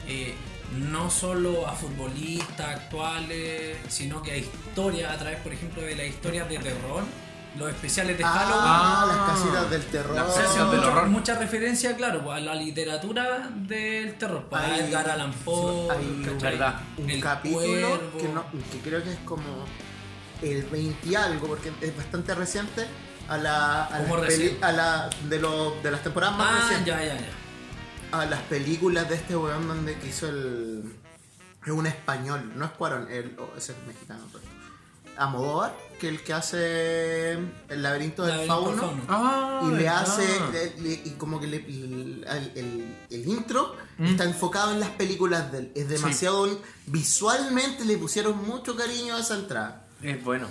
C: eh, no solo a futbolistas actuales, sino que a historias, a través, por ejemplo, de las historias de terror, los especiales de Halloween.
B: Ah, las casitas del terror.
C: O sea, hace
A: del
C: mucha,
A: horror.
C: mucha referencia, claro, pues, a la literatura del terror. Para
B: Hay-
C: Edgar Allan Poe,
B: hay un-
C: ¿cachai?
A: verdad,
B: un
C: El
B: capítulo
C: Cuervo.
B: que, no- que creo que es como el 20 y algo, porque es bastante reciente a la, a
C: ¿Cómo
B: las
C: reciente?
B: peli- a la- de, los- de las temporadas más
C: Ah,
B: recientes
C: ya, ya, ya.
B: a las películas de este weón donde que hizo el es un español, no es Cuarón, el, oh, ese es mexicano pero. Amodóvar, que el que hace el laberinto del
C: Laberinto
B: fauno,
C: del fauno.
A: Ah,
B: y le
A: verdad.
B: hace le- le- y como que le- el, el- el intro está enfocado en las películas de él. es demasiado visualmente le pusieron mucho cariño a esa entrada
A: Es bueno.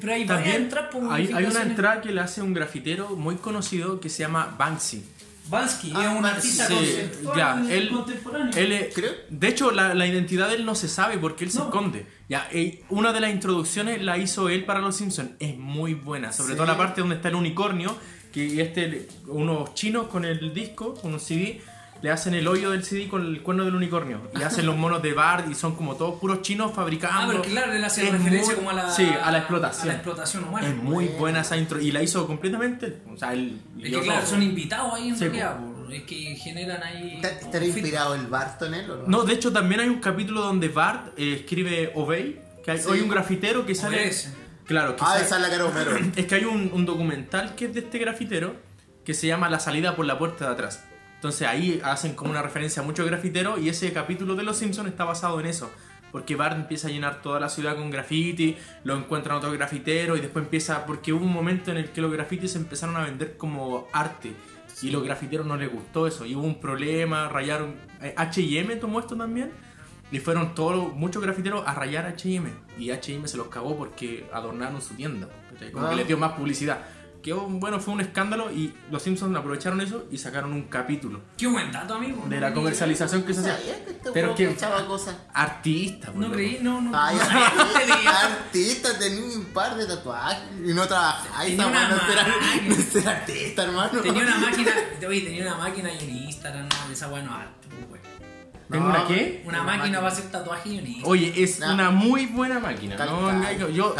C: Pero hay varias
A: También
C: entradas por
A: hay, hay una
C: modificaciones.
A: entrada que le hace un grafitero muy conocido que se llama Banksy.
C: Bansky
B: Ah,
C: es un
B: Bansky,
C: artista
B: sí,
C: conceptual
A: ya, él-
C: contemporáneo.
A: Él es-
B: Creo-
A: De hecho, la, la identidad de él no se sabe porque él se
C: No.
A: esconde. Ya, eh, una de las introducciones la hizo él para Los Simpsons. Es muy buena, sobre
B: Sí.
A: todo la parte donde está el unicornio, que y este, unos chinos con el disco, con un CD, le hacen el hoyo del CD con el cuerno del unicornio. Y hacen los monos de Bard y son como todos puros chinos fabricando.
C: ah, pero claro, él hace
A: Es
C: referencia
A: muy-
C: como a la,
A: sí, a la
C: a la
A: explotación.
C: explotación humana.
A: Es muy buena esa intro y la hizo completamente. O sea, él
C: Es que
A: yo
C: claro,
A: no-
C: son invitados ahí en
A: Sí,
C: realidad, po. es que generan ahí.
B: ¿Está-
C: un
B: ¿estará
C: feedback.
B: inspirado el Bartonel o no?
A: No, de hecho también hay un capítulo donde Bart eh, escribe Obey, que hay,
B: Sí.
A: hay un grafitero que sale...
C: Obedece.
A: Claro, que
B: ah
A: sale-
B: esa es la cara de Homero
A: es que hay un, un documental que es de este grafitero que se llama La salida por la puerta de atrás. Entonces ahí hacen como una referencia a muchos grafiteros y ese capítulo de Los Simpsons está basado en eso. Porque Bart empieza a llenar toda la ciudad con graffiti, lo encuentran otros grafiteros y después empieza... Porque hubo un momento en el que los grafitis se empezaron a vender como arte y los grafiteros no les gustó eso y hubo un problema, rayaron... eh, H&M tomó esto también y fueron todos, muchos grafiteros a rayar a H&M y H&M se los cagó porque adornaron su tienda, ¿cachai? como
B: Ah.
A: que les dio más publicidad. Que oh, bueno, fue un escándalo y los Simpsons aprovecharon eso y sacaron un capítulo
C: Qué buen dato, amigo.
A: de la comercialización que se hacía.
B: Mm. Sabía que este
A: Pero
B: weón
A: que
B: cachaba cosas
A: artista,
C: No creí, no, no.
A: Ah,
B: Ay,
C: no
B: artista,
C: tenía.
B: artista, tenía un par de tatuajes y no trabajaba. Ay,
C: Tenía
B: esa
C: una
B: mano no era,
C: máquina.
B: no es ser artista, hermano.
C: Tenía una máquina, oye, tenía una máquina y un Instagram, no, esa weá no es arte, pues, güey.
A: ¿Tengo
B: No,
A: una qué?
C: Una máquina va a hacer tatuaje y un Instagram.
A: Oye, es
B: No.
A: una muy buena máquina.
B: Tal
A: No,
B: cual.
A: no, yo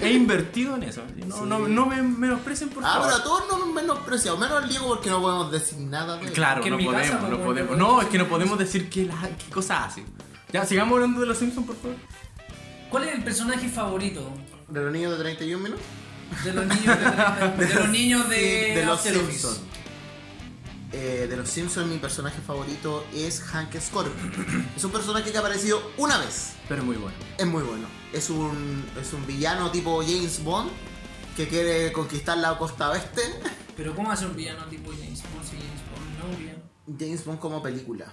A: he, he invertido en eso. No, no, no me menosprecen por
B: Ah,
A: favor.
B: pero a todos nos menospreciamos, menos al Diego porque no podemos decir nada de él.
A: Claro,
C: Que en
A: no
C: mi casa,
A: podemos,
C: pues,
A: no
C: bueno,
A: podemos.
C: no
A: No,
C: podemos
A: es que no podemos decir qué, la- qué cosas hacen. Ya, sigamos hablando de los Simpsons, por favor.
C: ¿Cuál es el personaje favorito
B: De los niños de 31 minutos.
C: de los niños de, de los niños de,
B: Sí, de los
C: After Office?
B: Simpsons. Eh, de los Simpsons, mi personaje favorito es Hank Scorpion. es un personaje que ha aparecido una vez.
A: Pero muy bueno.
B: Es muy bueno. Es un, es un villano tipo James Bond que quiere conquistar la costa oeste.
C: Pero ¿cómo hace un villano tipo James Bond si James Bond no es villano?
B: James Bond como película.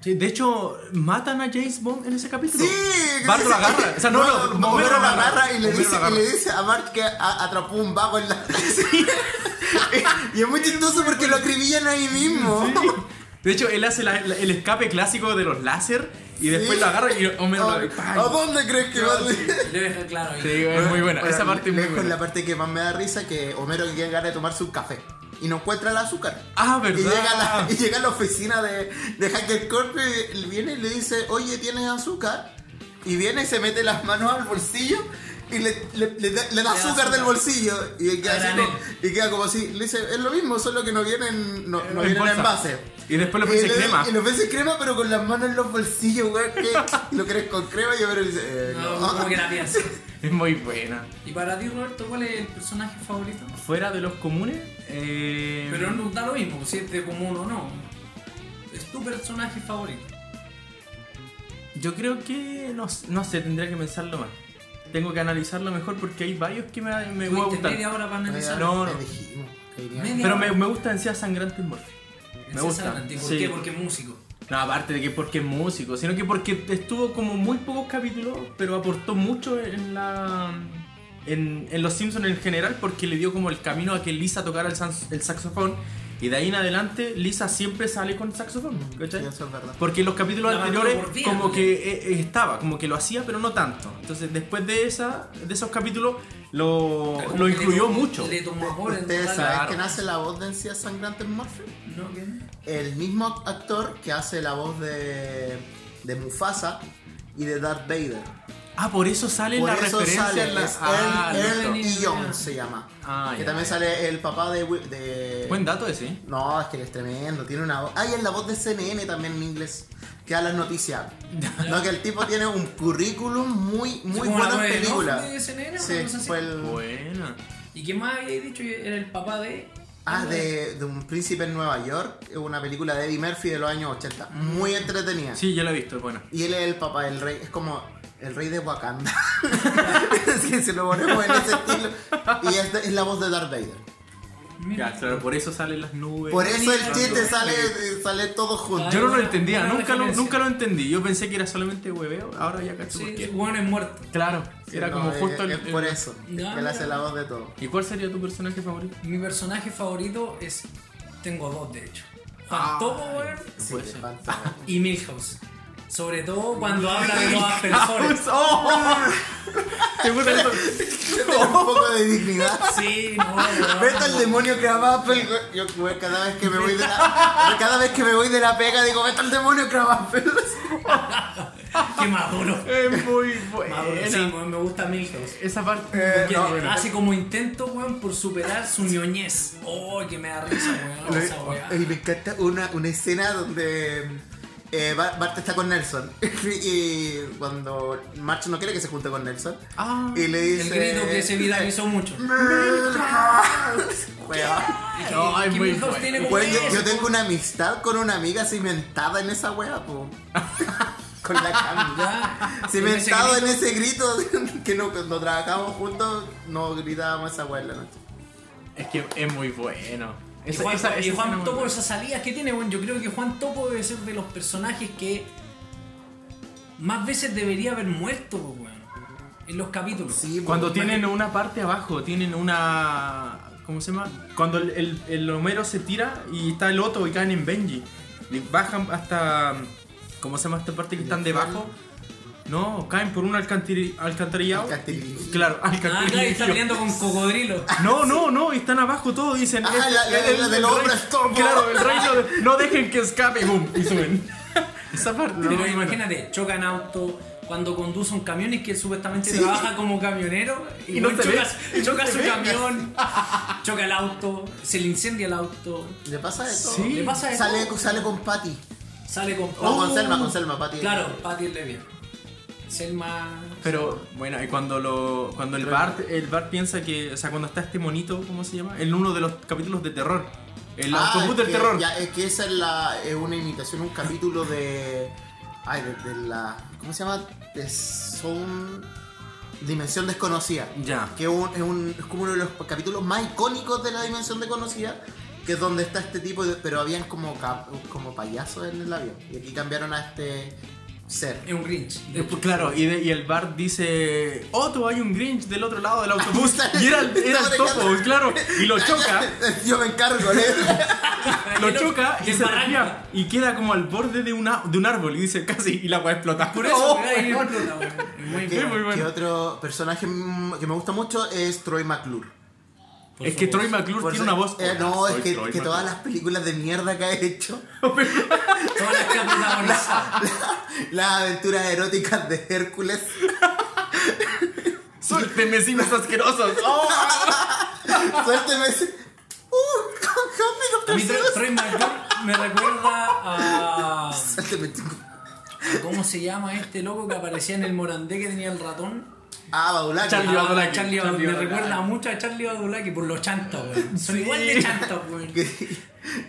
A: Sí, de hecho, matan a James Bond en ese capítulo.
B: Sí,
A: Bart
B: sí,
A: lo
B: sí.
A: agarra. O sea, no, no,
B: Homero
A: Homero
B: lo agarra y le,
A: Homero
B: dice,
A: lo agarra.
B: y le dice a Bart que a- atrapó un vago en la. y es muy chistoso
A: pues.
B: porque lo acribillan ahí mismo.
A: De hecho, él hace la- la- el escape clásico de los láser y después
B: Sí. Oh,
A: lo agarra y Homero
B: ¿A,
A: lo ¡pam!
B: a dónde crees que va?
C: Lo deja claro ahí.
A: Sí, es muy buena. Esa parte es muy
B: Es la
A: buena.
B: parte que más me da risa que Homero quiere ganar de tomarse un café y no encuentra el azúcar.
A: Ah,
B: Y llega, a
A: verdad.
B: la, y llega a la oficina de, de Hacker Corp y él viene y le dice, oye, ¿tienes azúcar? Y viene y se mete las manos al bolsillo y le, le- le da, le da azúcar, del bolsillo. Y él queda,
C: A
B: así
C: granel.
B: como- y queda como así. Le dice, es lo mismo, solo que no vienen, no, no
A: En
B: vienen
A: bolsa.
B: en base.
A: Y después le
B: y
A: ofrece
B: le-
A: crema.
B: Y le ofrece crema, pero con las manos en los bolsillos, güey. ¿qué? ¿Lo querés con crema? Y Homero le dice, "Eh,
C: No,
B: no.
C: como que la piensa.
A: Es muy buena.
C: Y para ti, Roberto, ¿cuál es el personaje favorito?
A: Fuera de los comunes. eh,
C: Pero no da lo mismo, si es de común o no. Es tu personaje favorito.
A: Yo creo que. No, s- no sé, tendría que pensarlo más. Tengo que analizarlo mejor porque hay varios que me, me
C: Tuviste
A: gustan.
C: media hora para analizar.
A: No,
B: Te
A: no.
B: dijimos, queríamos.
C: Media
A: Pero
C: hora.
A: me, me gustan Encías Sangrantes y Morphy.
C: Ese
A: me
C: es
A: gusta,
C: Atlante. ¿Por
A: sí.
C: qué? Porque es músico.
A: No, aparte de que porque es músico, sino que porque estuvo como muy pocos capítulos, pero aportó mucho en la. En, en Los Simpsons en general, porque le dio como el camino a que Lisa tocara el, sans- el saxofón Y de ahí en adelante, Lisa siempre sale con saxofón, ¿cachai?
B: Sí, eso es verdad.
A: Porque en los capítulos
C: La mandó
A: anteriores
C: por día,
A: como
C: ¿no?
A: que eh, eh, estaba, como que lo hacía, pero no tanto. Entonces después de esa, de esos capítulos lo,
C: Como
A: lo
C: que
A: incluyó
C: le-
A: mucho.
C: Le tomó amor en
B: ¿Ustedes
C: total.
B: saben
A: claro.
B: quién hace la voz de Encías Sangrantes Murphy?
C: No, que no.
B: El mismo actor que hace la voz de, de Mufasa y de Darth Vader.
A: Ah, por eso sale
B: Por
A: la
B: eso
A: referencia
B: sale
A: en la...
B: es
A: Ah,
B: Earl,
A: listo.
B: Earl y
C: listo.
B: John se llama.
A: Ah,
B: que
A: ya,
B: también
A: ya.
B: sale el papá de, Wi- de-
A: Buen dato ese. ¿eh?
B: No, es que él es tremendo, tiene una voz. Ah, y es la voz de CNN también en inglés, que da las noticias. no, que el tipo tiene un currículum muy, muy
C: como la
B: bueno en
C: voz de
B: películas.
C: Noff de CNN, una
B: Sí,
C: cosa así.
B: fue el.
A: Buena.
C: ¿Y quién más había dicho? Era el papá de.
B: Ah, de, de Un Príncipe en Nueva York, una película de Eddie Murphy de los años 80. Muy entretenida.
A: Sí, yo la he visto, es buena.
B: Y él es el papá, el rey, es como el rey de Wakanda. si se lo ponemos en ese estilo. Y es, de- es la voz de Darth Vader.
C: Mira.
A: Ya, claro, por eso salen las nubes.
B: Por eso el
C: Mira,
B: chiste
C: yo-
B: sale, sale todo junto.
A: Yo no lo
C: Una-
A: entendía,
C: una
A: nunca lo,
C: referencia.
A: nunca lo entendí. Yo pensé que era solamente hueveo, ahora ya cacho por
C: Sí,
A: qué.
C: bueno, es muerto.
A: Claro, era
B: No,
A: como
B: es-
A: justo el,
B: es por eso.
C: No,
B: él hace
C: mira.
B: la voz de todo.
A: ¿Y cuál sería tu personaje favorito?
C: Mi personaje favorito es. Tengo dos, de hecho. Fantomo, weón.
B: Sí, te falta.
C: Y Milhouse. Sobre todo cuando habla de los aspersores.
B: Yo tengo un poco de dignidad.
C: Sí, no, weón.
B: Vete al demonio que Apple. Yo güey, cada vez que me voy de la. Cada vez que me voy de la pega digo, vete al demonio que Apple.
C: Qué maduro.
A: Es muy
C: Maduro, sí, Ah, weón, me gusta Milhouse.
A: Esa parte.
B: Eh,
C: Que hace como intento, weón, por superar su ñoñez. Oh, que me da risa, weón. esa weá.
B: Y me encanta una, una escena donde eh, Bar- Bart está con Nelson. y cuando March no quiere que se junte con Nelson.
A: Ah,
B: y le
C: El
B: dice.
C: grito que se viralizó mucho.
B: Weá.
A: No,
C: Que-
A: es
C: que
A: muy
C: Milhouse
A: bueno.
C: tiene como
B: Weón, yo,
C: eso,
B: yo tengo una amistad con una amiga cimentada en esa wea, po. con la Cami.
C: ya.
B: Cimentado
C: Ese
B: en ese grito que no, cuando trabajamos juntos no gritábamos esa wea en la noche.
A: Es que es muy bueno.
C: Y
A: Esa-
C: Juan,
A: esa-
C: y
A: esa
C: Juan
A: escena muy
C: Topo,
A: buena.
C: esas salidas que tiene, bueno, yo creo que Juan Topo debe ser de los personajes que más veces debería haber muerto, pues, weón, en los capítulos.
B: Sí, po.
A: Cuando tienen una parte abajo, tienen una. ¿Cómo se llama? Cuando el, el- el Homero se tira y está el Otto y caen en Benji. Y bajan hasta. ¿Cómo se llama esta parte que están debajo? No, caen por un alcantiri- alcantarillado.
B: Alcantarillado.
A: Claro,
C: Ah, claro, y está
A: alcantarillado.
C: peleando con cocodrilo.
A: No, no, no, están abajo todos, dicen.
B: Ah, la- la- la del hombre
A: rey-
B: estorbo.
A: Claro, el reino. de- no dejen que escape, boom, y suben. Esa parte. es
C: Pero
A: muy buena.
C: imagínate, chocan auto cuando conduce un camión y que supuestamente
B: Sí.
C: trabaja como camionero y,
A: Y no
C: weón,
A: te
C: choca,
A: ve, y
C: choca
A: no te
C: su
A: ve.
C: camión, choca el auto, se le incendia el auto.
B: Le pasa de todo.
A: Sí.
C: Le pasa de
B: Sale,
C: todo.
B: sale con Patty.
C: Sale con.
B: O con Selma, con Selma, Patty.
C: Claro, Patty es Levia. Selma.
A: Pero bueno, y cuando lo cuando el Bart, el Bart piensa que, o sea, cuando está este monito, ¿cómo se llama? En uno de los capítulos de terror. El
B: Ah,
A: autobús
B: es
A: del
B: que-
A: terror.
B: Ya, es que esa es, la, es una imitación, un capítulo de. Ay, de, de la. ¿Cómo se llama? De Sound. Dimensión desconocida.
A: Ya.
B: Que es, un- es un- es como uno de los capítulos más icónicos de la Dimensión desconocida. Que es donde está este tipo, de- pero habían como, cap- como payasos en el avión. Y aquí cambiaron a este ser.
C: Es un Grinch. de
A: Eh,
C: hecho.
A: pues, Claro, y, de- y el Bart dice, Otto, hay un Grinch del otro lado del autobús. y era, el- era el topo, claro. Y lo choca,
B: Yo me encargo, ¿eh?
A: lo
C: Y lo-
A: choca y
C: y
A: se
C: arranca.
A: desvía y queda como al borde de, una, de un árbol. Y dice, casi, y la Oh, va a explotar.
C: Por eso, weón, ahí explota, weón. Muy
B: Que,
A: Sí, muy bueno.
B: que otro personaje mm, que me gusta mucho es Troy McClure.
C: Por
A: Es que
C: favor.
A: Troy McClure
B: Por
A: tiene una
B: si-
A: voz...
B: eh, no,
A: Hola,
B: es
A: soy
B: que,
A: Troy
B: que
A: McClure.
B: todas las películas de mierda que ha hecho,
C: Todas las que han protagonizado.
B: las aventuras eróticas de Hércules,
A: Suélteme, vecinos asquerosos. Oh.
B: suélteme ese. ¡Uh! ¡Help
C: A
B: me,
C: mí
B: Dr.
C: Troy-
B: Seuss!
C: Troy McClure me recuerda a. a
B: Suélteme, chico.
C: ¿Cómo se llama este loco que aparecía en el Morandé que tenía el ratón?
B: Ah, Badulaque.
A: Charlie
C: Ah,
A: Badulaki.
C: Charlie Badu-
A: Charlie
C: me
A: Badulaki.
C: recuerda mucho a Charlie Badulaki por los chantos, weón. Son igual de chantos, weón.
B: Que-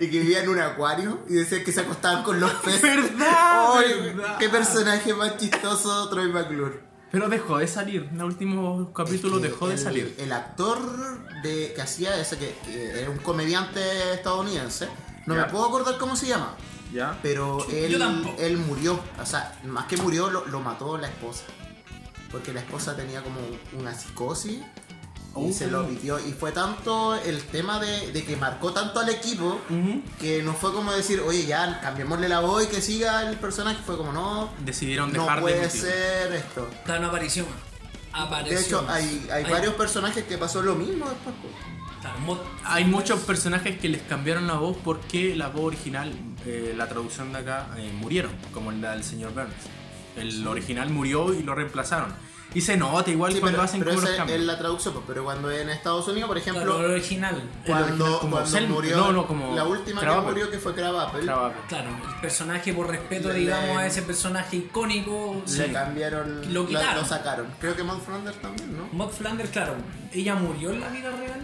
B: y que vivía en un acuario y decía que se acostaban con los peces.
A: ¿Verdad?
B: Ay,
A: ¿Verdad?
B: ¡Qué personaje más chistoso, Troy McClure!
A: Pero dejó de salir, en el último capítulo
B: que
A: dejó de
B: el-
A: salir.
B: El actor de, que hacía ese, que, que era un comediante estadounidense, no me puedo acordar cómo se llama,
A: ¿Ya?
B: pero
C: yo
B: él,
C: tampoco.
B: él murió. O sea, más que murió, lo, lo mató la esposa. Porque la esposa tenía como una psicosis Y se lo pidió. Y fue tanto el tema de, de que marcó tanto al equipo que no fue como decir, oye, ya cambiémosle la voz y que siga el personaje. Fue como, no,
A: Decidieron
B: no
A: dejar de
B: puede
A: emitir.
B: ser esto.
C: Está una aparición. Apareció.
B: De hecho, hay, hay
C: Ay,
B: varios personajes que pasó lo mismo después. pues.
C: claro, mod-
A: Hay muchos personajes que les cambiaron la voz porque la voz original, eh, la traducción de acá, eh, murieron, como la del señor Burns. El original murió y lo reemplazaron. Y se nota igual
B: Sí,
A: cuando
B: pero,
A: hacen
B: pero
A: como los
B: esa
A: cambios.
B: es la traducción, pues, pero cuando en Estados Unidos, por
C: claro,
B: ejemplo,
C: lo original.
B: cuando,
A: original, como
B: cuando
A: Selma,
B: murió
A: no, no, como
B: la última
A: Krabappel.
B: que murió que fue Krabappel,
A: Trabajo.
C: Claro, el personaje por respeto,
B: Le-
C: digamos,
B: le-
C: a ese personaje icónico.
B: le
C: sí.
B: cambiaron,
C: Lo
B: lo,
C: quitaron.
B: lo sacaron. Creo que Maud Flanders también, ¿no?
C: Maud Flanders, claro, ella murió en la vida real.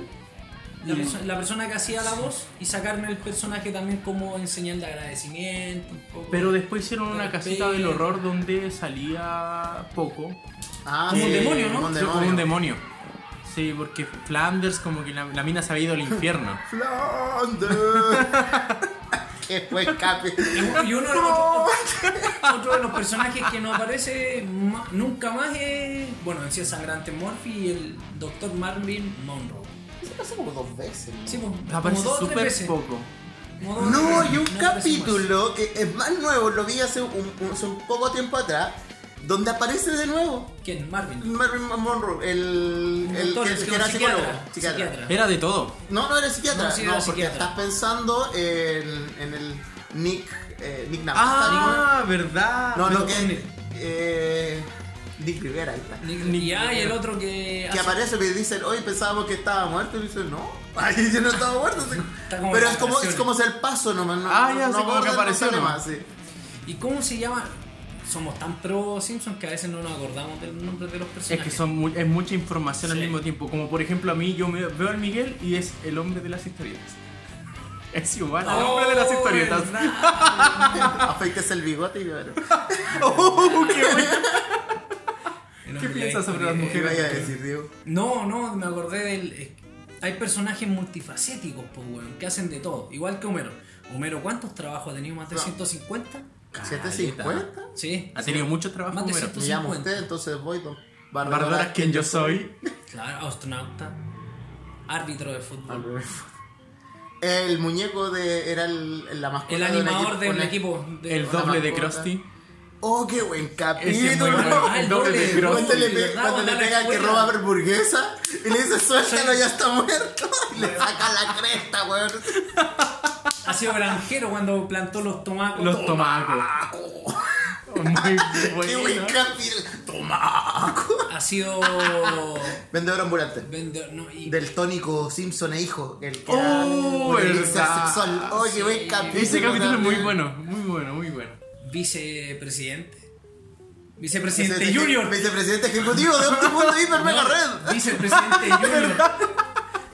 C: La, perso- la persona que hacía la voz y sacarme el personaje también como en señal de agradecimiento. un poco.
A: Pero después hicieron una casita del
C: Respeto.
A: horror donde salía poco.
B: Ah,
C: Como un
B: sí,
C: demonio, ¿no?
B: como un
A: Sí, Como
B: demonio.
A: un demonio. Sí, porque Flanders como que la, la mina se había ido al infierno.
B: Flanders. que fue escape.
C: Y uno de los- otro de los personajes que no aparece ma- nunca más es, bueno, en sí es Sangrante Murphy y el Dr. Marvin Monroe.
B: Se pasó como dos veces. ¿no?
C: Sí, pues,
A: Aparece
C: como dos o tres
A: súper
C: veces.
A: poco.
C: Como dos o tres
B: No,
C: veces,
B: y un
C: no aparece
B: capítulo que es más nuevo, lo vi hace un, un- hace un poco tiempo atrás, donde aparece de nuevo
C: más. ¿Quién? Marvin.
B: Marilyn Monroe, el, el,
C: Doctor,
B: que-
C: es
B: que,
C: como
B: era psicólogo.
C: psiquiatra,
B: Psiquiatra.
C: psiquiatra.
A: Era de todo.
B: No, no era psiquiatra,
C: No,
B: no,
C: sí era
B: porque
C: psiquiatra.
B: estás pensando en, en el Nick, eh, Nick Napa.
A: Ah, verdad.
B: no, no,
A: Pero con-
B: que eh, Nick Rivera, ahí está.
C: Nick- Y hay el otro que...
B: Que
C: hace-
B: aparece y dicen, hoy pensábamos que estaba muerto, y dicen, no, ay, yo no estaba muerto. sí.
C: como
B: Pero
C: en
B: es como, es
C: vacaciones.
B: como el paso nomás, no,
A: Ah,
B: no-
A: ya,
B: no
A: sí, como que
B: abordan, no
A: apareció
B: sale
A: nomás.
B: más, sí.
C: ¿Y cómo se llama? Somos tan pro Simpsons que a veces no nos acordamos del nombre de los
A: Es
C: personajes.
A: que son mu- es mucha información al
C: Sí.
A: mismo tiempo. Como por ejemplo a mí, yo me veo al Miguel y es el hombre de las historietas. Es igual al
C: ¡Oh,
A: hombre de las historietas.
C: verdad!
B: Afeites el bigote y bueno,
A: ¡Oh, qué bueno!
C: El
A: ¿Qué
C: hombre de
A: piensas sobre las
C: historieta.
B: ¿qué
A: mujeres?
B: vaya a decir, Diego?
C: No, no, me acordé del. es que hay personajes multifacéticos, pues, weón, que hacen de todo. Igual que Homero. Homero, ¿cuántos trabajos ha tenido? ¿Más de
A: Ah.
B: No.
C: 150?
B: ¿750?
C: Sí.
A: Ha tenido mucho trabajo
C: Más de
A: Homero.
B: Me llamo
C: 150.
B: usted, entonces voy con
A: Bárbara es quien yo soy.
C: Claro, astronauta. Árbitro de fútbol.
B: El muñeco de. era el, la mascota
C: El
B: de un
C: animador del
B: una-
C: equipo. de-
A: El
B: Hola,
A: doble de
B: mascota.
A: Krusty.
B: Oh, qué buen
A: Ese es muy
B: capítulo.
A: bueno.
C: Ah, el
A: El doble
C: doble
A: de
C: de Krusty.
B: Cuando
A: Krusty.
B: le,
C: Sí,
B: pe-
C: ¿verdad?
B: cuando
C: Mandar
B: le
C: a la
B: pega al que
C: escuela.
B: roba hamburguesa y le dice suéltalo, ya está muerto. Y le saca la cresta, weón.
C: Ha sido granjero cuando plantó los tomacos.
A: Los tomacos. Muy
B: Qué
A: bueno.
B: buen capítulo. Toma.
C: Ha sido.
B: Vendedor ambulante.
C: vende- no, y-
B: Del tónico Simpson e hijo. El que era
A: Oh,
B: una
A: verdad.
B: delicia sexual. Oh, qué buen capítulo.
A: Ese capítulo es muy
B: también.
A: bueno, muy bueno, muy bueno.
C: Vicepresidente. Vicepresidente
B: Vicepresidente-
C: Junior.
B: Vicepresidente ejecutivo de Optimundo Hiper Mega Red.
C: Vicepresidente Junior.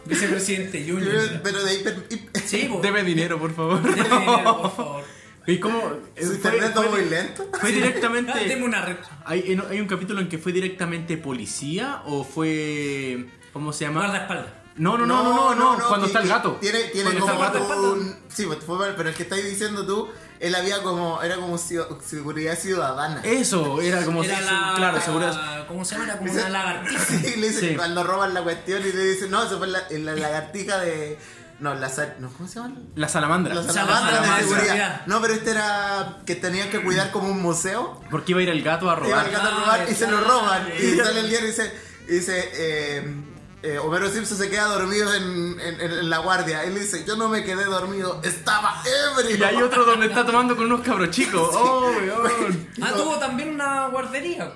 C: Vicepresidente Junior.
B: Pero de hiper. hiper-
C: Sí, po.
A: Debe dinero, por favor.
C: Deme dinero, por favor.
A: ¿Y cómo?
B: Su
A: Fue-
B: internet
A: fue-
B: está muy lento.
A: Fue
C: Ah,
A: directamente.
C: Deme una red.
A: Hay, en- hay un capítulo en que fue directamente policía o fue. ¿Cómo se llama?
C: Guardaespaldas.
A: No, no, no, no, no, no, cuando
B: que-
A: está el
B: que
A: gato.
B: Tiene, tiene
A: cuando
B: como
A: está el gato.
B: un. Sí, pues, fue- pero el que estáis diciendo tú, él había como. Era como ciu- seguridad ciudadana.
A: Eh, Eso, era como.
C: Era
A: su-
C: la.
A: Claro, seguridad.
C: ¿Cómo se llama? Era como una lagartija.
B: Y le dicen,
A: Sí.
B: cuando roban la cuestión y le dicen, no, eso fue la, en la lagartija de. No, la sal- no, ¿cómo se llama?
A: La salamandra.
B: La
C: salamandra
B: salamandra
C: de
B: de seguridad.
C: seguridad.
B: No, pero este era que tenían que cuidar como un museo.
A: Porque iba a ir el gato a
B: Se iba
A: robar.
B: al gato a
C: Ah,
B: robar y se lo
C: ya.
B: roban. Y sale el diario y dice, y dice eh, eh, Homero Simpson se queda dormido en, en- en- en la guardia. Él dice, yo no me quedé dormido, estaba ebrio.
A: Y hay otro donde está tomando con unos cabros chicos. Oh, weón.
C: Ah, tuvo también una guardería.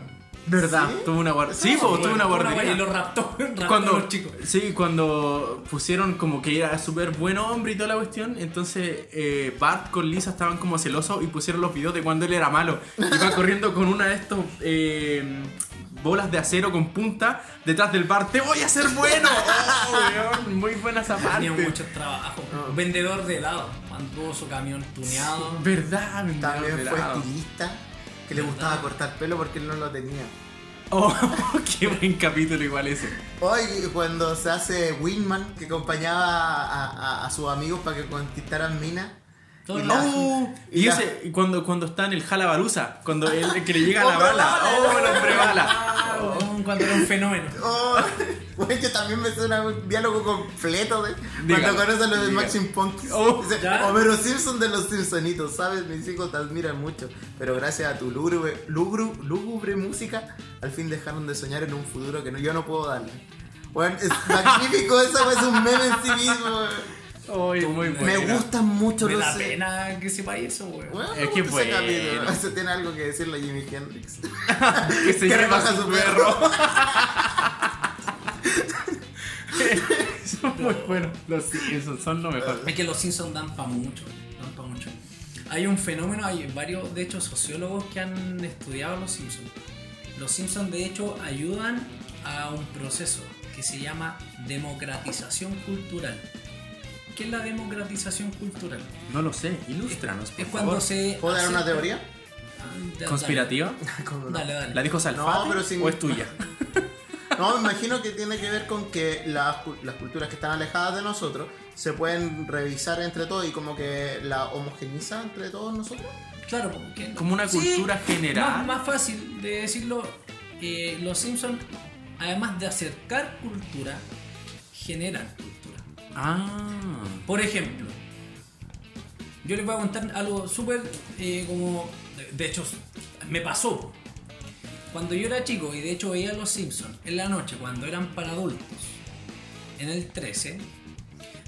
A: ¿Verdad? Tuvo una guardería. Sí, po, Oh, tuvo una
C: Y
A: guardería.
C: lo raptó. raptó a
A: Cuando,
C: los chicos.
A: sí, cuando pusieron como que era súper buen hombre y toda la cuestión, entonces eh, Bart con Lisa estaban como celosos y pusieron los videos de cuando él era malo. Iba corriendo con una de estos eh, bolas de acero con punta detrás del Bart. ¡Te voy a hacer bueno! Oh, weón, muy buena esa
C: Tenía
A: parte.
C: muchos trabajos.
A: Ah.
C: Vendedor de helado. Mantuvo su camión tuneado.
A: ¿Verdad? me
B: También
A: había
B: fue
A: olvidado.
B: estilista, que le gustaba cortar pelo porque él no lo tenía.
A: Oh, qué buen capítulo igual ese.
B: Hoy cuando se hace Wingman, que acompañaba a, a- a sus amigos para que conquistaran minas.
C: Todo
B: la-
A: Oh, y
B: la-
A: ese, y cuando, cuando está en el jalabaluza, cuando el, que le llega la
B: Hombre
A: bala,
B: bala.
A: oh, el hombre bala.
C: Ah, weón, Cuando era un fenómeno.
B: Oh, Güey, yo también me suena un diálogo completo, güey.
A: Diga,
B: Cuando conocen los de
A: diga.
B: Maxim Ponky.
A: Oh,
B: Dice,
C: ¿ya?
B: Homero Simpson de los Simpsonitos, ¿sabes? Mis hijos te admiran mucho. Pero gracias a tu lúgubre, lúgru- lúgubre música, al fin dejaron de soñar en un futuro que no, yo no puedo darle. Bueno, es magnífico, esa güey, es un meme en sí mismo, güey.
A: Oye, muy
B: Me
A: bueno.
B: gustan mucho
C: Me
B: los.
C: da pena que sepa eso, weón.
B: Bueno,
A: Es que
B: bueno.
A: bueno.
B: Eso tiene algo que decirle a Jimi Hendrix.
A: Que se
B: que
A: lleva
B: rebaja
A: a su
B: su
A: perro. son muy buenos. Los Simpsons son lo mejor.
C: Es que los Simpsons dan para mucho, dan pa' mucho. Hay un fenómeno, hay varios, de hecho, sociólogos que han estudiado los Simpsons. Los Simpsons, de hecho, ayudan a un proceso que se llama democratización cultural. ¿Qué es la democratización cultural?
A: No lo sé, ilústranos, por
C: Es cuando
A: favor.
C: se...
B: ¿Puedo dar una
C: acepta-
B: teoría?
C: Ah, da-
A: ¿Conspirativa?
B: Como-
C: Dale, dale.
A: ¿La
C: dale.
A: dijo Salfate
B: No, pero sin-
A: o es tuya?
B: No, me imagino que tiene que ver con que las, cu- las culturas que están alejadas de nosotros se pueden revisar entre todos y como que la homogeniza entre todos nosotros.
C: Claro, porque...
A: Como una
C: Sí,
A: cultura general.
C: Más, más fácil de decirlo, eh, los Simpsons, además de acercar cultura, generan cultura.
A: Ah.
C: Por ejemplo, yo les voy a contar algo súper eh, como. de- De hecho, me pasó. Cuando yo era chico y de hecho veía Los Simpsons en la noche, cuando eran para adultos, en el 13,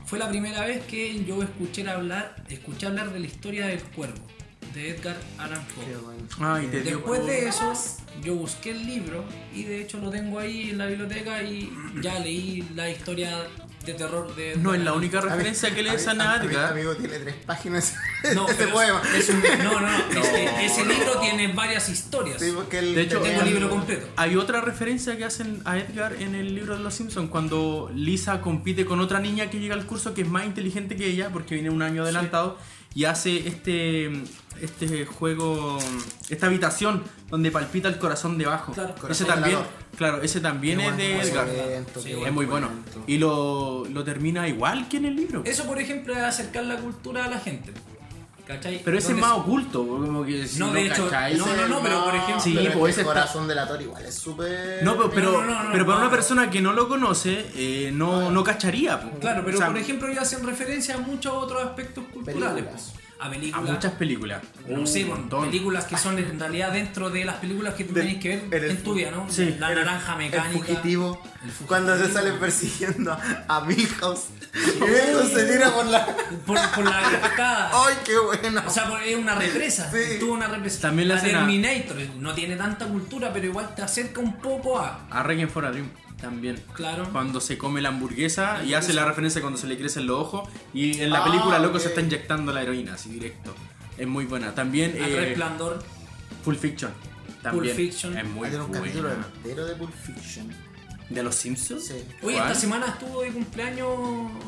C: fue la primera vez que yo escuché hablar, escuché hablar de la historia del cuervo, de Edgar Allan Poe.
A: Ay, te dio
C: Después
A: por-
C: de eso, yo busqué el libro y de hecho lo tengo ahí en la biblioteca y ya leí la historia de terror de...
A: No
C: de
A: es la única
B: Ami-
A: referencia que le ¿ah?
B: ami-
A: des a
B: ami-
A: Nadga.
B: amigo tiene tres páginas de
C: No,
B: ese
C: pero
B: poema.
C: es un- no, no, no, este- ese libro tiene varias historias.
B: Sí, pues, eh, porque el-
A: De hecho,
B: el-
C: tengo el libro completo.
A: Hay otra referencia que hacen a Edgar en el libro de Los Simpsons, cuando Lisa compite con otra niña que llega al curso que es más inteligente que ella, porque viene un año adelantado, y hace este, este juego, esta habitación donde palpita el corazón debajo.
C: Claro.
A: ese
B: Corazón
A: también,
B: volador.
A: claro, ese también
B: Qué
A: es de
B: buen
A: Edgar.
B: momento,
C: Sí,
B: qué
C: es
A: Es
B: buen
A: muy bueno.
B: momento.
A: Y lo, lo termina igual que en el libro.
C: Eso, por ejemplo, es acercar la cultura a la gente. ¿Cachai?
A: Pero ese es
C: Donde-
A: más oculto, como que si
C: No, de hecho,
A: cacháis-
C: no, no, no, pero por ejemplo-
A: Sí,
B: pero
A: pues
B: es que el
A: ese está-
B: corazón de la torre igual es súper.
A: No, pero, pero,
C: no, no, no,
A: pero para
C: no.
A: una persona que no lo conoce, eh, no, no cacharía. po.
C: Claro, pero
A: O sea,
C: por ejemplo, ellos hacen referencia a muchos otros aspectos culturales.
B: Películas.
C: pues, A
A: A
C: películas.
A: muchas películas.
C: No sé, Uh, bueno,
A: montón.
C: películas que son en realidad dentro de las películas que tú
B: Del-
C: tenés que ver
B: el-
C: en tu vida, ¿no?
A: sí,
C: la naranja
B: El
C: mecánica.
B: fugitivo,
C: El fugitivo.
B: cuando se sale persiguiendo a, a Milhouse y eso se tira por la.
C: Por, por la cascada.
B: ¡Ay, qué bueno!
C: O sea, por- es una represa.
B: Oh. Sí.
C: Tuvo una represa.
A: También la
C: la
A: escena-
C: Terminator. No tiene tanta cultura, pero igual te acerca un poco a.
A: A Requiem for a Dream también.
C: Claro.
A: Cuando se come la hamburguesa y hace la referencia cuando se le crecen los ojos. Y en la
B: Ah,
A: película, loco,
B: ok.
A: se está inyectando la heroína, así directo. Es muy buena. También
C: Al
A: eh,
C: resplandor.
A: Pulp Fiction. También
C: Fiction.
A: Es muy
B: Hay un capítulo
A: buena.
B: entero de Pulp Fiction.
A: ¿De los Simpsons?
B: Sí.
A: ¿Cuál?
C: Oye, esta semana estuvo de cumpleaños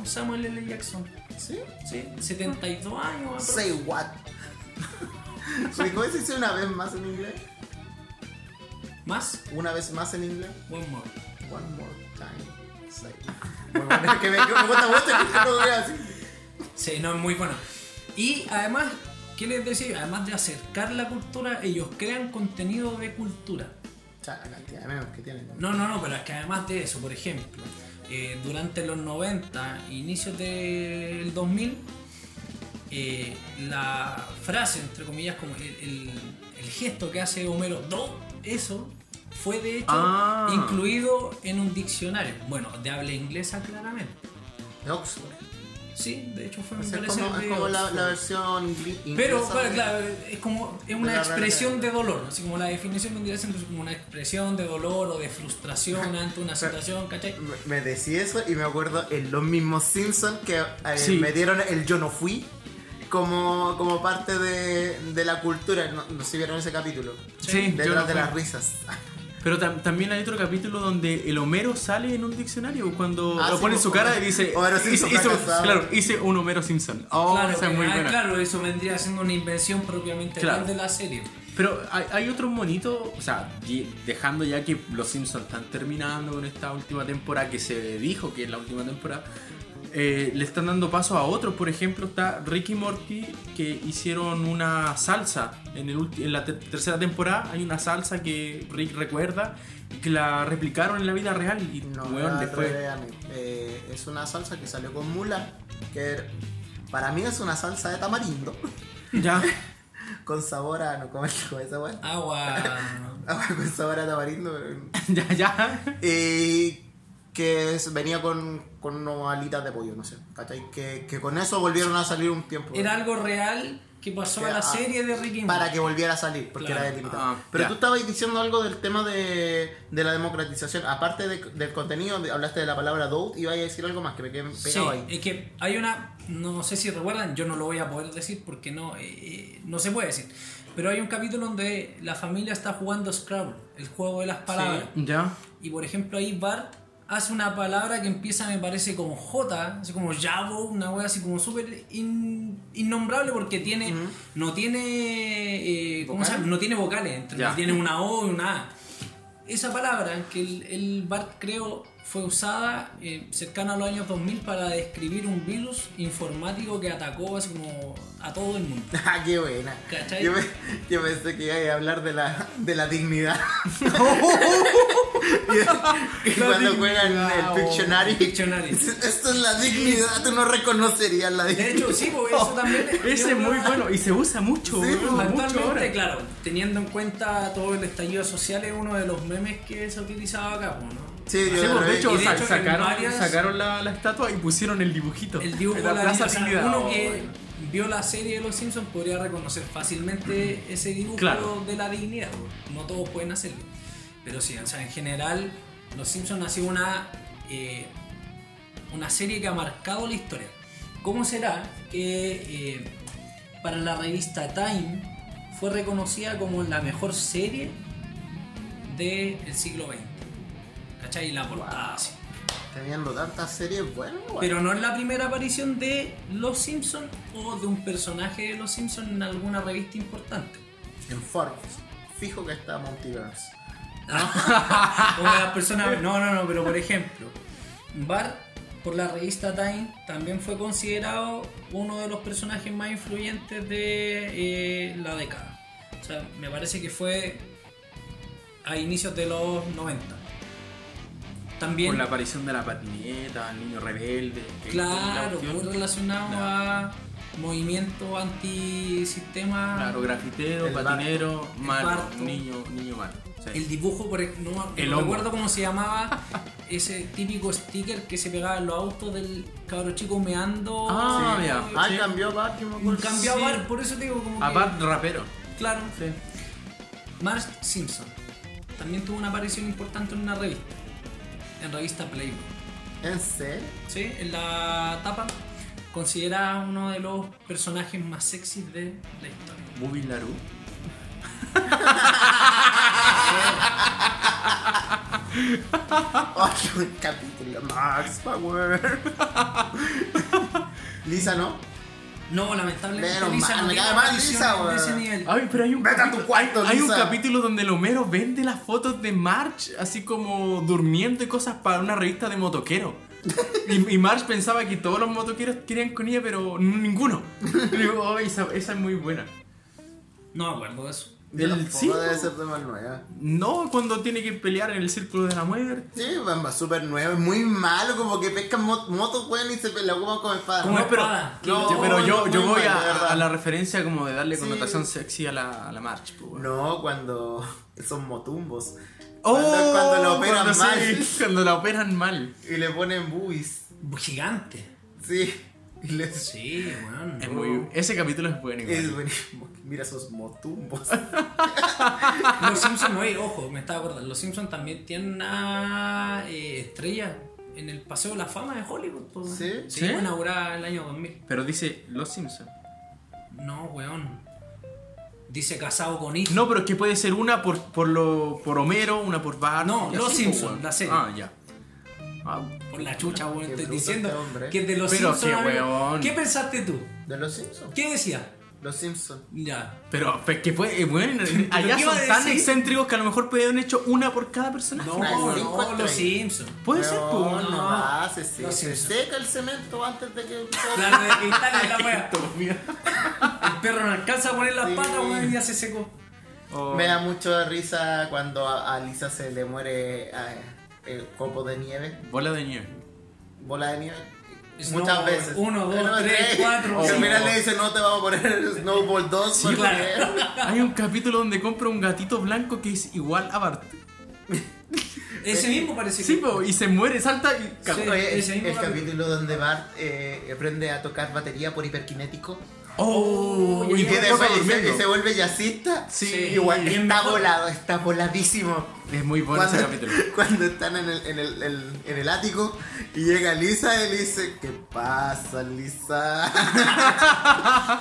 C: Samuel L. Jackson.
B: ¿Sí?
C: Sí, 72 años.
B: Say what? Oye, ¿Cómo se dice una vez más en inglés?
C: Más,
B: Una vez más en inglés.
C: buen humor.
B: One more time. Say. Bueno, bueno, es que me, me gusta mucho que lo vea así.
C: Sí, no, es muy bueno. Y además, ¿qué les decía? Además de acercar la cultura, ellos crean contenido de cultura.
B: O sea, la cantidad de memes que tienen.
C: No, no, no, pero es que además de eso, por ejemplo, eh, durante los 90, inicios del 2000, eh, la frase, entre comillas, como el, el- el gesto que hace Homero, do, eso, fue de hecho
A: Ah.
C: incluido en un diccionario. Bueno, de habla inglesa claramente.
B: De Oxford.
C: Sí, de hecho fue
B: O
C: un
B: sea, es como, es como la, la versión ingli- inglesa.
C: pero, claro,
B: de-
C: claro, es como es una
B: la
C: expresión de
B: realidad.
C: dolor, así como la definición vendría siendo como una expresión de dolor o de frustración ante una situación, ¿cachai?
B: Me- Me decía eso y me acuerdo en los mismos Simpsons que eh,
A: Sí.
B: me dieron el yo no fui como, como parte de, de la cultura. No, no sé si vieron ese capítulo.
A: Sí, yo
B: Detrás
A: no
B: de
A: fui.
B: las risas.
A: Pero tam- también hay otro capítulo donde el Homero sale en un diccionario cuando
B: Ah,
A: lo
B: sí,
A: pone en
B: pues,
A: su cara y
B: Homero-
A: dice
B: Homero
A: hice-
B: Simpson
A: hizo-
B: fracasado.
A: claro, hice un Homero Simpson. Oh,
C: claro,
A: esa es muy
C: ah,
A: buena.
C: claro, eso vendría siendo una invención propiamente
A: Claro.
C: tal de la serie.
A: Pero hay, hay otro monito, o sea, y- dejando ya que los Simpsons están terminando con esta última temporada que se dijo que es la última temporada. eh, le están dando paso a otros. Por ejemplo, está Ricky Morty, que hicieron una salsa. En, el ulti- en la te- tercera temporada hay una salsa que Rick recuerda y que la replicaron en la vida real. Y
B: No,
A: weón,
B: al
A: después.
B: revés, amigo. Eh, es una salsa que salió con Mulan, que era- para mí es una salsa de tamarindo,
A: Ya.
B: con sabor a... No, ¿Cómo es que esa weá?
C: Agua.
B: Ah, con sabor a tamarindo, pero...
A: ya, ya.
B: Y que es- venía con, con unas alitas de pollo, no sé, ¿cachai? Que, que con eso volvieron a salir un tiempo.
C: Era algo real que pasó a
B: Ah,
C: la serie de Ricky
B: Para que volviera a salir, porque
C: Claro.
B: era delimitado.
A: Ah,
B: Pero
A: ya.
B: tú estabas diciendo algo del tema de, de la democratización. Aparte de- del contenido, de- hablaste de la palabra dope y vas a decir algo más que me quedé pegado
C: Sí,
B: ahí.
C: es que hay una, no sé si recuerdan, yo no lo voy a poder decir porque no, eh, eh, no se puede decir, pero hay un capítulo donde la familia está jugando Scrabble, el juego de las palabras,
A: Ya.
C: y por ejemplo ahí Bart hace una palabra que empieza me parece como J, así como Javo, una wea así como súper in- innombrable porque tiene, no tiene, eh, ¿cómo se llama? No tiene vocales, entre-
A: Ya.
C: tiene una O y una A. Esa palabra que el, el Bart creo fue usada eh, cercano a los años 2000 para describir un virus informático que atacó así como a todo el mundo.
B: Ah, qué buena.
C: ¿Cachai?
B: Yo, pe- yo pensé que iba a hablar de la, de la dignidad. Y- y cuando juegan el Pictionary.
C: oh, Pictionary.
B: Esto es la dignidad, tú no reconocerías la
C: De
B: dignidad.
C: hecho, sí, pues eso también...
A: Ese es muy bueno y se usa mucho.
B: Sí,
A: weón, mucho ahora.
C: pues, Actualmente, claro, teniendo en cuenta todo el estallido social, es uno de los memes que se ha utilizado acá, pues, ¿no?
B: Sí, yo
A: Sí, pues,
B: lo
A: de
B: vi.
A: hecho,
C: Y de
A: sa-
C: hecho, en
A: sacaron,
C: varias-
A: sacaron la, la estatua y pusieron el dibujito.
C: El dibujo
A: En la
C: la
A: Plaza Oh.
C: o sea,
A: Dignidad.
C: uno que vio la serie de Los Simpsons podría reconocer fácilmente ese dibujo
A: Claro.
C: de la dignidad, pues. no todos pueden hacerlo. Pero sí, o sea, en general, Los Simpsons ha sido una, eh, una serie que ha marcado la historia. ¿Cómo será que... eh, para la revista Time fue reconocida como la mejor serie del siglo XX. ¿Cachai? La portada así.
B: Teniendo tantas series buenas, weón.
C: Pero no es la primera aparición de Los Simpsons o de un personaje de Los Simpsons en alguna revista importante.
B: En Forbes. Fijo que está Multiverse.
C: ¿Ah? Como las personas. No, no, no, pero por ejemplo, Bart por la revista Time también fue considerado uno de los personajes más influyentes de eh, la década. O sea, me parece que fue a inicios de los 90. También,
A: Con la aparición de la patineta, el niño rebelde. que- la
C: claro,
A: cuestión.
C: muy relacionado
A: Claro.
C: a movimiento antisistema.
A: Claro, grafitero,
B: El
A: patinero, malo,
C: barco.
A: niño, niño malo. Sí.
C: El dibujo, por ej- no, me-
A: El
C: no
A: hongo.
C: recuerdo cómo se llamaba ese típico sticker que se pegaba en los autos del cabro chico meando.
A: Ah,
C: Sí.
A: ya.
B: Ah,
A: Sí.
B: cambió Bart, yo me
C: Un
B: acuerdo.
C: cambio a
A: Sí.
C: Bart, por eso te digo como que-
A: Aparte rapero.
C: Claro. Marge Simpson también tuvo una aparición importante en una revista. En revista Playboy.
B: ¿En serio?
C: ¿Sí? En la tapa considerada uno de los personajes más sexys de la historia.
A: Bubi Larú.
B: Ay, qué buen capítulo. Max Power. Lisa, ¿no?
C: No, lamentablemente
B: Pero
C: Lisa
B: mal,
C: no
B: me
C: tiene
B: cae mal
C: apariciones
B: Lisa,
C: de ese
B: weón.
C: nivel.
A: Ay, pero hay un
B: Vete a tu cuarto,
A: Hay un
B: Lisa.
A: capítulo donde el Homero vende las fotos de Marge así como durmiendo y cosas para una revista de motoquero. Y, y Marge pensaba que todos los motoqueros querían con ella, pero ninguno. Y digo, "Ay, esa, esa es muy buena.
C: No me acuerdo de eso.
A: Del
B: Tampoco
A: cinco.
B: debe ser de más nueva.
A: No cuando tiene que pelear en el círculo de la muerte.
B: Sí, bamba, súper nueva. Es muy malo, como que pescan mo- motos, weón, y se pe- la ocupan como espada.
C: Como
A: No, pero,
C: espada.
A: no,
B: Ah, No,
A: pero yo,
B: no,
A: yo
B: Oh, muy
A: voy
B: mal,
A: a-
B: de verdad.
A: a, la referencia como de darle
B: Sí.
A: connotación sexy a la, a la March. pues, weón.
B: No, cuando son motumbos.
A: Oh,
B: Cuando- cuando la operan
A: cuando sí,
B: mal.
A: cuando la operan mal.
B: Y le ponen boobies.
C: Gigante.
B: Sí. Y les...
C: Sí, weón.
A: Es muy- ese capítulo es bueno igual.
B: Oh. Es buenísimo. Mira esos motumbos.
C: Los Simpsons, no, eh, ojo, me estaba acordando. Los Simpsons también tienen una eh, estrella en el Paseo de la Fama de Hollywood. po.
B: ¿Sí?
A: ¿Sí?
C: Sí, fue inaugurada el año 2000.
A: Pero dice Los Simpsons.
C: No, weón. Dice casado con hijo.
A: No, pero es que puede ser una por, por, lo, por Homero, una por Bart.
C: No,
A: y
C: Los
A: así,
C: Simpson,
A: weón.
C: la serie.
A: Ah, ya. Ah,
C: Por la chucha, weón.
B: Qué
C: Estoy
B: bruto
C: diciendo
B: este hombre.
C: que es de Los
A: Pero
C: Simpsons.
A: qué
C: amigo.
A: weón.
C: ¿Qué pensaste tú?
B: De los Simpsons.
C: ¿Qué decía?
B: Los Simpsons.
C: Ya.
A: Pero pues, que fue, eh, bueno, allá
C: qué
A: son
C: iba a
A: tan
C: decir?
A: excéntricos que a lo mejor podían hecho una por cada personaje.
C: No,
B: Franklin
C: no,
B: Cuatro
C: los
B: ahí.
C: Simpsons.
A: Puede ser,
B: No,
A: pues.
B: no,
C: no.
B: va, se, se-
C: Los
B: se
C: Simpsons.
B: seca el cemento antes de que.
C: Claro, de que instalan la wea.
A: Mira.
C: El perro no alcanza a poner las
B: Sí.
C: patas, weón, y ya se secó.
A: Oh.
B: Me da mucha risa cuando a, a Lisa se le muere eh, el copo de nieve,
A: Bola de nieve.
B: bola de nieve.
C: Snow-
B: Muchas veces.
C: uno, dos,
B: Uno,
C: tres, cuatro,
B: Y al
C: cinco.
B: final le dice: No te vamos a poner el Snowball 2.
C: Sí, claro.
A: Hay un capítulo donde compra un gatito blanco que es igual a Bart.
C: Ese mismo parece que.
A: Sí, po, y se muere, salta y
C: Sí,
B: Oye,
C: ese
B: el,
C: mismo
B: el capítulo donde Bart eh, aprende a tocar batería por hiperkinético
A: ¡Oh!
C: Y
B: y
A: y
B: que
A: toca
B: después
A: durmiendo.
B: se, se vuelve jazzista.
A: Sí,
B: igual
A: y
B: está
A: es mejor.
B: volado, está voladísimo.
A: Es muy bueno ese
B: Cuando,
A: capítulo.
B: cuando están en el, en, el, el- en el ático y llega Lisa y le dice: ¿Qué pasa, Lisa?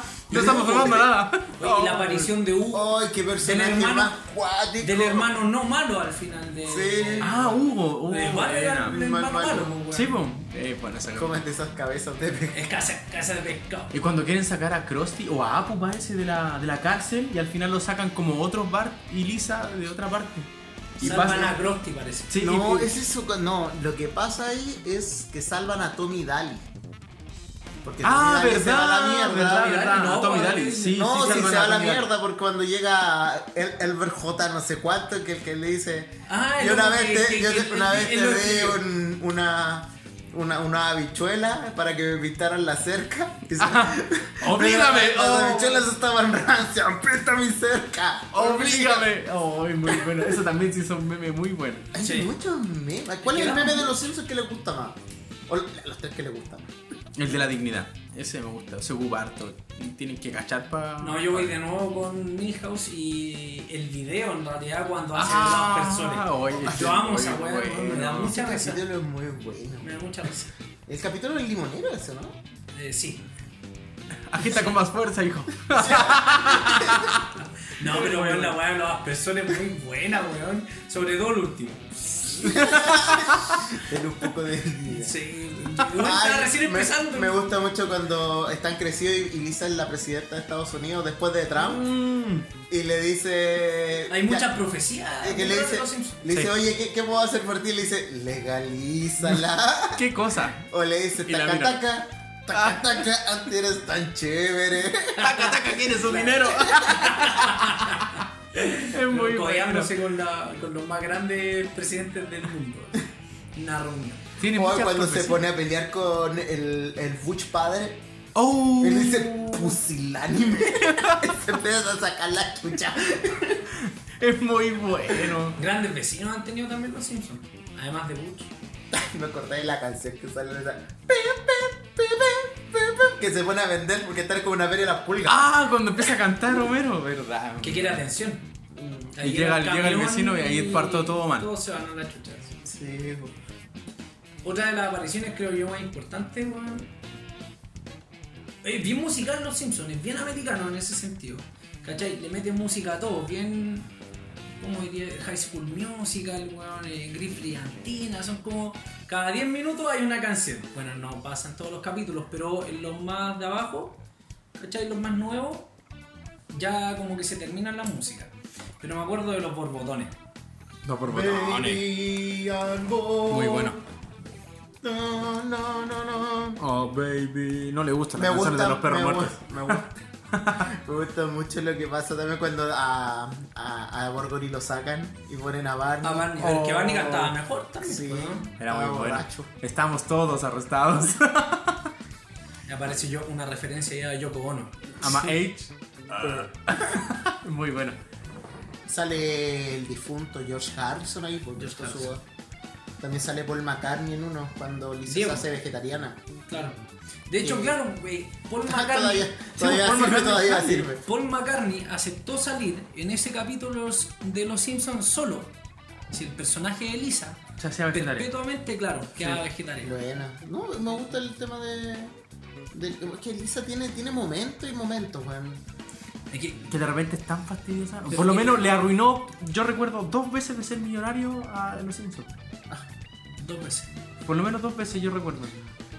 A: No estamos tomando nada.
C: Oye, y la aparición de Hugo,
B: ¡Ay, qué personaje
C: hermano-
B: más cuático!
C: del hermano no malo al final de.
B: Sí.
A: Ah, Hugo. Hugo,
C: de Bart era
A: buena.
C: el hermano
B: Mal-
C: malo,
B: malo.
C: weón.
A: Sí, po. Eh, bueno, esa cosa.
B: Cómete esas cabezas de pe-
C: Es casa, casa de pescado.
A: Y cuando quieren sacar a Krusty o a Apu parece de la, de la cárcel y al final lo sacan como otros Bart y Lisa de otra parte. Y
C: Salvan
A: pasa-
C: a Krusty, parece.
A: Sí,
B: No,
A: y-
B: es eso. cu- No, lo que pasa ahí es que salvan a Tommy y Daly. Porque
A: Ah,
B: Tommy y Daly se va a la
A: verdad,
B: mierda.
A: verdad,
C: Tommy
A: verdad.
C: Daly, no,
A: a Tommy
C: vale.
A: Daly, sí,
B: no,
A: sí, salvan
B: si se va a la
A: Tommy Daly.
B: mierda porque cuando llega el, Elber J no sé cuánto, que el que le dice...
C: Ah, el
B: yo una
C: otro
B: vez
C: que-
B: te,
C: que-
B: yo
C: que-
B: una
C: el-
B: vez
C: el
B: te
C: otro
B: di
C: que-
B: un- una, una, una habichuela para que me pintaran la cerca. Y se-
A: Oblígame,
B: Las
A: oh.
B: habichuelas estaban rancias, aprieta mi cerca.
A: ¡Oblígame! Oh, es muy bueno. Eso también sí son memes muy buenos.
B: Hay
C: Sí.
B: muchos memes. ¿Cuál es el
C: Queda-
B: meme de los Simpsons que le gusta más? O los tres que le gustan.
A: El de la dignidad. Ese me gusta. Ese ocupa harto. Y Tienen que cachar para.
C: No, yo voy de nuevo con Milhouse y el video en realidad cuando hacen
A: Ah,
C: las personas.
A: oye, sí,
C: Yo amo
A: oye,
C: esa weá,
A: bueno.
C: weón, me da mucha
B: Ese
C: risa.
B: capítulo es muy bueno.
C: Me da mucha risa.
B: El capítulo del limonero ese, ¿no?
C: Eh, sí.
A: Agita con más fuerza, hijo.
C: No, pero weón, la weá de los aspersores es muy buena, weón. Sobre todo el último.
B: Tiene un poco de vida.
C: Sí. Weón, estaba
B: Ay,
C: recién
B: me,
C: empezando.
B: me gusta mucho cuando están crecidos y, y Lisa es la presidenta de Estados Unidos después de Trump
A: Mm,
B: y le dice...
C: Hay
B: ya-
C: muchas profecías.
B: y que le
C: weón,
B: dice,
C: los Simpsons.
B: le dice
A: Sí.
B: oye, ¿qué, qué puedo hacer por ti? Y le dice, legalízala.
A: ¿Qué cosa?
B: o le dice,
A: Y la
B: taca,
A: mira. Ah.
B: taca, taca, taca, antes eres tan chévere.
A: ¡Taca, taca! ¿Quién es su dinero? es muy bueno.
C: codeándose con, la, con los más grandes presidentes del mundo. Una reunión.
A: Tiene
B: O
A: muchas
B: cuando se
A: profecías.
B: pone a pelear con el, el Butch padre
A: ¡Oh!
B: Él dice pusilánime. Se empieza a sacar la chucha.
A: Es muy bueno.
C: Grandes vecinos han tenido también los Simpsons. Además de Butch.
B: Me acordé de la canción que sale de esa. Pe, pe, pe, pe, pe, pe, Que se pone a vender porque está como una feria de las pulgas.
A: Ah, cuando empieza a cantar Homero, verdad.
C: Que quiere atención. Ahí
A: Mm. Y llega el- llega el
C: camión
A: vecino y ahí
C: y
A: parto todo mal.
C: Todos se van a la chucha.
B: Sí, po.
C: Otra de las apariciones creo yo más importante, weón. Es bien musical los Simpsons, es bien americano en ese sentido. ¿Cachai? Le meten música a todo, bien. ¿Cómo diría? High School Musical, weón, eh, Griffith Antina, son como. Cada 10 minutos hay una canción. Bueno, no pasan todos los capítulos, pero en los más de abajo, ¿cachai? Los más nuevos, ya como que se terminan las músicas. Pero me acuerdo de los borbotones.
A: No por
B: Baby, I'm born.
A: Muy bueno.
B: No, no, no, no.
A: Oh, baby. No le gustan
B: Me
A: las canciones
B: gusta,
A: de los perros
B: me
A: muertos.
B: gusta, me gusta. Me gusta mucho lo que pasa también cuando a, a, a Borgori lo sacan y ponen a Barney.
C: Ah, Barney, el que Barney cantaba mejor también.
B: oh. Sí,
C: pues, weón.
A: Era
B: estaba
A: muy bueno.
B: Ah, borracho.
A: Estamos todos arrestados.
C: Me aparece yo una referencia ya a Yoko Ono.
A: Ama H.
B: Ah.
A: Muy bueno.
B: Sale el difunto George Harrison ahí, por
C: George
B: por su
C: Harrison.
B: voz. También sale Paul McCartney en uno cuando Lisa
C: Diego.
B: se hace vegetariana.
C: Claro. De hecho,
B: Sí.
C: claro, güey, Paul McCartney.
B: todavía todavía
A: Paul
B: sirve,
A: McCartney.
B: todavía sirve.
C: Paul McCartney aceptó salir en ese capítulo de Los Simpsons solo. Si el personaje de Lisa,
A: Ya sea vegetariano.
C: perpetuamente, claro, queda
A: Sí.
C: vegetariano.
B: Buena. No, me gusta el tema de. de- es que Lisa tiene, tiene momentos y momentos, weón.
C: Es que
A: Que de repente es tan fastidiosa.
C: Pero
A: Por lo
C: que-
A: menos le arruinó, yo recuerdo, dos veces de ser millonario a los Simpsons.
C: dos veces.
A: Por lo menos dos veces yo recuerdo.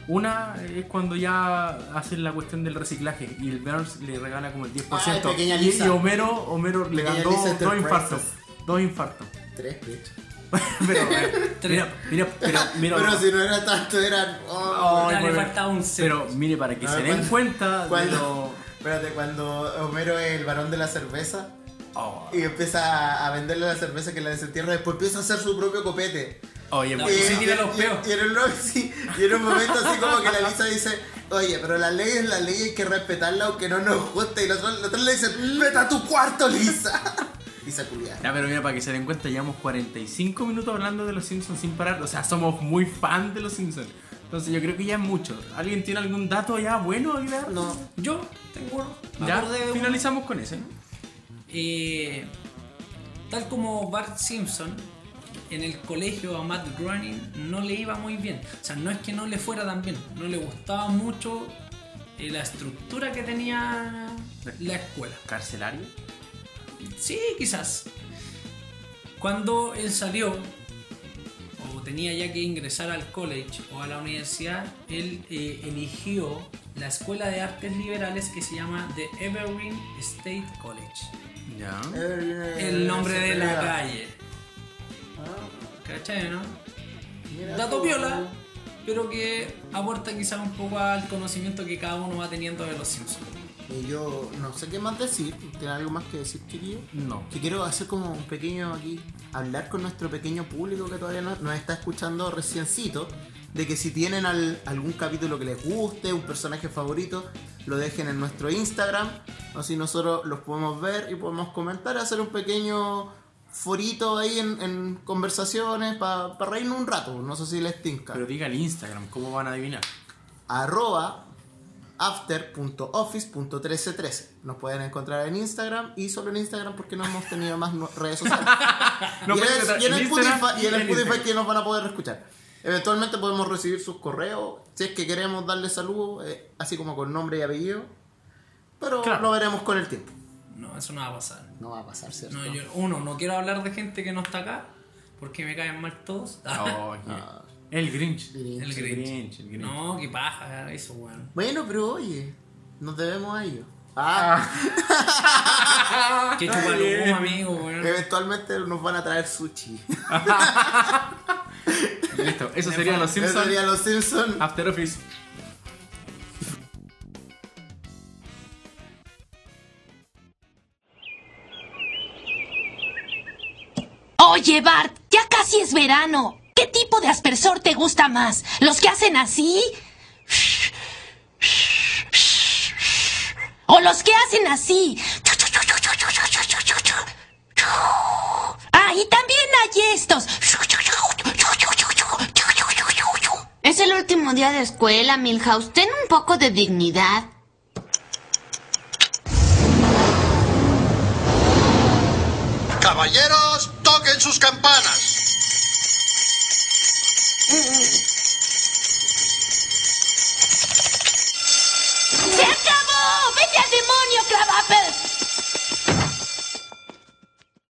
A: Una es cuando ya hacen la cuestión del reciclaje y el Burns le regala como el 10%.
B: Ah, el Pequeña
A: y,
B: Lisa.
A: y Homero, Homero le
B: Pequeña
A: ganó
B: Lisa
A: dos,
B: Enterprises.
A: infartos. Dos infartos.
B: Tres, bitch.
A: pero, eh, mira, mira, pero, mira,
B: Pero si no era tanto, eran. Oh,
C: Ya
A: Ay,
C: le
A: bueno.
C: faltaba un cero.
A: pero mire, para que
B: A
A: se
B: ver,
A: den
B: ¿cuál-
A: cuenta de
B: cuál-
A: lo.
B: Espérate, cuando Homero es el varón de la cerveza
A: Oh,
B: y empieza a venderle la cerveza que la desentierra, después empieza a hacer su propio copete.
A: oye,
C: No,
A: pues,
C: sí tira los
B: y-
C: peos.
B: y en un, sí, y en un momento así como que la Lisa dice, oye, pero las leyes, las leyes hay que respetarlas aunque no nos guste. Y los otros, los otros le dicen, vete a tu cuarto, Lisa. Lisa culiada.
A: Ya, pero mira, para que se den cuenta, llevamos 45 minutos hablando de los Simpsons sin parar. O sea, somos muy fan de los Simpsons. Entonces yo creo que ya es mucho. ¿Alguien tiene algún dato ya bueno? ahí dar?
B: No.
C: Yo tengo uno. Me
A: Ya
C: acordé de uno.
A: finalizamos con ese. ¿no?
C: Eh, tal como Bart Simpson, en el colegio a Matt Groening no le iba muy bien. O sea, no es que no le fuera tan bien, no le gustaba mucho eh, la estructura que tenía la escuela.
A: Carcelario.
C: Sí, quizás. Cuando él salió, o tenía ya que ingresar al college o a la universidad, él eh, eligió la Escuela de Artes Liberales que se llama The Evergreen State College.
A: Ya.
B: Eh,
C: El nombre de la
B: Mira,
C: calle. ¿Cachai, no? Dato viola, pero que aporta quizás un poco al conocimiento que cada uno va teniendo de los Simpsons.
B: Y yo no sé qué más decir. ¿Tiene algo más que decir, querido?
A: No.
B: Que quiero hacer como un pequeño aquí, hablar con nuestro pequeño público que todavía no- nos está escuchando reciencito, de que si tienen al- algún capítulo que les guste, un personaje favorito, lo dejen en nuestro Instagram, así nosotros los podemos ver y podemos comentar, hacer un pequeño forito ahí en, en conversaciones para reírnos un rato, no sé si les tinca.
A: Pero diga el Instagram, ¿cómo van a adivinar?
B: Arroba after.office.1313 Nos pueden encontrar en Instagram y solo en Instagram porque no hemos tenido más no- redes sociales.
A: No
B: y, en
A: pueden
B: el,
A: entrar
B: y en
A: en
B: el
A: Instagram
B: Spotify, y en
A: y
B: el
A: en
B: Spotify
A: Instagram.
B: que nos van a poder escuchar. Eventualmente podemos recibir sus correos, si es que queremos darle saludos, eh, así como con nombre y apellido. Pero
A: Claro.
B: lo veremos con el tiempo.
C: No, eso no va a pasar.
B: No va a pasar, ¿cierto?
C: No, yo, uno, no quiero hablar de gente que no está acá, porque me caen mal todos.
A: Oh, yeah. El Grinch.
B: Grinch.
C: el
A: El
C: Grinch.
A: Grinch, el Grinch.
C: No, qué paja, eso, weón.
B: Bueno, pero oye, nos debemos a ellos. Ah,
A: Ah,
C: Qué chupalú, amigo, weón.
B: eventualmente nos van a traer sushi.
A: Listo, eso sería los
B: Eso
A: Simpsons.
B: sería los Simpsons.
A: After Office.
H: Oye, Bart, ya casi es verano. ¿Qué tipo de aspersor te gusta más? ¿Los que hacen así? ¿O los que hacen así? Ah, y también hay estos.
I: Es el último día de escuela, Milhouse. Ten un poco de dignidad.
J: Caballeros, toquen sus campanas.
H: ¡Se acabó! ¡Vete al demonio, Clavapel!